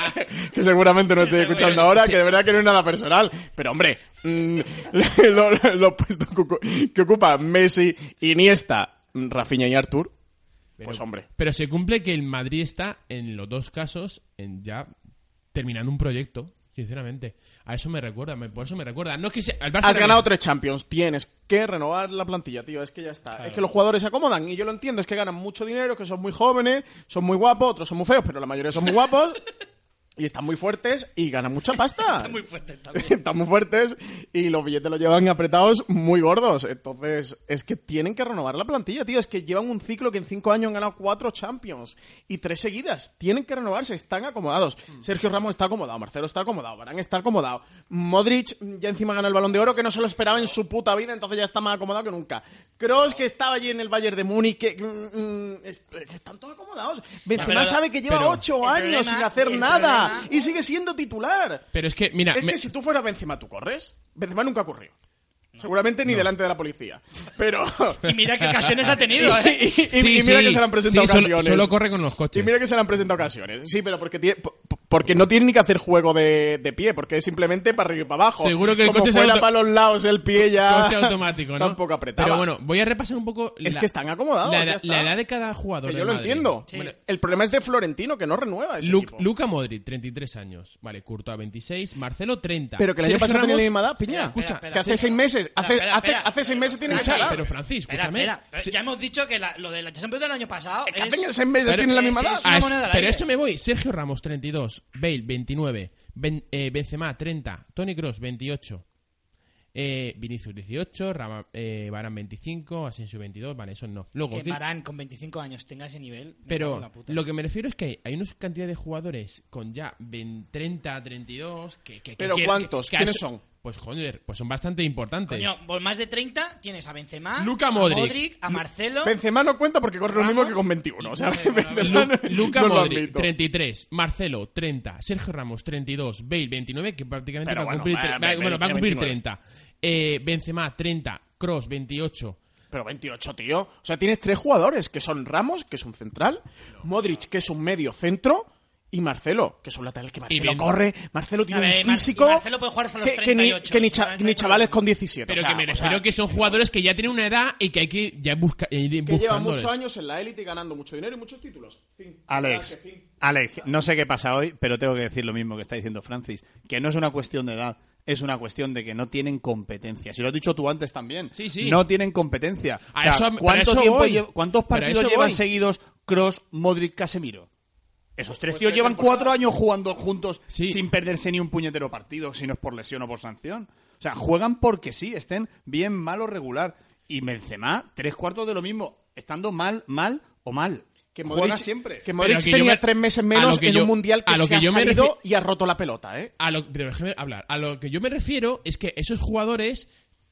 Speaker 2: (laughs) que seguramente no estoy escuchando ahora, que de verdad que no es nada personal. Pero hombre, mm, (laughs) lo- lo- los puestos que ocu- que ocupa Messi, Iniesta, Rafinha y Artur, pues hombre.
Speaker 3: Pero se cumple que el Madrid está en los dos casos en ya terminando un proyecto, sinceramente. A eso me recuerda, me- por eso me recuerda. No es que sea, al Barça
Speaker 2: Has
Speaker 3: le-
Speaker 2: ganado tres Champions, tienes que renovar la plantilla, tío. Es que ya está. Es que los jugadores se acomodan y yo lo entiendo. Es que ganan mucho dinero, que son muy jóvenes, son muy guapos, otros son muy feos, pero la mayoría son muy guapos y están muy fuertes y ganan mucha pasta.
Speaker 1: Está muy fuerte
Speaker 2: (laughs)
Speaker 1: también.
Speaker 2: están muy fuertes y los billetes los llevan apretados muy gordos. Entonces, es que tienen que renovar la plantilla, tío. Es que llevan un ciclo que en cinco años han ganado cuatro Champions y tres seguidas. Tienen que renovarse, están acomodados.
Speaker 1: Mm.
Speaker 2: Sergio Ramos está acomodado, Marcelo está acomodado, Barán está acomodado. Modric ya encima gana el balón de oro que no se lo esperaba en su puta vida, entonces ya está más acomodado que nunca. Kroos que estaba allí en el Bayern de Múnich, que, mm, mm, es- que están todos acomodados. Benzema
Speaker 1: pero-
Speaker 2: sabe que lleva
Speaker 3: pero-
Speaker 2: ocho
Speaker 1: El
Speaker 2: años
Speaker 1: problema-
Speaker 2: sin hacer
Speaker 1: el
Speaker 2: nada
Speaker 1: problema-
Speaker 2: y sigue siendo titular.
Speaker 3: Pero es que, mira, (laughs)
Speaker 2: Es
Speaker 3: me-
Speaker 2: que si tú fueras Benzema, ¿tú corres? Benzema nunca corrió. Seguramente ni delante de la policía. Pero...
Speaker 3: (laughs)
Speaker 1: Y mira qué ocasiones ha tenido,
Speaker 2: (laughs) y,
Speaker 1: ¿eh?
Speaker 2: y- y-
Speaker 3: Sí,
Speaker 2: y mira
Speaker 3: sí,
Speaker 2: que se le han presentado
Speaker 3: sí, solo-
Speaker 2: ocasiones.
Speaker 3: solo corre con los coches.
Speaker 2: Y mira que se le han presentado ocasiones. Sí, pero porque, tiene- po- po- porque no tiene ni que hacer juego de, de pie, porque es simplemente para arriba y para abajo.
Speaker 3: Seguro que el
Speaker 2: Como
Speaker 3: coche se
Speaker 2: vuela
Speaker 3: auto-
Speaker 2: para los lados el pie ya...
Speaker 3: (laughs) coche automático, ¿no?
Speaker 2: Tampoco apretaba.
Speaker 3: Pero bueno, voy a repasar un poco.
Speaker 2: Es que están acomodados,
Speaker 3: La,
Speaker 2: ya
Speaker 3: edad-
Speaker 2: está.
Speaker 3: la edad de cada jugador.
Speaker 2: Que yo
Speaker 3: del
Speaker 2: lo
Speaker 3: Madrid.
Speaker 2: entiendo.
Speaker 3: ¿eh? Bueno,
Speaker 2: El problema es de Florentino, que no renueva ese
Speaker 3: Lu-
Speaker 2: equipo.
Speaker 3: Luca Modric, 33 años. Vale, Courtois, 26. Marcelo, 30.
Speaker 2: Pero que el año
Speaker 3: Sergio
Speaker 2: pasado tenía
Speaker 3: Ramos-
Speaker 2: la misma edad, Piña.
Speaker 1: Espera,
Speaker 3: Escucha,
Speaker 1: espera,
Speaker 2: que hace
Speaker 1: espera.
Speaker 2: seis meses, hace,
Speaker 1: Espera,
Speaker 2: hace,
Speaker 1: espera.
Speaker 2: hace seis meses tiene
Speaker 1: Espera,
Speaker 2: hinchada.
Speaker 3: pero Francis,
Speaker 1: Espera,
Speaker 3: escúchame.
Speaker 1: espera.
Speaker 3: Sí.
Speaker 1: Ya hemos dicho que la- lo de la Champions del año pasado
Speaker 2: Que
Speaker 1: es...
Speaker 2: hacen que seis meses
Speaker 3: Pero-
Speaker 2: tiene la
Speaker 1: Sí,
Speaker 2: misma edad.
Speaker 1: sí, una
Speaker 3: Ah, es-
Speaker 1: moneda al
Speaker 3: pero
Speaker 1: aire.
Speaker 3: esto me voy. Sergio Ramos, 32. Bale, 29. Ben- eh, Benzema, 30. Tony Cross, 28. Eh, Vinicius, 18. Rama, eh, Varane, 25. Asensio, 22. Vale, esos no. Luego,
Speaker 1: Que
Speaker 3: ¿qué-
Speaker 1: Barán con 25 años tenga ese nivel. me cago en
Speaker 3: pero
Speaker 1: la puta.
Speaker 3: lo que me refiero es que hay, hay una cantidad de jugadores con ya 20, 30, 32. Que, que- que
Speaker 2: Pero
Speaker 3: quieren-
Speaker 2: ¿cuántos?
Speaker 3: a
Speaker 2: ¿Quiénes
Speaker 3: eso-
Speaker 2: son?
Speaker 3: Pues joder, pues son bastante importantes.
Speaker 1: Coño, por más de 30 tienes a Benzema,
Speaker 3: Luka
Speaker 1: a
Speaker 3: Modric.
Speaker 1: a Marcelo.
Speaker 2: Benzema no cuenta porque corre lo mismo
Speaker 1: Ramos.
Speaker 2: que con 21. O sea,
Speaker 1: Vale, vale, vale.
Speaker 2: (laughs) Benzema
Speaker 3: Lu-
Speaker 2: no-
Speaker 3: Luca
Speaker 2: no lo
Speaker 3: Modric,
Speaker 2: admito.
Speaker 3: 33. Marcelo, 30. Sergio Ramos, 32. Bale, 29, que prácticamente
Speaker 2: Pero
Speaker 3: va,
Speaker 2: bueno,
Speaker 3: a cumplir,
Speaker 2: va-
Speaker 3: tre-
Speaker 2: va-
Speaker 3: va-
Speaker 2: Bale
Speaker 3: bueno, va a
Speaker 2: tiene
Speaker 3: cumplir
Speaker 2: 29.
Speaker 3: 30. Eh, Benzema, 30. Cross, 28.
Speaker 2: Pero 28, tío. O sea, tienes tres jugadores que son Ramos, que es un central, Modric, que es un medio centro, y Marcelo, que es un lateral que Marcelo
Speaker 3: Ben-
Speaker 2: corre. Marcelo tiene
Speaker 1: A ver,
Speaker 2: un
Speaker 1: Mar-
Speaker 2: físico.
Speaker 1: y Marcelo puede jugar hasta los
Speaker 2: que, que ni,
Speaker 1: 38,
Speaker 2: que ni
Speaker 1: o sea,
Speaker 2: cha-
Speaker 1: no hay
Speaker 2: ni
Speaker 1: problema.
Speaker 2: chavales con 17.
Speaker 3: Pero
Speaker 2: o sea,
Speaker 3: que me
Speaker 2: o sea,
Speaker 3: refiero que son jugadores que ya tienen una edad y que hay que ya busca, ir
Speaker 2: que llevan
Speaker 3: buscándoles.
Speaker 2: muchos años en la élite ganando mucho dinero y muchos títulos. Fin.
Speaker 4: Alex,
Speaker 2: Ah, que fin.
Speaker 4: Alex, no sé qué pasa hoy, pero tengo que decir lo mismo que está diciendo Francis, que no es una cuestión de edad, es una cuestión de que no tienen competencia. Si lo has dicho tú antes también.
Speaker 3: Sí, sí.
Speaker 4: No tienen competencia.
Speaker 3: A
Speaker 4: O sea,
Speaker 3: eso- pero
Speaker 4: ¿cuánto
Speaker 3: eso
Speaker 4: tiempo
Speaker 3: voy.
Speaker 4: lle- ¿Cuántos
Speaker 3: Pero
Speaker 4: partidos
Speaker 3: eso
Speaker 4: llevan
Speaker 3: voy.
Speaker 4: seguidos Cross, Modric, Casemiro? Esos tres tíos
Speaker 2: Pues tres
Speaker 4: llevan
Speaker 2: temporadas.
Speaker 4: cuatro años jugando juntos
Speaker 3: Sí.
Speaker 4: sin perderse ni un puñetero partido, si no es por lesión o por sanción. O sea, juegan porque sí, estén bien, mal o regular. Y Benzema, tres cuartos de lo mismo, estando mal, mal o mal.
Speaker 2: Que
Speaker 4: Juega
Speaker 2: Modric,
Speaker 4: siempre.
Speaker 2: que
Speaker 3: Pero
Speaker 2: Modric
Speaker 3: que yo
Speaker 2: tenía
Speaker 3: me-
Speaker 2: tres meses
Speaker 3: a
Speaker 2: menos
Speaker 3: lo que
Speaker 2: en
Speaker 3: yo-
Speaker 2: un mundial que,
Speaker 3: a lo
Speaker 2: se
Speaker 3: que
Speaker 2: ha
Speaker 3: yo me
Speaker 2: salido
Speaker 3: refi-
Speaker 2: y ha roto la pelota, ¿eh?
Speaker 3: A lo, pero déjeme hablar. A lo que yo me refiero es que esos jugadores,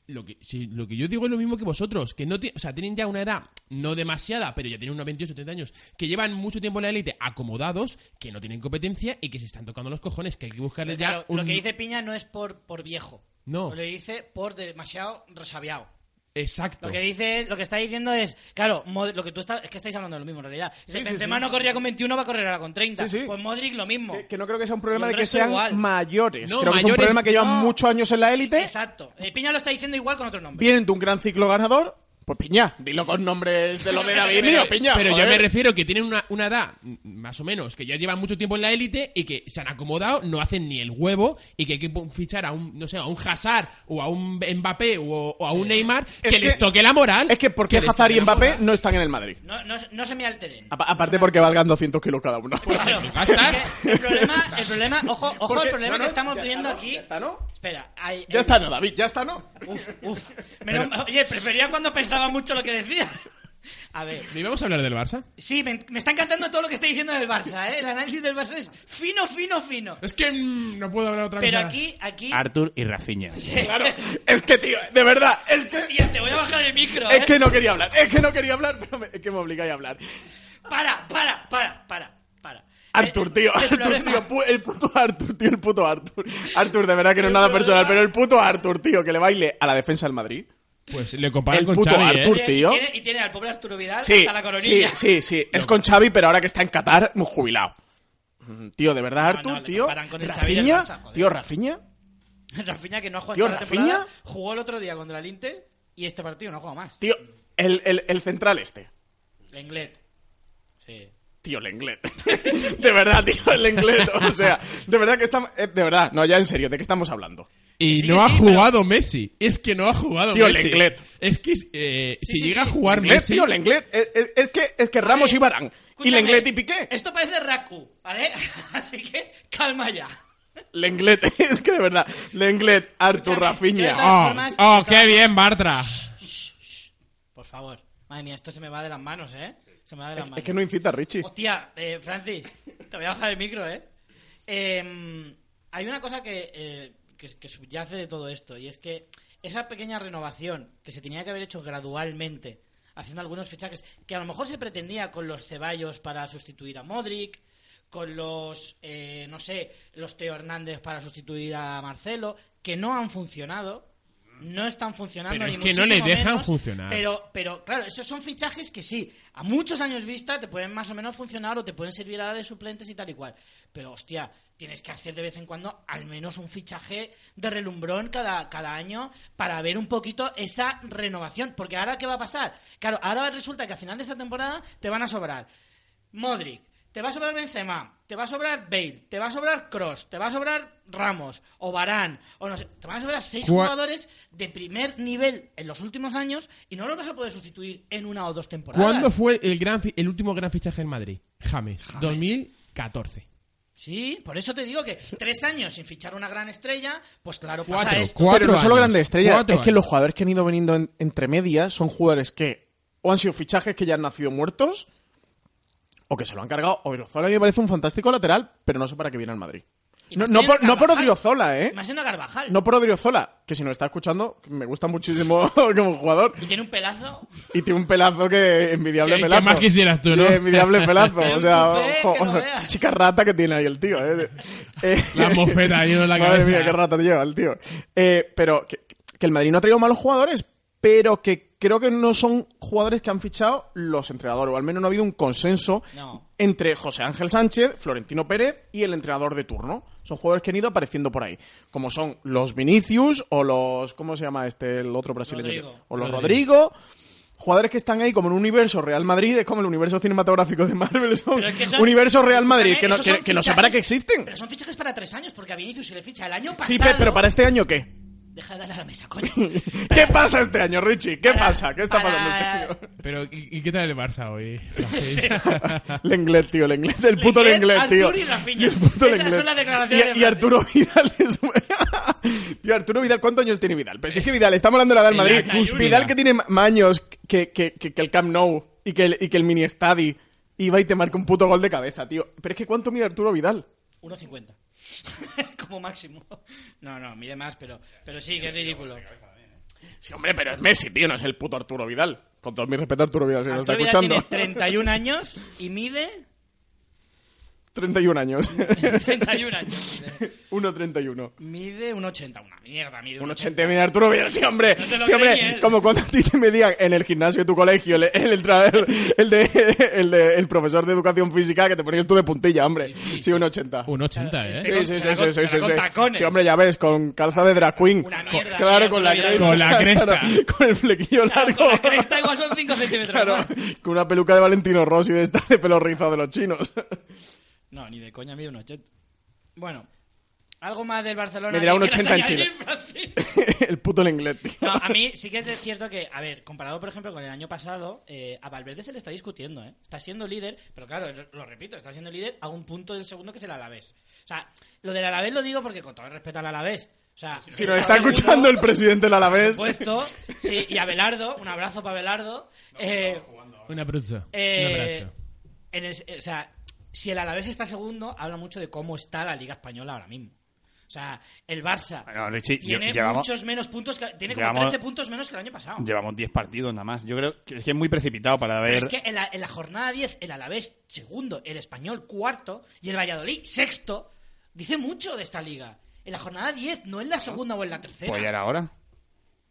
Speaker 3: lo que, si, lo que yo digo es lo mismo que vosotros, que no ti- o sea, tienen ya una edad no demasiada, pero ya tienen unos 28 o 30 años, que llevan mucho tiempo en la élite acomodados, que no tienen competencia y que se están tocando los cojones, que hay que buscarle ya
Speaker 1: Claro,
Speaker 3: un...
Speaker 1: Lo que dice Piña no es por, por viejo.
Speaker 3: No.
Speaker 1: Lo dice por demasiado resabiado.
Speaker 3: Exacto.
Speaker 1: Lo que dice, lo que está diciendo es, claro, Mod- lo que tú estás, es que estáis hablando de lo mismo en realidad. Si
Speaker 2: Sí, sí,
Speaker 1: Benzema
Speaker 2: sí.
Speaker 1: no corría con 21, va a correr ahora con 30.
Speaker 2: Sí, sí.
Speaker 1: Pues Modric lo mismo.
Speaker 2: Que, que no creo que sea un problema
Speaker 1: Y el
Speaker 2: de que
Speaker 1: resto
Speaker 2: sean
Speaker 1: igual.
Speaker 2: mayores.
Speaker 3: No,
Speaker 2: creo que es un
Speaker 3: mayores,
Speaker 2: problema que llevan
Speaker 3: no.
Speaker 2: muchos años en la élite,
Speaker 1: Exacto. Eh, Piña lo está diciendo igual con otro nombre.
Speaker 2: vienen de un gran ciclo ganador Pues piña, dilo con nombres de lo de David, niño, piña.
Speaker 3: pero
Speaker 2: joder.
Speaker 3: yo me refiero que tienen una, una edad, mm, más o menos, que ya llevan mucho tiempo en la élite y que se han acomodado, no hacen ni el huevo y que hay que fichar a un, no sé, a un Hazard o a un Mbappé o, o a un Neymar que,
Speaker 2: que-
Speaker 3: les toque la moral.
Speaker 2: Es que ¿por qué
Speaker 3: les
Speaker 2: Hazard
Speaker 3: toque
Speaker 2: y
Speaker 3: la
Speaker 2: Mbappé
Speaker 3: moral.
Speaker 2: no están en el Madrid?
Speaker 1: No, no, no se me alteren.
Speaker 2: A- aparte porque valgan 200 kilos cada uno. (laughs)
Speaker 1: Claro,
Speaker 3: Ya está.
Speaker 1: porque el problema, el problema, ojo, ojo,
Speaker 2: Porque-
Speaker 1: el problema
Speaker 2: no, no,
Speaker 1: que estamos
Speaker 2: ya
Speaker 1: viendo
Speaker 2: está, ¿no?
Speaker 1: aquí.
Speaker 2: Ya está, ¿no?
Speaker 1: Espera, hay-
Speaker 2: Ya
Speaker 1: el-
Speaker 2: está, no, David, ya está, ¿no?
Speaker 1: Uf,
Speaker 2: (laughs)
Speaker 1: uf. Menos- Oye, prefería cuando pensaba mucho lo que decía. A ver.
Speaker 3: ¿No íbamos a hablar del Barça?
Speaker 1: Sí, me, me está encantando todo lo que está diciendo del Barça, ¿eh? El análisis del Barça es fino, fino, fino.
Speaker 3: Es que mm, no puedo hablar otra vez.
Speaker 1: Pero
Speaker 3: ahora.
Speaker 1: aquí, aquí. (laughs)
Speaker 4: Arthur y Rafinha.
Speaker 1: Claro.
Speaker 2: Es que, tío, de verdad, es que...
Speaker 1: Tía, te voy a bajar el micro, ¿eh?
Speaker 2: Es que no quería hablar, es que no quería hablar, pero me- es que me obligáis a hablar.
Speaker 1: Para, para, para, para, para.
Speaker 2: Artur,
Speaker 1: Eh,
Speaker 2: tío,
Speaker 1: el
Speaker 2: Artur,
Speaker 1: problema-
Speaker 2: tío, pu- el puto Artur, tío, el puto Artur. Artur, de verdad que no es nada personal, pero el puto Artur, tío, que le baile a la defensa del Madrid.
Speaker 3: Pues le comparan
Speaker 2: El
Speaker 3: con
Speaker 2: puto
Speaker 3: Xavi, ¿eh?
Speaker 2: Artur.
Speaker 1: Oye,
Speaker 2: tío.
Speaker 1: Y tiene, y tiene al pobre Arturo Vidal
Speaker 2: Sí,
Speaker 1: hasta la
Speaker 2: sí,
Speaker 1: coronilla.
Speaker 2: sí, sí. Es con Xavi, pero ahora que está en Qatar, un jubilado. Mm, Tío, de verdad,
Speaker 1: No, Ah, no,
Speaker 2: Artur,
Speaker 1: le
Speaker 2: tío.
Speaker 1: comparan con el Xavi del
Speaker 2: Rafinha,
Speaker 1: Barça, joder.
Speaker 2: tío, Rafinha.
Speaker 1: (laughs) Rafinha, que no ha jugado
Speaker 2: Tío,
Speaker 1: toda la temporada,
Speaker 2: Rafinha.
Speaker 1: jugó el otro día contra el Inter y este partido no ha jugado más.
Speaker 2: Tío, el, el, el central este.
Speaker 1: Lenglet. Sí.
Speaker 2: Tío, el inglés. (laughs) de verdad, tío, el inglés. O sea, de verdad que estamos. eh, De verdad, no, ya en serio, ¿de qué estamos hablando?
Speaker 3: Y
Speaker 1: Sí,
Speaker 3: no
Speaker 1: sí,
Speaker 3: ha
Speaker 1: pero-
Speaker 3: jugado Messi. Es que no ha jugado
Speaker 2: Tío,
Speaker 3: Messi.
Speaker 2: Lenglet.
Speaker 3: Es que eh, si
Speaker 1: sí,
Speaker 3: llega
Speaker 1: sí.
Speaker 3: a jugar
Speaker 2: Lenglet,
Speaker 3: Messi...
Speaker 2: tío, el inglés. Es, es- es que, es que Ramos y Barán. Y el
Speaker 1: Eh, Escúchame,
Speaker 2: inglés y Piqué.
Speaker 1: Esto parece Raku, ¿vale? (laughs) Así que calma ya.
Speaker 2: Lenglet, (laughs) es que de verdad. Lenglet,
Speaker 1: Escúchame, yo
Speaker 2: Artur,
Speaker 1: de
Speaker 2: Rafinha.
Speaker 1: todas
Speaker 3: Oh,
Speaker 1: formas-
Speaker 3: oh, qué bien, Bartra.
Speaker 1: Por favor. Madre mía, esto se me va de las manos, ¿eh? Se me va de las manos.
Speaker 2: Es que no incita a Richie.
Speaker 1: Hostia, eh, Francis, te voy a bajar el micro, ¿eh? Eh, hay una cosa que, eh, que, que subyace de todo esto, y es que esa pequeña renovación que se tenía que haber hecho gradualmente, haciendo algunos fichajes, que a lo mejor se pretendía con los Ceballos para sustituir a Modric, con los, eh, no sé, los Teo Hernández para sustituir a Marcelo, que no han funcionado, no están funcionando.
Speaker 3: Pero
Speaker 1: ni
Speaker 3: es que no le
Speaker 1: muchísimo
Speaker 3: dejan
Speaker 1: menos,
Speaker 3: funcionar.
Speaker 1: Pero pero, pero, claro, esos son fichajes que sí, a muchos años vista te pueden más o menos funcionar o te pueden servir ahora de suplentes y tal y cual. Pero, hostia, tienes que hacer de vez en cuando al menos un fichaje de relumbrón cada, cada año para ver un poquito esa renovación. Porque ahora, ¿qué va a pasar? Claro, ahora resulta que al final de esta temporada te van a sobrar Modric, te va a sobrar Benzema, te va a sobrar Bale, te va a sobrar Cross, te va a sobrar Ramos o Barán, o no sé, te van a sobrar seis
Speaker 3: Cua-
Speaker 1: jugadores de primer nivel en los últimos años y no los vas a poder sustituir en una o dos temporadas.
Speaker 3: ¿Cuándo fue el, gran, fi- el último gran fichaje en Madrid? James. 2014.
Speaker 1: Sí, por eso te digo que tres años sin fichar una gran estrella, pues claro, pasa
Speaker 3: Cuatro.
Speaker 1: esto.
Speaker 3: cuatro
Speaker 2: pero no solo
Speaker 3: años.
Speaker 2: grandes estrellas,
Speaker 3: Cuatro
Speaker 2: es que
Speaker 3: años.
Speaker 2: los jugadores que han ido veniendo en- entre medias son jugadores que o han sido fichajes que ya han nacido muertos o que se lo han cargado. Odriozola a mí me parece un fantástico lateral, pero no sé para qué viene al Madrid.
Speaker 1: Y
Speaker 2: No,
Speaker 1: más
Speaker 2: no
Speaker 1: siendo
Speaker 2: por, no por
Speaker 1: Carvajal.
Speaker 2: Odriozola, ¿eh?
Speaker 1: Más siendo Carvajal.
Speaker 2: No por Odriozola, que si nos está escuchando, me gusta muchísimo (laughs) como jugador.
Speaker 1: Y tiene un pelazo.
Speaker 2: Y tiene un pelazo que envidiable
Speaker 3: ¿Qué- qué
Speaker 2: pelazo.
Speaker 3: más quisieras tú,
Speaker 2: Sí,
Speaker 3: no? (laughs)
Speaker 2: envidiable pelazo.
Speaker 1: Tiene
Speaker 2: o
Speaker 1: un
Speaker 2: sea,
Speaker 1: tupé que
Speaker 2: ojo,
Speaker 1: no veas.
Speaker 2: chica rata que tiene ahí el tío. ¿eh? Eh,
Speaker 3: La mofeta ahí en la
Speaker 2: (laughs) Madre
Speaker 3: cabeza.
Speaker 2: mía, qué rata lleva el tío. Eh, pero que, que el Madrid no ha traído malos jugadores, pero que creo que no son jugadores que han fichado los entrenadores, o al menos no ha habido un consenso
Speaker 1: No.
Speaker 2: entre José Ángel Sánchez, Florentino Pérez y el entrenador de turno. Son jugadores que han ido apareciendo por ahí, como son los Vinicius o los... ¿Cómo se llama este, el otro brasileño?
Speaker 1: Rodrigo.
Speaker 2: O los Rodrigo. Jugadores que están ahí como en un universo Real Madrid, es como el universo cinematográfico de Marvel, son
Speaker 1: Pero es que son-
Speaker 2: universo Real Madrid,
Speaker 1: Escúchame,
Speaker 2: que no,
Speaker 1: esos
Speaker 2: que,
Speaker 1: son
Speaker 2: que no sé
Speaker 1: fichajes-
Speaker 2: para qué existen.
Speaker 1: Pero son fichajes para tres años, porque a Vinicius se le ficha el año pasado.
Speaker 2: Sí, pe- pero para este año qué?
Speaker 1: Deja de darle a la mesa, coño.
Speaker 2: (laughs) ¿Qué pasa este año, Richie? ¿Qué
Speaker 1: Para-
Speaker 2: pasa? ¿Qué está
Speaker 1: para-
Speaker 2: pasando este año?
Speaker 3: Pero, ¿y, y qué tal el Barça hoy?
Speaker 2: Lenglet, tío, Lenglet, el puto
Speaker 1: Lenglet,
Speaker 2: Lenglet, tío.
Speaker 1: Artur y Rafinha.
Speaker 2: el puto
Speaker 1: Esas
Speaker 2: Lenglet.
Speaker 1: son las declaraciones
Speaker 2: Y-
Speaker 1: de
Speaker 2: Y, Arturo Vidal es... (laughs) Tío, Arturo Vidal, ¿cuántos años tiene Vidal? Pero si es que Vidal, estamos hablando de la edad
Speaker 3: En la
Speaker 2: del Madrid.
Speaker 3: cúspide.
Speaker 2: Vidal que tiene más años que, que, que, que el Camp Nou y que el, y que el Mini Stadi. Y va y te marca un puto gol de cabeza, tío. Pero es que ¿cuánto mide Arturo Vidal?
Speaker 1: 1,50. (laughs) Como máximo. No, no, mide más, pero, pero sí, que es ridículo.
Speaker 2: Sí, hombre, pero es Messi, tío, no es el puto Arturo Vidal. Con todo mi respeto a Arturo Vidal, si nos está
Speaker 1: Arturo Vidal
Speaker 2: escuchando. (laughs)
Speaker 1: tiene 31 años y mide
Speaker 2: 31 años.
Speaker 1: 31 años.
Speaker 2: 1.31.
Speaker 1: Mide un 80, una mierda, mide
Speaker 2: Un 80 mide Arturo Vidal, sí, hombre.
Speaker 1: No te lo
Speaker 2: sí, hombre.
Speaker 1: creí, ¿eh?
Speaker 2: Como cuando (laughs) a ti te medían en el gimnasio de tu colegio, el, el, entra- el, el de, el, de- el profesor de educación física que te ponías tú de puntilla, hombre. Sí, un 80.
Speaker 3: Un 80, ¿eh?
Speaker 1: Este-
Speaker 2: Sí, sí, sí,
Speaker 1: Se la
Speaker 2: sí,
Speaker 1: con-
Speaker 2: sí,
Speaker 1: se la
Speaker 2: sí,
Speaker 1: con
Speaker 2: sí.
Speaker 1: tacones.
Speaker 2: Sí, hombre, ya ves, con calza de drag queen.
Speaker 1: Una
Speaker 2: Con-
Speaker 1: mierda,
Speaker 2: claro,
Speaker 1: mierda,
Speaker 2: con la
Speaker 1: mierda.
Speaker 2: cresta.
Speaker 3: Con la cresta.
Speaker 2: Claro, con el flequillo
Speaker 1: Claro,
Speaker 2: largo.
Speaker 1: con la
Speaker 2: (laughs)
Speaker 1: cresta igual son 5 centímetros
Speaker 2: Claro,
Speaker 1: más.
Speaker 2: con una peluca de Valentino Rossi de esta de pelo rizado de los chinos. (laughs)
Speaker 1: No, ni de coña mide un 80. Bueno, algo más del Barcelona.
Speaker 2: Me dirá
Speaker 1: que
Speaker 2: un
Speaker 1: quieras
Speaker 2: 80 en
Speaker 1: añadir,
Speaker 2: Chile.
Speaker 1: Francis.
Speaker 2: el puto en inglés, tío.
Speaker 1: No, a mí sí que es de- cierto que, a ver, comparado por ejemplo con el año pasado, eh, a Valverde se le está discutiendo, ¿eh? Está siendo líder, pero claro, lo- lo repito, está siendo líder a un punto del segundo que es el Alavés. O sea, lo del Alavés lo digo porque con todo el respeto al Alavés, o sea...
Speaker 2: Si nos está escuchando el presidente del Alavés.
Speaker 1: Puesto, sí, y a Belardo, un abrazo para Belardo. eh,
Speaker 3: Una brucha.
Speaker 1: eh,
Speaker 3: Una brucha.
Speaker 1: en el- eh, o sea, si el Alavés está segundo, habla mucho de cómo está la Liga Española ahora mismo. O sea, el Barça
Speaker 4: Bueno, Richie,
Speaker 1: tiene
Speaker 4: lle- llevamos-
Speaker 1: muchos menos puntos, que- tiene como
Speaker 4: llevamos-
Speaker 1: 13 puntos menos que el año pasado.
Speaker 4: Llevamos 10 partidos nada más. Yo creo que es, que es muy precipitado para
Speaker 1: Pero
Speaker 4: ver.
Speaker 1: es que en la, en la jornada 10, el Alavés segundo, el Español cuarto y el Valladolid sexto, dice mucho de esta liga. En la jornada 10, no en la segunda o en la tercera.
Speaker 4: Pues ya era hora.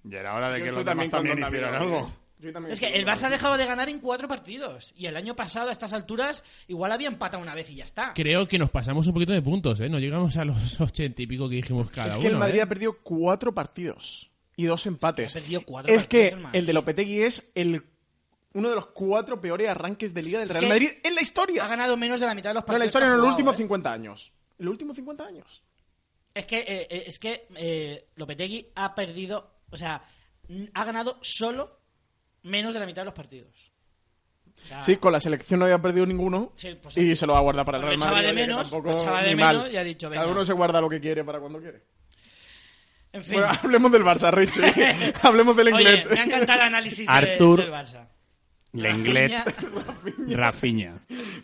Speaker 4: Ya era hora de que
Speaker 2: Yo
Speaker 4: los
Speaker 2: también
Speaker 4: demás también
Speaker 2: cuando
Speaker 4: hicieran
Speaker 2: también-
Speaker 4: (laughs) algo.
Speaker 2: Yo también
Speaker 1: Es que el Barça ha dejado de ganar en cuatro partidos. Y el año pasado, a estas alturas, igual había empatado una vez y ya está.
Speaker 3: Creo que nos pasamos un poquito de puntos, ¿eh? No llegamos a los 80 y pico que dijimos cada
Speaker 2: Es
Speaker 3: uno.
Speaker 2: que el Madrid
Speaker 3: ¿eh?
Speaker 2: ha perdido cuatro partidos y dos empates.
Speaker 1: Ha perdido cuatro
Speaker 2: Es que
Speaker 1: partidos el Madrid.
Speaker 2: el de Lopetegui es el uno de los cuatro peores arranques de liga del
Speaker 1: Es
Speaker 2: Real
Speaker 1: que
Speaker 2: Madrid en la
Speaker 1: Ha
Speaker 2: historia.
Speaker 1: ganado menos de la mitad de los
Speaker 2: No, en
Speaker 1: partidos.
Speaker 2: la historia
Speaker 1: que ha
Speaker 2: no, en los
Speaker 1: jugado,
Speaker 2: últimos
Speaker 1: ¿eh?
Speaker 2: 50 años. En los últimos 50 años.
Speaker 1: Es que, eh, eh, es que eh, Lopetegui ha perdido, o sea, n- ha ganado solo menos de la mitad de los partidos. O sea,
Speaker 2: Sí, con la selección no había perdido ninguno
Speaker 1: Ah. Sí, pues
Speaker 2: y
Speaker 1: sí.
Speaker 2: se lo va a guardar para el
Speaker 1: Lo
Speaker 2: Real
Speaker 1: echaba
Speaker 2: Madrid.
Speaker 1: de
Speaker 2: oye, que
Speaker 1: menos,
Speaker 2: tampoco
Speaker 1: lo echaba de
Speaker 2: ni
Speaker 1: menos
Speaker 2: mal.
Speaker 1: y ha dicho,
Speaker 2: Cada
Speaker 1: venga.
Speaker 2: uno se guarda lo que quiere para cuando quiere.
Speaker 1: en fin.
Speaker 2: Bueno, (laughs) hablemos del Barça, Richie.
Speaker 1: (laughs)
Speaker 2: hablemos del (laughs)
Speaker 1: Oye,
Speaker 2: inglés.
Speaker 1: me ha encantado el análisis de-
Speaker 4: Artur.
Speaker 1: del Barça.
Speaker 4: Lenglet,
Speaker 1: Rafinha.
Speaker 4: Rafiña.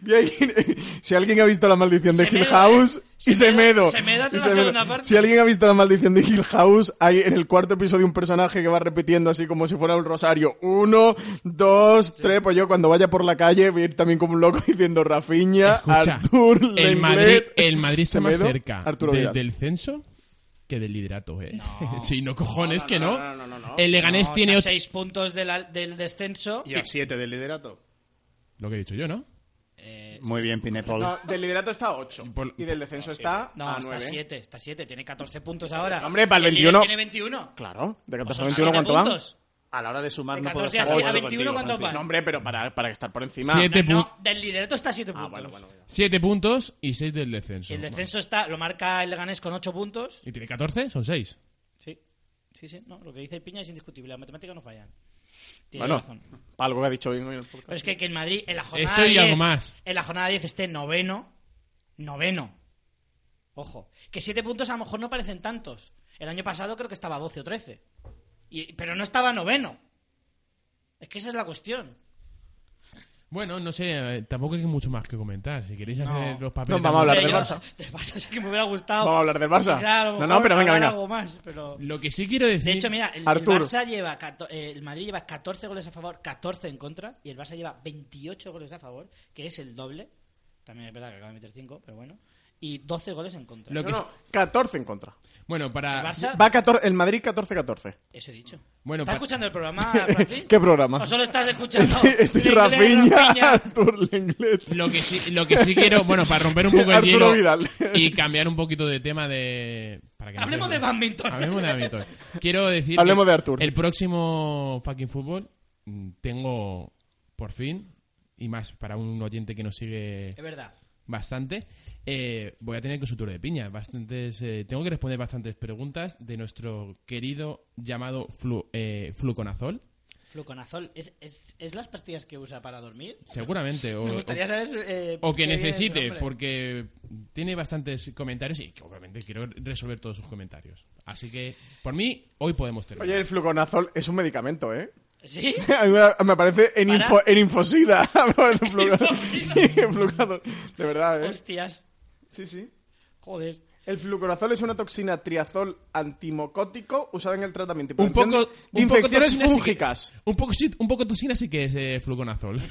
Speaker 2: Bien, (laughs) si alguien ha visto la maldición de
Speaker 3: ¿eh?
Speaker 1: Semedo,
Speaker 2: Hill House y
Speaker 1: Semedo,
Speaker 2: Semedo.
Speaker 1: Semedo hace
Speaker 2: y
Speaker 1: la segunda parte.
Speaker 2: Si alguien ha visto la maldición de Hill House, hay en el cuarto episodio un personaje que va repitiendo así como si fuera un rosario. Uno, dos, tres. Pues yo cuando vaya por la calle voy a ir también como un loco (laughs) diciendo Rafiña,
Speaker 3: Escucha,
Speaker 2: Artur,
Speaker 3: el
Speaker 2: Lenglet,
Speaker 3: Madrid, el Madrid está más
Speaker 2: Semedo,
Speaker 3: cerca
Speaker 2: Arturo
Speaker 3: de-
Speaker 2: Vidal.
Speaker 3: del censo que del liderato, ¿eh?
Speaker 1: No.
Speaker 3: (laughs) sí, no
Speaker 2: No,
Speaker 3: cojones,
Speaker 2: no,
Speaker 3: que no.
Speaker 2: no, no, no, no.
Speaker 3: El Leganés
Speaker 1: No,
Speaker 3: tiene
Speaker 1: está
Speaker 3: 8...
Speaker 1: seis puntos de la- del descenso.
Speaker 4: Y a 7 del liderato.
Speaker 3: Lo que he dicho yo, ¿no?
Speaker 1: Eh,
Speaker 4: Muy bien, Pinepol.
Speaker 2: No, del liderato está a 8
Speaker 3: Por-
Speaker 2: y del descenso está
Speaker 1: no,
Speaker 2: a
Speaker 1: está
Speaker 2: 9.
Speaker 1: 7, está 7, tiene 14 puntos ahora.
Speaker 2: Hombre, para el
Speaker 1: Y líder
Speaker 2: 21.
Speaker 1: Tiene 21.
Speaker 2: Claro, de 14 a
Speaker 1: Son
Speaker 2: 21
Speaker 1: siete
Speaker 2: cuánto van.
Speaker 1: puntos.
Speaker 4: A la hora de sumar
Speaker 1: De
Speaker 4: no puedo
Speaker 1: 14
Speaker 4: estar
Speaker 1: a
Speaker 4: de acuerdo
Speaker 1: 21,
Speaker 4: contigo,
Speaker 1: ¿cuánto
Speaker 4: Francis.
Speaker 2: No,
Speaker 1: van?
Speaker 2: hombre, pero para, para estar por encima.
Speaker 3: Siete.
Speaker 1: No,
Speaker 3: Siete
Speaker 1: no, del liderato está a 7 puntos.
Speaker 2: bueno, bueno, bueno.
Speaker 3: Siete puntos y seis del descenso.
Speaker 1: Y el descenso está, lo marca el Leganés con 8 puntos.
Speaker 3: ¿Y tiene 14? Son seis.
Speaker 1: Sí, sí, sí, no, lo que dice el Piña es indiscutible, las matemáticas no fallan. Tiene
Speaker 2: Bueno,
Speaker 1: razón.
Speaker 2: algo que ha dicho bien hoy en el podcast.
Speaker 1: Pero es que, que el Madrid en la jornada
Speaker 3: Eso y
Speaker 1: 10,
Speaker 3: algo más.
Speaker 1: En la jornada 10 esté noveno. Noveno. Ojo. Que 7 puntos a lo mejor no parecen tantos. El año pasado creo que estaba 12 o 13. Y- pero no estaba noveno. Es que esa es la cuestión.
Speaker 3: Bueno, no sé, eh, tampoco hay mucho más que comentar. Si queréis
Speaker 1: No.
Speaker 3: hacer los papeles...
Speaker 2: No, vamos a hablar
Speaker 1: Hombre,
Speaker 2: del
Speaker 1: yo-
Speaker 2: Barça.
Speaker 1: (laughs) Del Barça sí que me hubiera gustado.
Speaker 2: Vamos a hablar del Barça.
Speaker 1: Quizá a lo
Speaker 2: No, no,
Speaker 1: mejor
Speaker 2: pero venga,
Speaker 1: hablar
Speaker 2: venga.
Speaker 1: algo más, pero...
Speaker 3: Lo que sí quiero decir...
Speaker 1: De hecho, mira, el, el
Speaker 2: Arturo.
Speaker 1: Barça lleva cato- eh, el Madrid lleva 14 goles a favor, 14 en contra y el Barça lleva 28 goles a favor, que es el doble. También es verdad que acaba de meter 5, pero bueno, y 12 goles en contra.
Speaker 3: Lo
Speaker 2: No,
Speaker 3: que
Speaker 2: no, 14 en contra.
Speaker 3: Bueno,
Speaker 1: El
Speaker 3: para...
Speaker 1: Barça,
Speaker 2: Va 14, el Madrid 14-14.
Speaker 1: eso he dicho.
Speaker 3: Bueno,
Speaker 1: ¿Estás
Speaker 3: pues- pa-
Speaker 1: escuchando el
Speaker 3: (laughs)
Speaker 1: programa, Francis?
Speaker 2: ¿Qué programa?
Speaker 1: ¿O
Speaker 2: (laughs)
Speaker 1: solo estás escuchando?
Speaker 2: Estoy, estoy
Speaker 1: Lenglet,
Speaker 2: Rafinha,
Speaker 3: (laughs)
Speaker 1: Rafinha?
Speaker 2: Artur Lenglet.
Speaker 3: Lo que, sí, lo que sí quiero, bueno, para romper un poco el
Speaker 2: Arturo
Speaker 3: hielo
Speaker 2: Vidal.
Speaker 3: y cambiar un poquito de tema de... Para que no
Speaker 1: Hablemos
Speaker 3: se-
Speaker 1: de badminton.
Speaker 3: Hablemos de Hamilton. Quiero decir.
Speaker 2: Hablemos
Speaker 3: que
Speaker 2: de Artur.
Speaker 3: El próximo fucking fútbol mm, tengo por fin, y más para un oyente que nos sigue
Speaker 1: Es verdad.
Speaker 3: bastante, eh, voy a tener consultorio de piña. Bastantes, eh, tengo que responder bastantes preguntas de nuestro querido llamado flu, eh, Fluconazol,
Speaker 1: Fluconazol, ¿es, es, es las pastillas que usa para dormir?
Speaker 3: seguramente.
Speaker 1: (laughs)
Speaker 3: O,
Speaker 1: me gustaría
Speaker 3: o-
Speaker 1: saber... eh,
Speaker 3: o
Speaker 1: por
Speaker 3: que
Speaker 1: qué viene ese
Speaker 3: necesite,
Speaker 1: nombre.
Speaker 3: porque tiene bastantes comentarios y que obviamente quiero resolver todos sus comentarios. Así que, por mí, hoy podemos terminar.
Speaker 2: Oye, el fluconazol es un medicamento, ¿eh?
Speaker 3: (laughs)
Speaker 1: ¿Sí?
Speaker 2: (laughs) A mí me- me aparece en,
Speaker 1: Para.
Speaker 2: info, en infosida. (laughs) Me aparece el fluconazol. (laughs)
Speaker 1: Infosida.
Speaker 2: El fluconazol. De verdad, ¿eh?
Speaker 1: Hostias,
Speaker 2: Sí, sí.
Speaker 1: joder.
Speaker 2: El fluconazol es una toxina triazol antimocótico usada en el tratamiento y
Speaker 3: un poco,
Speaker 2: prevención de- de
Speaker 3: un poco
Speaker 2: infecciones
Speaker 3: toxina sí que-
Speaker 2: fúngicas.
Speaker 1: (laughs)
Speaker 3: un poco sí- un poco toxina sí que es eh, fluconazol.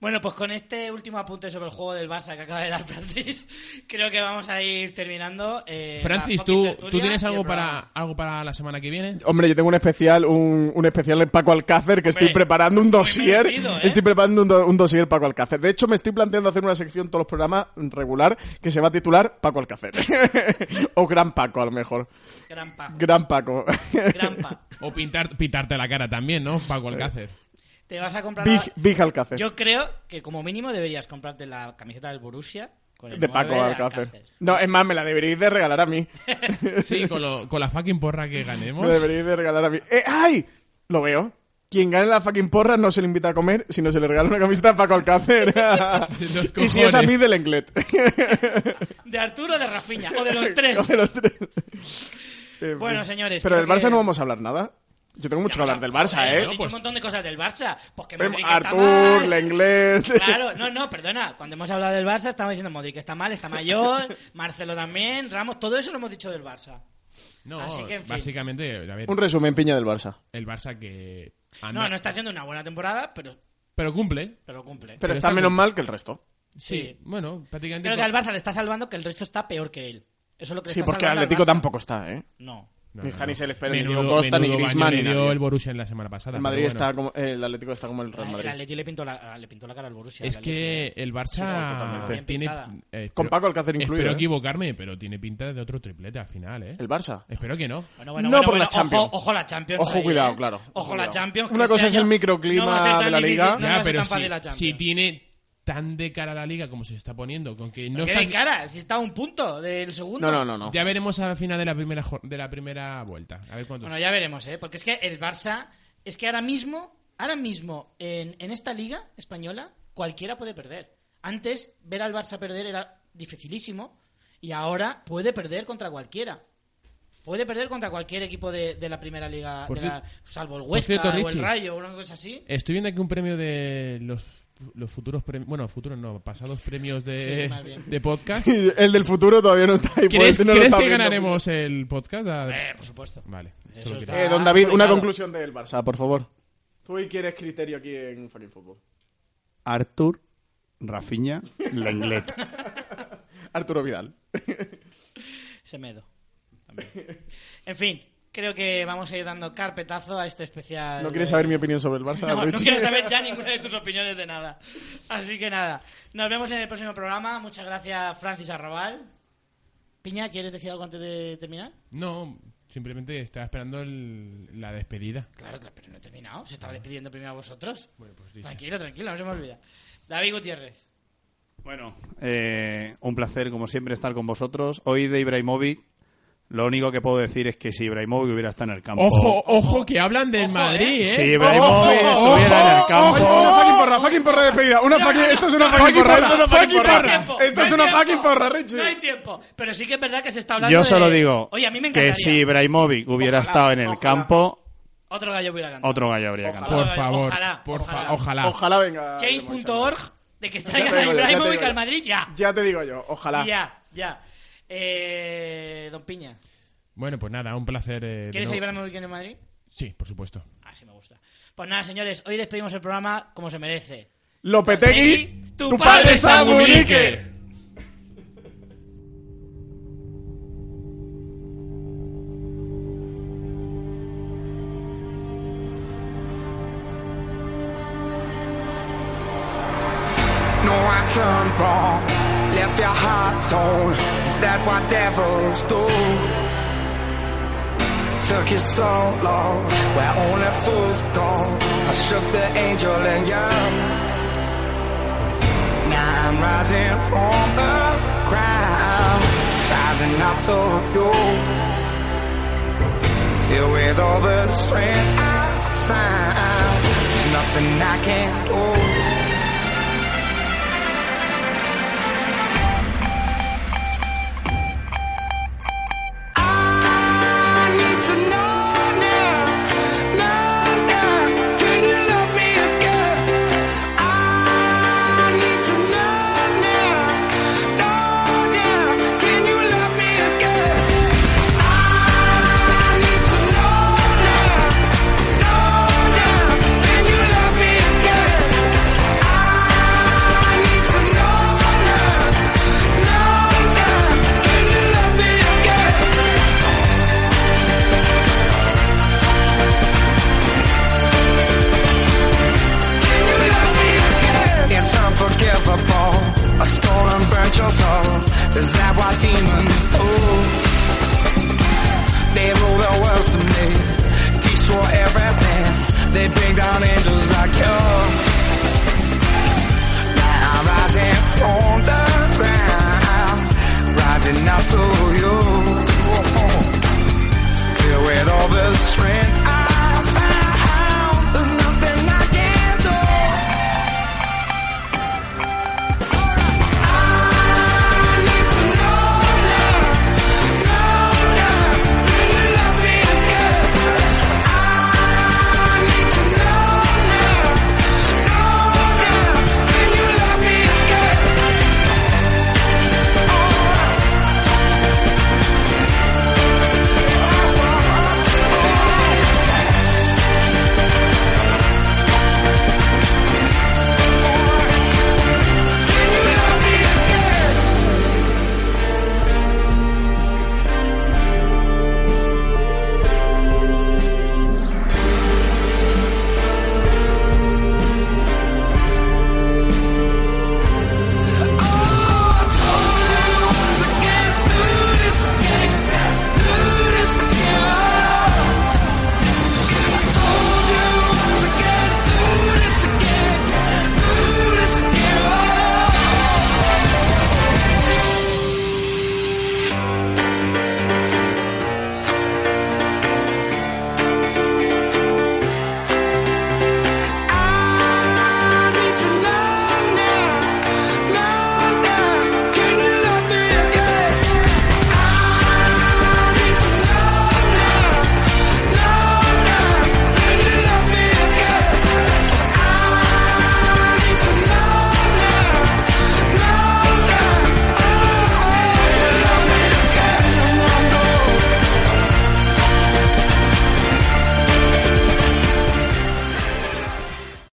Speaker 1: Bueno, pues con este último apunte sobre el juego del Barça que acaba de dar (laughs) Francis, creo que vamos a ir terminando. eh,
Speaker 3: Francis,
Speaker 1: la
Speaker 3: ¿tú,
Speaker 1: fucking
Speaker 3: ¿tú
Speaker 1: tertulia
Speaker 3: tienes
Speaker 1: y el
Speaker 3: algo para,
Speaker 1: programa.
Speaker 3: algo para la semana que viene?
Speaker 2: Hombre, yo tengo un especial, un, un especial de Paco Alcácer que estoy
Speaker 1: Hombre,
Speaker 2: preparando un
Speaker 1: muy
Speaker 2: dossier.
Speaker 1: merecido, ¿eh?
Speaker 2: Estoy preparando un, do- un dossier Paco Alcácer. De hecho, me estoy planteando hacer una sección todos los programas regular que se va a titular Paco Alcácer. (laughs) o Gran Paco, a lo mejor.
Speaker 1: Gran pa.
Speaker 2: Gran Paco.
Speaker 1: gran pa.
Speaker 3: O pintar, pintarte la cara también, ¿no? Paco Alcácer.
Speaker 1: Te vas a comprar.
Speaker 2: Big,
Speaker 1: la-
Speaker 2: Big Alcácer.
Speaker 1: Yo creo que como mínimo deberías comprarte la camiseta del Borussia con el
Speaker 2: de
Speaker 1: 9
Speaker 2: Paco Alcácer.
Speaker 1: Alcácer.
Speaker 2: No, es más, me la deberíais de regalar a mí.
Speaker 3: Sí, con, lo- con la fucking porra que ganemos.
Speaker 2: me la deberíais de regalar a mí. Eh, ¡Ay! Lo veo. Quien gane la fucking porra no se le invita a comer, sino se le regala una camiseta a
Speaker 1: (laughs)
Speaker 2: Paco Alcácer.
Speaker 3: Los
Speaker 2: y si es a
Speaker 3: cojones.
Speaker 2: mí, del Englet.
Speaker 1: De Arturo o de Rafiña, o de
Speaker 2: (laughs)
Speaker 1: los tres.
Speaker 2: De los tres. Eh,
Speaker 1: Bueno, señores,
Speaker 2: Pero
Speaker 1: creo
Speaker 2: del Barça
Speaker 1: que-
Speaker 2: no vamos a hablar nada. Yo tengo mucho que hablar del Barça,
Speaker 1: Joder,
Speaker 2: ¿eh?
Speaker 1: He dicho
Speaker 3: Pues-
Speaker 1: un montón de cosas del Barça. Pues que Modric está
Speaker 2: Artur,
Speaker 1: mal.
Speaker 2: Lenglet.
Speaker 1: Claro, no, no, perdona. Cuando hemos hablado del Barça, estamos diciendo Modric está mal, está mayor, Marcelo también, Ramos, todo eso lo hemos dicho del Barça.
Speaker 3: No,
Speaker 1: Así que, en fin.
Speaker 3: básicamente, a ver,
Speaker 2: Un resumen, piña del Barça.
Speaker 3: el Barça que... anda-
Speaker 1: No, no está haciendo una buena temporada, pero,
Speaker 3: Pero cumple.
Speaker 1: pero cumple.
Speaker 2: Pero
Speaker 3: Pero
Speaker 2: está
Speaker 3: está
Speaker 2: menos
Speaker 3: bien.
Speaker 2: mal que el resto.
Speaker 1: Sí.
Speaker 3: Bueno, prácticamente...
Speaker 1: Creo que al Barça le está salvando que el resto está peor que él. Eso es lo que le
Speaker 2: Sí,
Speaker 1: está
Speaker 2: porque el
Speaker 1: salvando al
Speaker 2: Atlético
Speaker 1: Barça.
Speaker 2: tampoco está, ¿eh?
Speaker 1: No.
Speaker 2: ni
Speaker 3: No, no,
Speaker 2: está ni
Speaker 3: no.
Speaker 2: se le espera, ni
Speaker 3: Menudo-
Speaker 2: Diego Costa, ni
Speaker 3: menudo baño
Speaker 2: Griezmann, ni
Speaker 3: le dio
Speaker 2: nadie.
Speaker 3: el Borussia en la semana pasada.
Speaker 2: El Madrid
Speaker 3: pero bueno.
Speaker 2: está como, el Atlético está como el Real
Speaker 1: El
Speaker 2: Madrid.
Speaker 1: Atleti le pintó la, ah, le pintó la cara al Borussia.
Speaker 3: Es
Speaker 1: el
Speaker 3: que
Speaker 1: Atleti.
Speaker 3: el
Speaker 1: Sí,
Speaker 3: Barça
Speaker 1: totalmente.
Speaker 3: tiene...
Speaker 1: Bien
Speaker 3: eh,
Speaker 2: Con
Speaker 3: espero-
Speaker 2: Paco Alcácer incluido,
Speaker 3: Espero
Speaker 2: ¿eh?
Speaker 3: equivocarme, pero tiene pinta de otro triplete al final, ¿eh?
Speaker 2: El Barça.
Speaker 3: Espero que no.
Speaker 1: Bueno, bueno,
Speaker 2: No
Speaker 1: bueno,
Speaker 2: por
Speaker 1: bueno,
Speaker 2: la Champions.
Speaker 1: Ojo, ojo la Champions.
Speaker 2: Ojo,
Speaker 1: ahí,
Speaker 2: cuidado,
Speaker 1: ¿eh?
Speaker 2: claro.
Speaker 1: Ojo
Speaker 2: Ojo,
Speaker 1: la
Speaker 2: cuidado.
Speaker 1: Champions. que
Speaker 2: Una
Speaker 1: este
Speaker 2: cosa es el
Speaker 1: año
Speaker 2: microclima
Speaker 1: no va a ser tan
Speaker 2: de la
Speaker 1: difícil,
Speaker 2: liga.
Speaker 1: No
Speaker 3: Ya,
Speaker 1: va a ser
Speaker 3: pero
Speaker 1: tan
Speaker 3: si,
Speaker 1: fácil la Champions.
Speaker 3: si tiene tan de cara a la liga como se está poniendo, con que no
Speaker 1: ¿Qué
Speaker 3: está...
Speaker 1: de cara? Si está a un punto del segundo.
Speaker 2: No, no, no, no.
Speaker 3: Ya veremos al final de la primera jor- de la primera vuelta. A ver cuántos.
Speaker 1: Bueno, ya veremos, ¿eh? Porque es que el Barça, es que ahora mismo, ahora mismo, en, en esta liga española, cualquiera puede perder. Antes, ver al Barça perder era dificilísimo y ahora puede perder contra cualquiera. Puede perder contra cualquier equipo de, de la primera liga,
Speaker 3: Por
Speaker 1: de la-
Speaker 3: cier-
Speaker 1: salvo el Huesca
Speaker 3: cierto,
Speaker 1: o
Speaker 3: Richie.
Speaker 1: el Rayo o una cosa así.
Speaker 3: Estoy viendo aquí un premio de los, los futuros premios. Bueno, futuros no, pasados premios de,
Speaker 1: Sí, más bien.
Speaker 2: (laughs)
Speaker 3: de podcast.
Speaker 2: El del futuro todavía no está ahí. por
Speaker 3: ¿Crees,
Speaker 2: eso no lo
Speaker 3: crees
Speaker 2: está
Speaker 3: que
Speaker 2: viendo.
Speaker 3: ganaremos el podcast? Ah,
Speaker 1: Eh, por supuesto.
Speaker 3: Vale.
Speaker 1: Eso
Speaker 3: solo
Speaker 1: está-
Speaker 3: quería-
Speaker 2: Eh, don David, una
Speaker 1: Cuidado.
Speaker 2: conclusión del Barça, por favor. Tú y quieres criterio aquí en Fucking Fútbol.
Speaker 4: Artur, Rafiña, Lenglet.
Speaker 2: Arturo Vidal.
Speaker 1: Semedo. También. En fin, creo que vamos a ir dando carpetazo a este especial.
Speaker 2: ¿No quieres saber mi opinión sobre el Barça,
Speaker 1: No, no
Speaker 2: Richie?
Speaker 1: quiero saber ya ninguna de tus opiniones de nada. Así que nada, nos vemos en el próximo programa. Muchas gracias, Francis Arrabal. Piña, ¿quieres decir algo antes de terminar?
Speaker 3: No, simplemente estaba esperando el- la despedida.
Speaker 1: Claro, claro, pero no he terminado. Se estaba despidiendo primero a vosotros.
Speaker 3: Bueno, pues dicha.
Speaker 1: tranquilo, tranquilo, no se me olvida. David Gutiérrez.
Speaker 4: Bueno, eh, un placer como siempre estar con vosotros. Hoy de Ibrahimovic, lo único que puedo decir es que si Ibrahimovic hubiera estado en el
Speaker 2: Oh.
Speaker 4: campo...
Speaker 3: Ojo, ojo, que hablan del
Speaker 1: Ojo,
Speaker 3: Madrid,
Speaker 1: eh.
Speaker 3: ¿eh?
Speaker 4: Si Ibrahimovic
Speaker 3: Ojo,
Speaker 4: estuviera en el campo...
Speaker 2: Oye, una fucking porra, fucking porra despedida. Una
Speaker 1: No,
Speaker 2: fucking,
Speaker 1: no,
Speaker 2: esto es una
Speaker 1: no,
Speaker 2: fucking
Speaker 3: no,
Speaker 2: porra,
Speaker 3: no,
Speaker 2: esto es una
Speaker 3: no,
Speaker 2: fucking
Speaker 3: no,
Speaker 1: No hay
Speaker 2: porra.
Speaker 1: tiempo,
Speaker 2: Esto
Speaker 1: no
Speaker 2: es
Speaker 1: hay
Speaker 2: una
Speaker 1: tiempo,
Speaker 2: fucking porra,
Speaker 1: No hay
Speaker 2: Richie.
Speaker 1: tiempo. Pero sí que es verdad que se está hablando
Speaker 4: Yo
Speaker 1: de-
Speaker 4: solo digo
Speaker 1: Oye, a mí me encantaría.
Speaker 4: que si Ibrahimovic hubiera
Speaker 1: Ojalá,
Speaker 4: estado en el
Speaker 1: ojalá.
Speaker 4: campo,
Speaker 1: Otro gallo hubiera cantado.
Speaker 4: otro gallo habría
Speaker 2: Ojalá.
Speaker 4: cantado.
Speaker 3: Por favor,
Speaker 1: Ojalá,
Speaker 3: por fa-
Speaker 1: ojalá.
Speaker 3: ojalá.
Speaker 2: Ojalá venga.
Speaker 1: Change.org de que
Speaker 2: Ya te
Speaker 1: traigan a
Speaker 2: digo yo, ya te
Speaker 1: Ibrahimovic
Speaker 2: digo
Speaker 1: al
Speaker 2: yo.
Speaker 1: Madrid ya.
Speaker 2: Ya te digo yo, ojalá.
Speaker 1: Ya, ya. Eh, don Piña,
Speaker 3: Bueno, pues nada, un placer. eh, de
Speaker 1: ¿quieres a
Speaker 3: nuevo-
Speaker 1: Ibrahimovic en el Madrid?
Speaker 3: Sí, por supuesto.
Speaker 1: Así me gusta. Pues nada, señores, hoy despedimos el programa como se merece.
Speaker 2: Lopetegui,
Speaker 1: tu
Speaker 2: tu
Speaker 1: padre
Speaker 2: padre
Speaker 1: Samunique.
Speaker 2: Samunique.
Speaker 6: No, I turned wrong. Left your heart torn. Is that what devils do? Took you so long. Where only fools go. I shook the angel and young. Now I'm rising from the crowd. Rising up to you. Filled with all the strength I find. There's nothing I can't do.